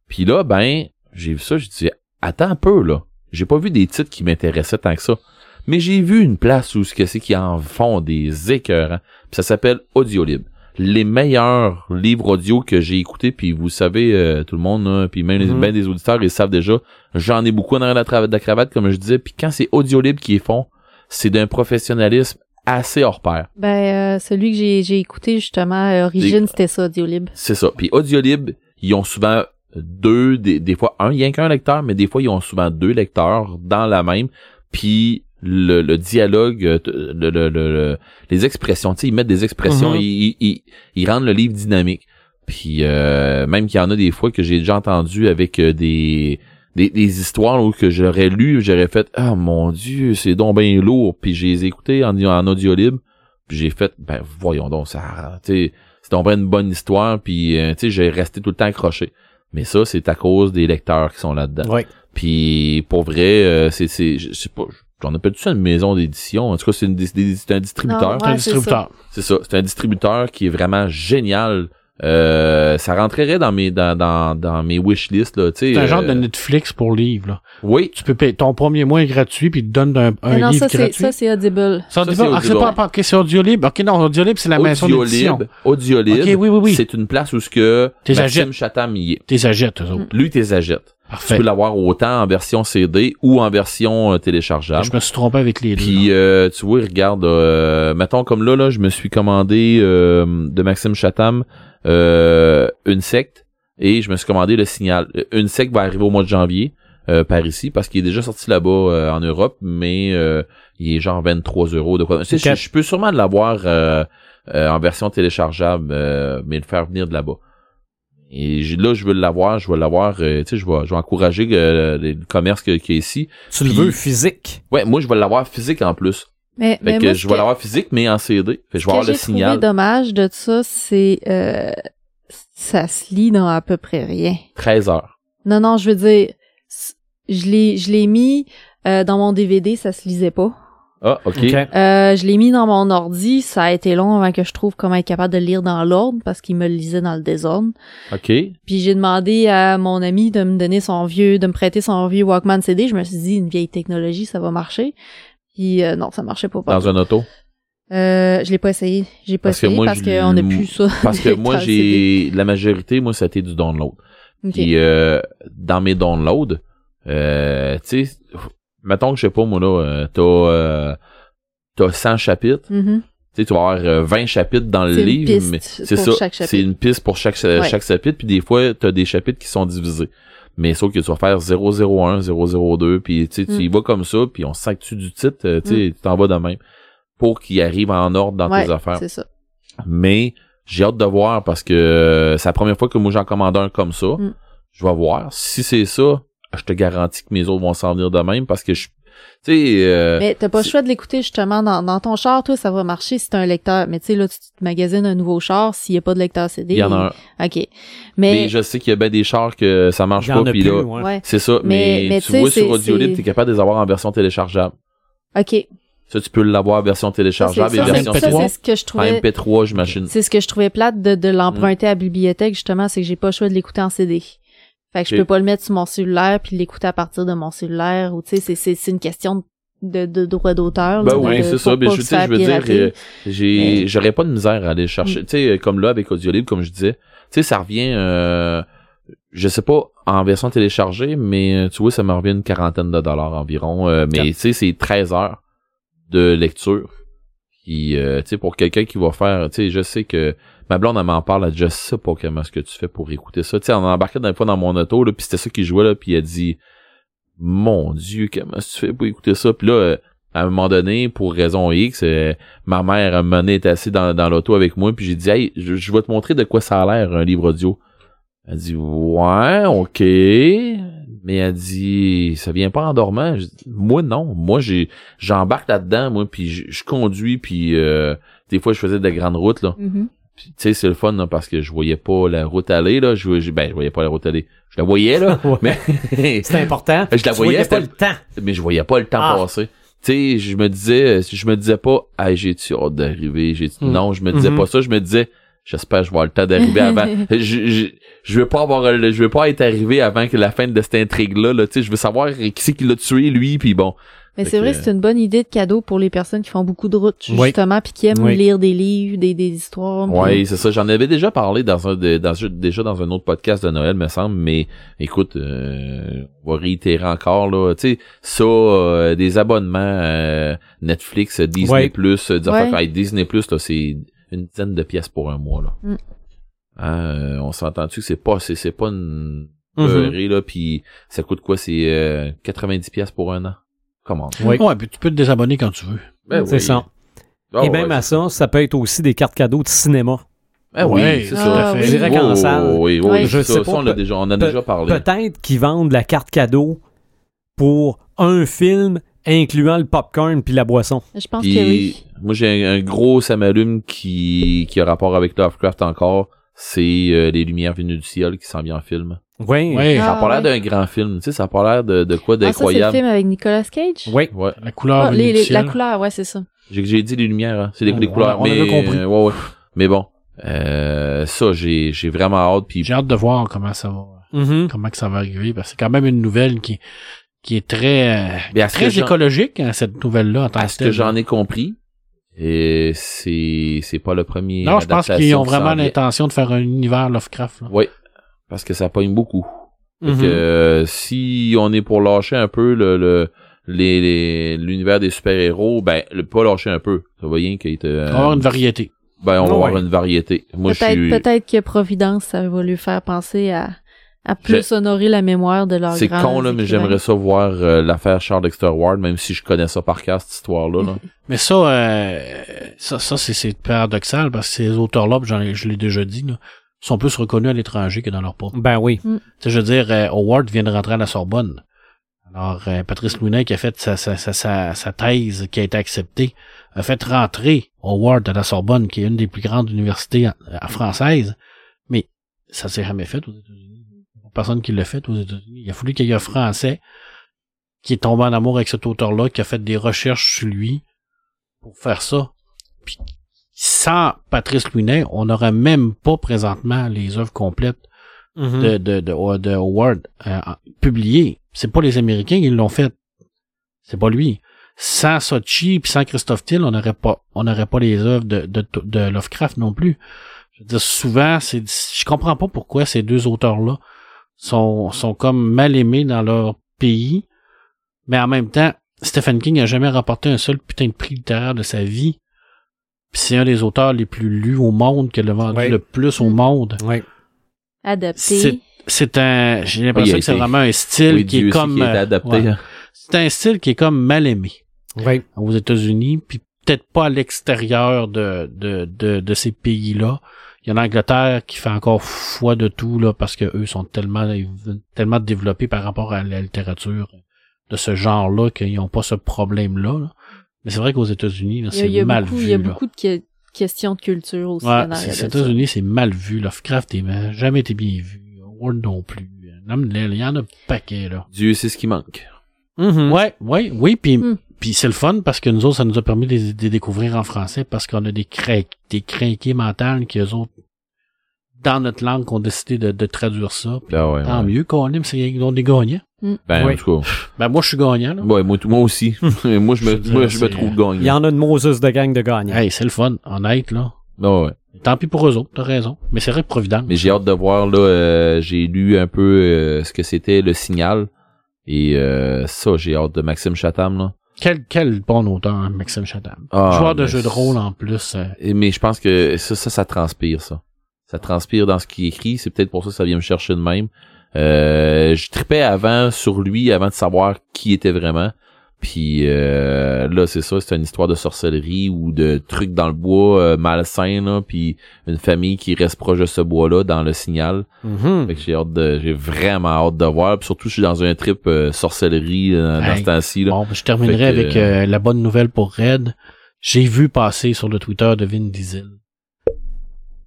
Speaker 5: Puis là, ben, j'ai vu ça, je disais, attends un peu là. J'ai pas vu des titres qui m'intéressaient tant que ça. Mais j'ai vu une place où ce que c'est qui en font des écœurants. Puis ça s'appelle Audiolib. Les meilleurs livres audio que j'ai écoutés, puis vous savez, euh, tout le monde, là, puis même les,
Speaker 1: Mhm.
Speaker 5: ben des auditeurs, ils savent déjà, j'en ai beaucoup en arrière de la, tra- de la cravate, comme je disais, puis quand c'est Audiolib qui les font, c'est d'un professionnalisme assez hors pair.
Speaker 4: Ben, euh, celui que j'ai, j'ai écouté justement, euh, Origine, c'était ça, Audiolib.
Speaker 5: C'est ça. Puis Audiolib, ils ont souvent deux, des, des fois un, il y a qu'un lecteur, mais des fois ils ont souvent deux lecteurs dans la même. Puis le, le dialogue, euh, t- le, le- le- le- les expressions, tu sais, ils mettent des expressions,
Speaker 1: Mhm.
Speaker 5: ils, ils- ils- ils rendent le livre dynamique. Puis euh, même qu'il y en a des fois que j'ai déjà entendu avec euh, des, des des histoires où que j'aurais lu, j'aurais fait ah mon dieu, c'est donc bien lourd. Puis j'ai écouté en, en audio libre, puis j'ai fait ben voyons donc ça, tu sais, c'est tombé une bonne histoire, puis euh, tu sais, j'ai resté tout le temps accroché. Mais ça, c'est à cause des lecteurs qui sont là-dedans.
Speaker 1: Ouais.
Speaker 5: Puis pour vrai, euh, c'est, c'est, je sais pas, j'en appelle ça une maison d'édition. En tout cas, c'est, une, dis- des- c'est un distributeur.
Speaker 4: Non,
Speaker 3: un.
Speaker 4: Ouais,
Speaker 3: un
Speaker 4: c'est
Speaker 3: distributeur.
Speaker 5: C'est ça, c'est un distributeur qui est vraiment génial. Euh, ça rentrerait dans mes dans dans, dans mes wishlists là, tu sais.
Speaker 3: C'est un genre de
Speaker 5: euh,
Speaker 3: Netflix pour livres, là.
Speaker 5: Oui,
Speaker 3: Tu peux payer, ton premier mois est gratuit, puis il te donne un, un
Speaker 4: Mais non,
Speaker 3: livre
Speaker 4: ça c'est,
Speaker 3: gratuit.
Speaker 4: ça, c'est Audible.
Speaker 5: Ça,
Speaker 3: Ça, c'est
Speaker 5: c'est
Speaker 3: pas, ah, c'est
Speaker 5: Audible.
Speaker 3: pas, pas- ok, c'est Audiolib. Ok, non, Audiolib, c'est la maison d'édition.
Speaker 5: Audiolib, Audiolib.
Speaker 3: Ok, oui, oui, oui.
Speaker 5: C'est une place où ce que
Speaker 3: T'es
Speaker 5: Maxime
Speaker 3: agite.
Speaker 5: Chatham y est.
Speaker 3: T'es achètes, eux autres.
Speaker 5: Lui, t'es agite. Tu
Speaker 3: Parfait.
Speaker 5: peux l'avoir autant en version CD ou en version euh, téléchargeable.
Speaker 3: Je me suis trompé avec les deux.
Speaker 5: Puis euh, tu vois, regarde, euh, mettons comme là, là, je me suis commandé euh, de Maxime Chatham euh, une secte et je me suis commandé le signal. Euh, Une secte va arriver au mois de janvier euh, par ici parce qu'il est déjà sorti là-bas euh, en Europe, mais euh, il est genre 23 euros de quoi. Tu sais,
Speaker 1: Ok.
Speaker 5: je, je peux sûrement l'avoir euh, euh, en version téléchargeable, euh, mais le faire venir de là-bas. Et j'ai- là, je veux l'avoir, je veux l'avoir, euh, tu sais, je vais, je vais encourager euh, le le commerce que- qui est ici.
Speaker 1: Tu le
Speaker 5: Puis-
Speaker 1: veux physique.
Speaker 5: Ouais, moi, je vais l'avoir physique en plus.
Speaker 4: Mais,
Speaker 5: Fait
Speaker 4: mais
Speaker 5: que
Speaker 4: moi, ce
Speaker 5: je vais
Speaker 4: que-
Speaker 5: l'avoir physique, mais en CD. Fait que je vais
Speaker 4: Ce
Speaker 5: avoir
Speaker 4: que j'ai
Speaker 5: le signal
Speaker 4: trouvé dommage de ça, c'est euh, ça se lit dans à peu près rien.
Speaker 5: 13 heures.
Speaker 4: Non, non, je veux dire, s- je l'ai, je l'ai mis euh, dans mon DVD, ça se lisait pas.
Speaker 5: Ah, OK.
Speaker 1: OK.
Speaker 4: Euh, je l'ai mis dans mon ordi, ça a été long avant que je trouve comment être capable de le lire dans l'ordre parce qu'il me le lisait dans le désordre.
Speaker 5: OK.
Speaker 4: Puis j'ai demandé à mon ami de me donner son vieux, de me prêter son vieux Walkman CD. Je me suis dit une vieille technologie, ça va marcher. Puis euh, non, ça marchait pas.
Speaker 5: Dans un auto.
Speaker 4: Euh, je l'ai pas essayé. J'ai pas
Speaker 5: Parce que
Speaker 4: essayé
Speaker 5: moi,
Speaker 4: parce
Speaker 5: je
Speaker 4: qu'on n'a
Speaker 5: l'ai-
Speaker 4: plus ça.
Speaker 5: Parce que
Speaker 4: (laughs)
Speaker 5: moi,
Speaker 4: dans le CD.
Speaker 5: j'ai... La majorité, moi, ça a été du download.
Speaker 4: Ok.
Speaker 5: Puis euh, dans mes downloads, euh, tu sais, mettons que, je sais pas, moi, là, euh, t'as... euh, t'as 100 chapitres.
Speaker 4: Mhm.
Speaker 5: Tu sais, tu vas avoir euh, 20 chapitres dans le
Speaker 4: C'est une
Speaker 5: livre.
Speaker 4: piste
Speaker 5: mais
Speaker 4: pour
Speaker 5: c'est ça.
Speaker 4: chaque chapitre.
Speaker 5: C'est une piste pour chaque,
Speaker 4: Ouais.
Speaker 5: chaque chapitre. Puis des fois, t'as des chapitres qui sont divisés. mais sauf que tu vas faire 001, 002, puis tu sais,
Speaker 4: Mm.
Speaker 5: tu y vas comme ça, puis on s'actue du titre, euh, tu sais, tu t'en vas de même, pour qu'il arrive en ordre dans
Speaker 4: Ouais,
Speaker 5: tes affaires.
Speaker 4: C'est ça.
Speaker 5: Mais j'ai hâte de voir parce que euh, c'est la première fois que moi j'en commande un comme ça.
Speaker 4: Mm.
Speaker 5: Je vais voir. Si c'est ça, je te garantis que mes autres vont s'en venir de même parce que je... Tu sais... euh,
Speaker 4: Mais t'as pas le
Speaker 5: c'est-
Speaker 4: choix de l'écouter justement dans, dans ton char, toi, ça va marcher si t'as un lecteur. Mais tu sais, là, tu te magasines un nouveau char s'il y a pas de lecteur CD.
Speaker 5: il y en a un.
Speaker 4: OK.
Speaker 5: Mais,
Speaker 4: Mais,
Speaker 5: je sais qu'il y a bien des chars que ça marche
Speaker 1: Il y en
Speaker 5: pas,
Speaker 1: a
Speaker 5: puis
Speaker 1: plus,
Speaker 5: là...
Speaker 1: ouais.
Speaker 4: ouais.
Speaker 5: C'est ça,
Speaker 4: Mais-
Speaker 5: mais,
Speaker 4: mais tu
Speaker 5: tu
Speaker 4: sais,
Speaker 5: vois
Speaker 4: c'est-
Speaker 5: sur Audiolib,
Speaker 4: c'est-
Speaker 5: t'es capable de les avoir en version téléchargeable.
Speaker 4: OK.
Speaker 5: Ça, tu peux l'avoir en version
Speaker 4: Ça, c'est-
Speaker 5: téléchargeable et
Speaker 4: ça, c'est-
Speaker 5: version
Speaker 4: ça,
Speaker 5: CD.
Speaker 4: c'est ce que je
Speaker 5: En
Speaker 4: trouvais.
Speaker 5: MP3, j'imagine.
Speaker 4: C'est ce que je trouvais plate de, de l'emprunter à la bibliothèque, justement, c'est que j'ai pas le choix de l'écouter en CD. Fait que je
Speaker 5: Ok.
Speaker 4: peux pas le mettre sur mon cellulaire puis l'écouter à partir de mon cellulaire ou tu sais, c'est- c'est c'est une question de, de droit d'auteur.
Speaker 5: Ben
Speaker 4: là,
Speaker 5: oui,
Speaker 4: de-
Speaker 5: c'est
Speaker 4: faut
Speaker 5: ça.
Speaker 4: pas
Speaker 5: Mais je,
Speaker 4: se
Speaker 5: tu sais,
Speaker 4: faire
Speaker 5: je veux dire,
Speaker 4: pirater.
Speaker 5: euh, j'ai,
Speaker 4: Mais-
Speaker 5: j'aurais pas de misère à aller chercher. Tu sais, comme là, avec Audiolib, comme je disais, tu sais, ça revient, euh, je sais pas, en version téléchargée, mais euh, tu vois, ça me revient une quarantaine de dollars environ. euh, mais
Speaker 1: Quatre.
Speaker 5: tu sais, c'est 13 heures de lecture. Puis, euh, tu sais, pour quelqu'un qui va faire, tu sais, je sais que ma blonde, elle m'en parle, elle dit, je sais pas comment est-ce que tu fais pour écouter ça. Tu sais, on embarquait d'un fois dans mon auto, là, puis c'était ça qui jouait, là, puis elle dit, mon Dieu, comment est-ce que tu fais pour écouter ça? Puis là, euh, à un moment donné, pour raison X, euh, ma mère, à un moment donné, était assise dans, dans l'auto avec moi, puis j'ai dit, hey, je, je vais te montrer de quoi ça a l'air, un livre audio. Elle dit, ouais, ok. Mais elle dit, ça vient pas en dormant. Je dis, moi, non. Moi, j'ai, j'embarque là-dedans, moi, puis je, je conduis, puis euh, des fois, je faisais de grandes routes, là.
Speaker 4: Mhm.
Speaker 5: Puis, tu sais, c'est le fun, là, parce que je voyais pas la route aller, là. Je, je- ben, je voyais pas la route aller. Je la voyais, là.
Speaker 1: Ouais.
Speaker 5: (laughs) mais,
Speaker 1: (laughs) C'est important.
Speaker 5: Je la
Speaker 1: Tu
Speaker 5: voyais,
Speaker 1: pas
Speaker 5: c'était-
Speaker 1: le temps.
Speaker 5: mais je voyais pas le temps
Speaker 1: Ah.
Speaker 5: passer. Tu sais, je me disais, je me disais pas, ah, j'ai-tu hâte d'arriver, j'ai
Speaker 1: Mm.
Speaker 5: non, je me disais
Speaker 1: Mhm.
Speaker 5: pas ça, je me disais, j'espère que je vais avoir le temps d'arriver avant. je, je, je veux pas avoir, le- je veux pas être arrivé avant que la fin de cette intrigue-là, là, tu sais, je veux savoir qui c'est qui l'a tué, lui, puis bon.
Speaker 4: Mais
Speaker 5: Fait
Speaker 4: c'est vrai,
Speaker 5: que-
Speaker 4: c'est une bonne idée de cadeau pour les personnes qui font beaucoup de routes,
Speaker 1: Oui.
Speaker 4: justement, puis qui aiment
Speaker 1: Oui.
Speaker 4: lire des livres, des, des histoires. puis-
Speaker 5: Ouais, c'est ça. J'en avais déjà parlé dans un, de- dans, déjà dans un autre podcast de Noël, me semble. Mais écoute, euh, on va réitérer encore là. Tu sais, ça, euh, des abonnements euh, Netflix, euh, Disney
Speaker 1: Ouais.
Speaker 5: Plus, euh, des
Speaker 4: Ouais.
Speaker 5: affaires comme- hey, Disney Plus là, c'est une dizaine de pièces pour un mois là.
Speaker 4: Mm.
Speaker 5: Hein, euh, on s'entend-tu que c'est pas, c'est, c'est pas une
Speaker 1: Mhm.
Speaker 5: beurrée là. Puis ça coûte quoi C'est euh, 90 pièces pour un an. Comment
Speaker 1: Oui.
Speaker 3: Ouais, puis tu peux te désabonner quand tu veux.
Speaker 5: Ben
Speaker 1: C'est
Speaker 5: oui.
Speaker 1: ça.
Speaker 5: Ah
Speaker 1: Et même
Speaker 5: ouais,
Speaker 1: à ça, ça peut être aussi des cartes cadeaux de cinéma.
Speaker 5: ben oui,
Speaker 3: Ouais,
Speaker 5: c'est
Speaker 3: tout
Speaker 5: ça.
Speaker 3: à fait.
Speaker 4: Ah oui.
Speaker 1: Direct en
Speaker 5: Oh,
Speaker 1: salle.
Speaker 5: Oui, oui,
Speaker 4: Ouais.
Speaker 5: je
Speaker 1: Je
Speaker 5: ça,
Speaker 1: sais
Speaker 5: ça,
Speaker 1: pas,
Speaker 5: on l'a
Speaker 1: peut-
Speaker 5: déjà, on en a
Speaker 1: peut-
Speaker 5: déjà parlé.
Speaker 1: Peut-être qu'ils vendent la carte cadeau pour un film incluant le popcorn puis la boisson.
Speaker 4: Je pense
Speaker 5: Puis,
Speaker 4: que oui. Ah,
Speaker 5: moi, j'ai un, un gros ça m'allume qui, qui a rapport avec Lovecraft encore. C'est euh, Les Lumières venues du ciel qui s'en vient en film.
Speaker 1: Oui.
Speaker 3: Ouais,
Speaker 5: Ça a
Speaker 4: Ah,
Speaker 5: pas l'air
Speaker 4: ouais.
Speaker 5: d'un grand film. Tu sais, ça a pas l'air de, de quoi
Speaker 4: Ah, ça, c'est le
Speaker 5: d'incroyable.
Speaker 4: film avec Nicolas Cage?
Speaker 1: Oui.
Speaker 5: ouais.
Speaker 3: la couleur
Speaker 4: Ah,
Speaker 3: venue
Speaker 4: les-
Speaker 3: du
Speaker 4: les-
Speaker 3: ciel.
Speaker 4: la couleur, ouais, c'est ça.
Speaker 5: J'ai, j'ai dit les lumières, hein. c'est des,
Speaker 3: On-
Speaker 5: des
Speaker 3: on-
Speaker 5: couleurs.
Speaker 3: Oh, on
Speaker 5: mais,
Speaker 3: avait compris.
Speaker 5: euh, ouais, ouais. mais bon, euh, ça, j'ai, j'ai vraiment hâte. Puis,
Speaker 3: J'ai hâte de voir comment ça va,
Speaker 1: Mhm.
Speaker 3: comment que ça va arriver, parce que c'est quand même une nouvelle qui, qui est très, euh,
Speaker 5: Mais à ce que
Speaker 3: très
Speaker 5: j'en-
Speaker 3: écologique, hein, cette nouvelle-là, en tant
Speaker 5: à ce que
Speaker 3: telle.
Speaker 5: j'en ai compris, et c'est, c'est pas le premier.
Speaker 3: Non, je pense qu'ils ont vraiment
Speaker 5: l'intention.
Speaker 3: l'intention de faire un univers Lovecraft. là.
Speaker 5: Oui, parce que ça pogne beaucoup. Fait
Speaker 1: Mhm.
Speaker 5: que, euh, si on est pour lâcher un peu le, le- les, les- l'univers des super-héros, ben, le, pas lâcher un peu. Ça va rien qu'il te,
Speaker 3: Il va y avoir une variété.
Speaker 5: ben, on va
Speaker 1: Ouais.
Speaker 5: avoir une variété. Moi, je
Speaker 4: Peut-être
Speaker 5: suis,
Speaker 4: peut-être que Providence, ça va lui faire penser à, à plus honorer la mémoire de leur
Speaker 5: c'est con, là, mais j'aimerais ça voir euh, l'affaire Charles Dexter Ward, même si je connais ça par cœur, cette histoire-là, là.
Speaker 3: Mais ça, euh, ça, ça c'est, c'est paradoxal parce que ces auteurs-là, puis j'en ai- je l'ai déjà dit, là, sont plus reconnus à l'étranger que dans leur propre.
Speaker 1: Ben oui.
Speaker 3: Tu sais, je veux dire, euh, Howard vient de rentrer à la Sorbonne. Alors, euh, Patrice Louinet, qui a fait sa, sa, sa, sa, sa thèse qui a été acceptée, a fait rentrer Howard à la Sorbonne, qui est une des plus grandes universités en- euh, en françaises. Mais ça s'est jamais fait aux États-Unis. Personne qui l'a fait aux États-Unis. Il a fallu qu'il y ait un Français qui est tombé en amour avec cet auteur-là, qui a fait des recherches sur lui pour faire ça. Puis, sans Patrice Louinet, on n'aurait même pas présentement les œuvres complètes
Speaker 5: Euh,
Speaker 1: Mhm.
Speaker 3: de, de, de, de Howard euh, en- publié. C'est pas les Américains qui l'ont fait. C'est pas lui. Sans Sochi puis sans Christophe Till, on n'aurait pas, on n'aurait pas les œuvres de, de, de Lovecraft non plus. Je veux dire, souvent, c'est, je comprends pas pourquoi ces deux auteurs-là sont, sont comme mal aimés dans leur pays. Mais en même temps, Stephen King a jamais remporté un seul putain de prix littéraire de sa vie. Puis c'est un des auteurs les plus lus au monde, qui l'a vendu
Speaker 1: Ouais.
Speaker 3: le plus au
Speaker 4: Mm.
Speaker 3: monde.
Speaker 1: Ouais.
Speaker 4: Adapté.
Speaker 3: C'est- c'est un, j'ai l'impression
Speaker 5: Oui,
Speaker 3: que c'est
Speaker 5: été-
Speaker 3: vraiment un style
Speaker 5: Oui,
Speaker 3: qui
Speaker 5: Dieu
Speaker 3: est
Speaker 5: sait
Speaker 3: comme,
Speaker 5: qui est
Speaker 3: euh,
Speaker 5: adapté.
Speaker 3: ouais. c'est un style qui est comme mal aimé
Speaker 1: Oui.
Speaker 3: aux États-Unis, puis peut-être pas à l'extérieur de, de, de, de ces pays-là. Il y a l'Angleterre qui fait encore foi de tout, là, parce que eux sont tellement, tellement développés par rapport à la littérature de ce genre-là qu'ils n'ont pas ce problème-là. là. Mais c'est vrai qu'aux États-Unis, là,
Speaker 4: Il y a, il y
Speaker 3: c'est
Speaker 4: a
Speaker 3: mal
Speaker 4: beaucoup,
Speaker 3: vu.
Speaker 4: il y a
Speaker 3: là.
Speaker 4: beaucoup de que- questions de culture aussi.
Speaker 3: Ouais,
Speaker 4: en arrière
Speaker 3: c'est-
Speaker 4: de
Speaker 3: aux
Speaker 4: ça.
Speaker 3: États-Unis, c'est mal vu. Lovecraft n'a jamais été bien vu. Ward non plus. Nomme-les, là, il y en a un paquet, là.
Speaker 5: Dieu sait ce qui manque.
Speaker 1: Hmm. Mhm.
Speaker 3: Ouais, ouais, oui, puis
Speaker 4: Hmm.
Speaker 3: puis c'est le fun parce que nous autres, ça nous a permis de les de les découvrir en français parce qu'on a des cra des crinqués mentales qui eux autres, dans notre langue, qui ont décidé de, de traduire ça. Puis
Speaker 5: Ah ouais,
Speaker 3: Tant
Speaker 5: ouais.
Speaker 3: mieux qu'on aime, c'est qu'ils ont des gagnants.
Speaker 5: Ben,
Speaker 1: Oui.
Speaker 5: en tout cas.
Speaker 3: Ben moi, je suis gagnant, là.
Speaker 5: Ouais, moi, t- moi aussi. moi, je
Speaker 3: Je
Speaker 5: me,
Speaker 3: veux dire,
Speaker 5: moi, je me
Speaker 3: c'est-
Speaker 5: trouve
Speaker 1: Il y
Speaker 5: gagnant.
Speaker 1: en a une Moses de gang de gagnants.
Speaker 3: Hey, c'est le fun, honnête, là.
Speaker 5: Ah ouais.
Speaker 3: Tant pis pour eux autres, t'as raison. Mais c'est vrai que Providence.
Speaker 5: Mais j'ai hâte de voir, là, euh, j'ai lu un peu euh, ce que c'était le signal. Et euh, ça, j'ai hâte de Maxime Chatham, là.
Speaker 3: Quel, quel bon auteur, hein, Maxime Chatham.
Speaker 5: Ah,
Speaker 3: Joueur de
Speaker 5: mais
Speaker 3: jeu de
Speaker 5: c'est-
Speaker 3: rôle en plus. euh,
Speaker 5: Et- Mais je pense que ça, ça, ça transpire, ça. Ça transpire dans ce qu'il écrit. C'est peut-être pour ça que ça vient me chercher de même. Euh, je tripais avant sur lui, avant de savoir qui était vraiment. Puis euh, là, c'est ça, c'est une histoire de sorcellerie ou de trucs dans le bois euh, malsain, là, puis une famille qui reste proche de ce bois-là dans le signal.
Speaker 1: Mhm.
Speaker 5: Fait que j'ai hâte de, j'ai vraiment hâte de voir. Puis surtout, je suis dans un trip euh, sorcellerie euh, dans
Speaker 3: Hey,
Speaker 5: ce temps-ci. Là.
Speaker 3: Bon, ben, je terminerai
Speaker 5: Fait que-
Speaker 3: avec euh, la bonne nouvelle pour Red. J'ai vu passer sur le Twitter de Vin Diesel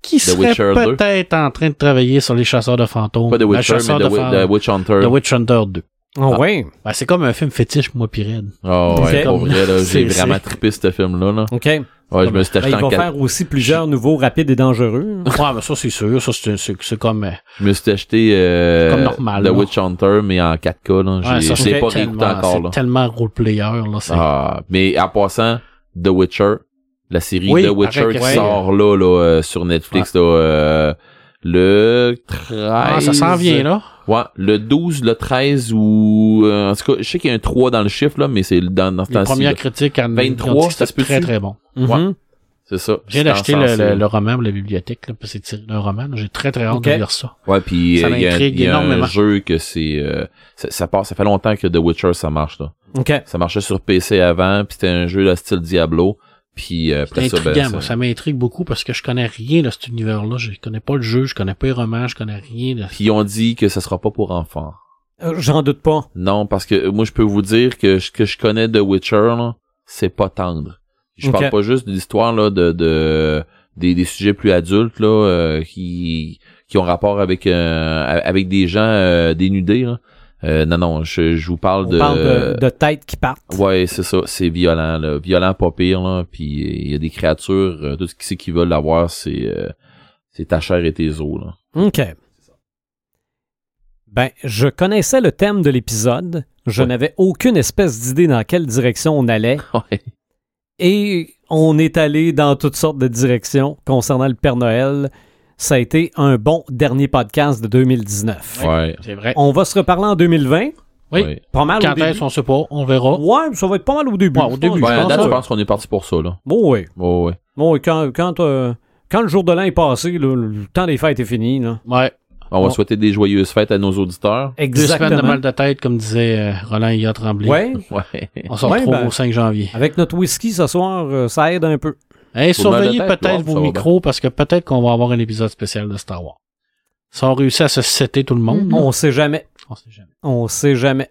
Speaker 3: qui serait
Speaker 5: Witcher 2.
Speaker 3: peut-être en train de travailler sur les chasseurs de fantômes.
Speaker 5: Pas The
Speaker 3: La
Speaker 5: Witcher, mais
Speaker 3: chasseur
Speaker 5: The,
Speaker 3: de fan-
Speaker 5: Wi- The Witch Hunter.
Speaker 3: The Witch Hunter 2.
Speaker 1: Oh, ouais.
Speaker 3: Ben, c'est comme un film fétiche, moi pis Red.
Speaker 5: Ah ouais,
Speaker 1: Ok.
Speaker 5: pour vrai, là, j'ai
Speaker 3: C'est-
Speaker 5: vraiment
Speaker 3: c'est-
Speaker 5: trippé ce film-là. Là.
Speaker 1: OK.
Speaker 5: Ouais, je me suis
Speaker 1: Ben,
Speaker 5: acheté
Speaker 1: ils
Speaker 5: en
Speaker 1: vont
Speaker 5: quatre-
Speaker 1: faire aussi plusieurs nouveaux rapides et dangereux.
Speaker 3: Ouais, mais ça, c'est sûr. Ça, c'est, c'est, c'est comme... euh,
Speaker 5: Je me suis acheté euh,
Speaker 3: Comme normal,
Speaker 5: The
Speaker 3: là.
Speaker 5: Witch Hunter, mais en 4K. Là.
Speaker 3: ouais,
Speaker 5: J'ai-
Speaker 3: ça,
Speaker 5: je l'ai
Speaker 3: c'est
Speaker 5: pas réécouté
Speaker 3: tellement,
Speaker 5: encore.
Speaker 3: c'est
Speaker 5: Là.
Speaker 3: tellement role-player, là. C'est,
Speaker 5: Ah, mais en passant, The Witcher, la série
Speaker 3: Oui,
Speaker 5: The Witcher
Speaker 3: pareil,
Speaker 5: qui
Speaker 3: ouais.
Speaker 5: sort là, là euh, sur Netflix là, euh, le 13...
Speaker 3: Ah, ça s'en vient, là.
Speaker 5: Ouais, le 12, le 13 ou... euh, en tout cas, je sais qu'il y a un 3 dans le chiffre, là, mais c'est dans, dans ce
Speaker 3: Les
Speaker 5: temps-ci.
Speaker 3: premières
Speaker 5: là.
Speaker 3: critiques en
Speaker 5: 23,
Speaker 3: ils ont dit que
Speaker 5: ça se
Speaker 3: c'était très,
Speaker 5: peut-tu?
Speaker 3: très bon.
Speaker 1: Mhm.
Speaker 5: C'est ça.
Speaker 3: Je viens
Speaker 5: C'est
Speaker 3: d'acheter le,
Speaker 5: encensé,
Speaker 3: le,
Speaker 5: là.
Speaker 3: le roman pour la bibliothèque, là, parce que c'est tiré d'un roman. là. J'ai très, très hâte
Speaker 1: Ok.
Speaker 3: de lire ça.
Speaker 5: Ouais, puis
Speaker 3: Ça
Speaker 5: euh, il y a, un-
Speaker 3: m'intrigue
Speaker 5: il y a un
Speaker 3: énormément.
Speaker 5: jeu que c'est euh, ça, ça part, ça fait longtemps que The Witcher ça marche là.
Speaker 1: OK.
Speaker 5: Ça marchait sur PC avant, puis c'était un jeu de style Diablo, puis euh, après
Speaker 3: C'est
Speaker 5: ça ben,
Speaker 3: intriguant,
Speaker 5: ça-
Speaker 3: moi. Ça m'intrigue beaucoup parce que je connais rien de cet univers-là. Je connais pas le jeu, je connais pas les romans, je connais rien de...
Speaker 5: puis on dit que ça sera pas pour enfants.
Speaker 1: Euh, J'en doute pas.
Speaker 5: Non, parce que euh, moi je peux vous dire que ce que je connais de Witcher là, c'est pas tendre. Je
Speaker 1: Ok.
Speaker 5: parle pas juste de l'histoire là de, de des, des sujets plus adultes là euh, qui qui ont rapport avec euh, avec des gens euh, dénudés. là. Euh, non non, je, je vous parle
Speaker 1: On
Speaker 5: de
Speaker 1: parle de, de têtes qui partent.
Speaker 5: Ouais, c'est ça, c'est violent, là. Violent pas pire, là. Puis il y a des créatures, euh, tout ce qui c'est qui veulent l'avoir, c'est euh, c'est ta chair et tes os, là.
Speaker 1: OK. Ben, je connaissais le thème de l'épisode. Je
Speaker 5: Ouais.
Speaker 1: n'avais aucune espèce d'idée dans quelle direction on allait.
Speaker 5: Ouais.
Speaker 1: Et on est allé dans toutes sortes de directions concernant le Père Noël. Ça a été un bon dernier podcast de 2019.
Speaker 5: Ouais.
Speaker 3: C'est vrai.
Speaker 1: On va se reparler en 2020.
Speaker 3: Oui.
Speaker 5: ouais.
Speaker 1: Pas mal au
Speaker 3: Quand
Speaker 1: début.
Speaker 3: est-ce, on sait pas. On verra.
Speaker 1: Ouais, ça va être pas mal au début.
Speaker 3: Oh. Ouais, au
Speaker 1: je
Speaker 3: début,
Speaker 1: pense.
Speaker 5: Ouais, à
Speaker 3: pense
Speaker 5: date,
Speaker 3: ça.
Speaker 5: je pense qu'on est parti pour ça, là.
Speaker 1: Bon, ouais.
Speaker 5: Ouais, ouais.
Speaker 1: Bon, ouais, quand, quand, euh, quand le jour de l'an est passé, là, le temps des fêtes est fini. Là.
Speaker 3: Ouais.
Speaker 5: On va
Speaker 1: Bon.
Speaker 5: souhaiter des joyeuses fêtes à nos auditeurs.
Speaker 3: Deux semaines de
Speaker 1: Exactement.
Speaker 3: mal de tête, comme disait euh, Roland hier Tremblay.
Speaker 1: (laughs) Ouais.
Speaker 5: Ouais.
Speaker 3: On se
Speaker 1: Ouais,
Speaker 3: retrouve
Speaker 1: ben-
Speaker 3: au 5 janvier.
Speaker 1: Avec notre whisky ce soir, euh, ça aide un peu.
Speaker 3: Hey,
Speaker 5: Faut le mal de
Speaker 3: surveillez
Speaker 5: tête,
Speaker 3: peut-être
Speaker 5: ouais, ça
Speaker 3: vos
Speaker 5: va
Speaker 3: micros parce que peut-être qu'on va avoir un épisode spécial de Star Wars. Si on réussit à se setter tout le monde,
Speaker 4: Mhm.
Speaker 3: hein?
Speaker 1: On sait jamais.
Speaker 3: on sait jamais.
Speaker 1: On sait jamais.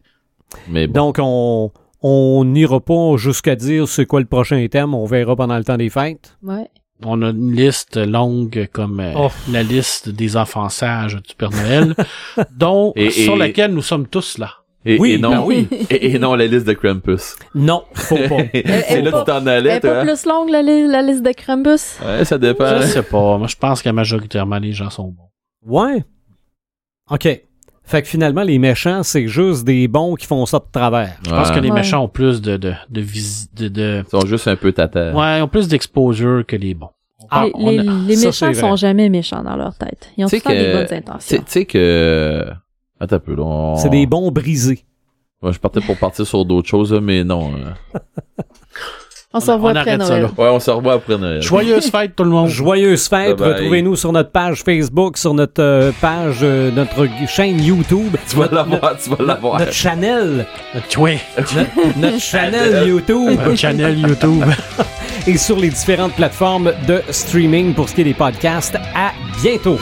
Speaker 5: Mais bon.
Speaker 1: Donc, on on n'ira pas jusqu'à dire c'est quoi le prochain thème. On verra pendant le temps des fêtes.
Speaker 4: Ouais.
Speaker 3: On a une liste longue comme euh,
Speaker 1: Oh.
Speaker 3: la liste des enfants sages du
Speaker 1: (laughs)
Speaker 3: Père Noël, dont
Speaker 5: Et- et-
Speaker 3: sur laquelle nous sommes tous là.
Speaker 5: Et,
Speaker 1: oui,
Speaker 5: et non,
Speaker 1: ben oui.
Speaker 5: (laughs) et, et non, la liste de Krampus.
Speaker 1: Non, faut
Speaker 3: (laughs)
Speaker 1: pas.
Speaker 5: c'est
Speaker 4: elle
Speaker 5: là que
Speaker 4: pas-
Speaker 5: tu t'en
Speaker 4: Elle
Speaker 5: allais,
Speaker 4: est pas
Speaker 5: toi. hein?
Speaker 4: plus longue, la, li- la liste de Crumbus.
Speaker 5: Ouais, ça dépend.
Speaker 3: Je sais pas. Moi, je pense que majoritairement, les gens sont bons.
Speaker 1: ouais. OK. Fait que finalement, les méchants, c'est juste des bons qui font ça de travers.
Speaker 3: Je pense que les
Speaker 4: Ouais.
Speaker 3: méchants ont plus de, de, de, visi- de, de-
Speaker 5: Ils sont juste un peu tata.
Speaker 3: ouais, ont plus d'exposure que les bons.
Speaker 1: Ah,
Speaker 4: les
Speaker 1: on
Speaker 4: les-
Speaker 1: a-
Speaker 4: les
Speaker 1: ça,
Speaker 4: méchants
Speaker 1: c'est vrai.
Speaker 4: sont jamais méchants dans leur tête. Ils ont tout
Speaker 5: Tu
Speaker 4: le
Speaker 5: sais
Speaker 4: temps des
Speaker 5: que-
Speaker 4: bonnes
Speaker 5: Tu
Speaker 4: intentions.
Speaker 5: tu sais que... Attends un peu, là. on-
Speaker 1: C'est des bons brisés.
Speaker 5: Moi, je partais pour partir sur d'autres choses, là, mais non. hein.
Speaker 4: On se
Speaker 3: on
Speaker 4: revoit après
Speaker 3: arrête ça,
Speaker 4: Noël.
Speaker 3: là.
Speaker 5: Ouais, on se revoit après Noël.
Speaker 3: Joyeuse fête, tout le monde.
Speaker 1: Joyeuses fêtes.
Speaker 5: Bye bye.
Speaker 1: Retrouvez-nous sur notre page Facebook, sur notre euh, page, euh, notre gu- chaîne YouTube.
Speaker 5: Tu vas
Speaker 1: notre,
Speaker 5: l'avoir, tu vas
Speaker 1: notre,
Speaker 5: l'avoir.
Speaker 1: notre channel.
Speaker 3: Ouais.
Speaker 1: Notre, notre channel YouTube.
Speaker 3: Votre channel YouTube.
Speaker 1: Et sur les différentes plateformes de streaming pour ce qui est des podcasts. À bientôt.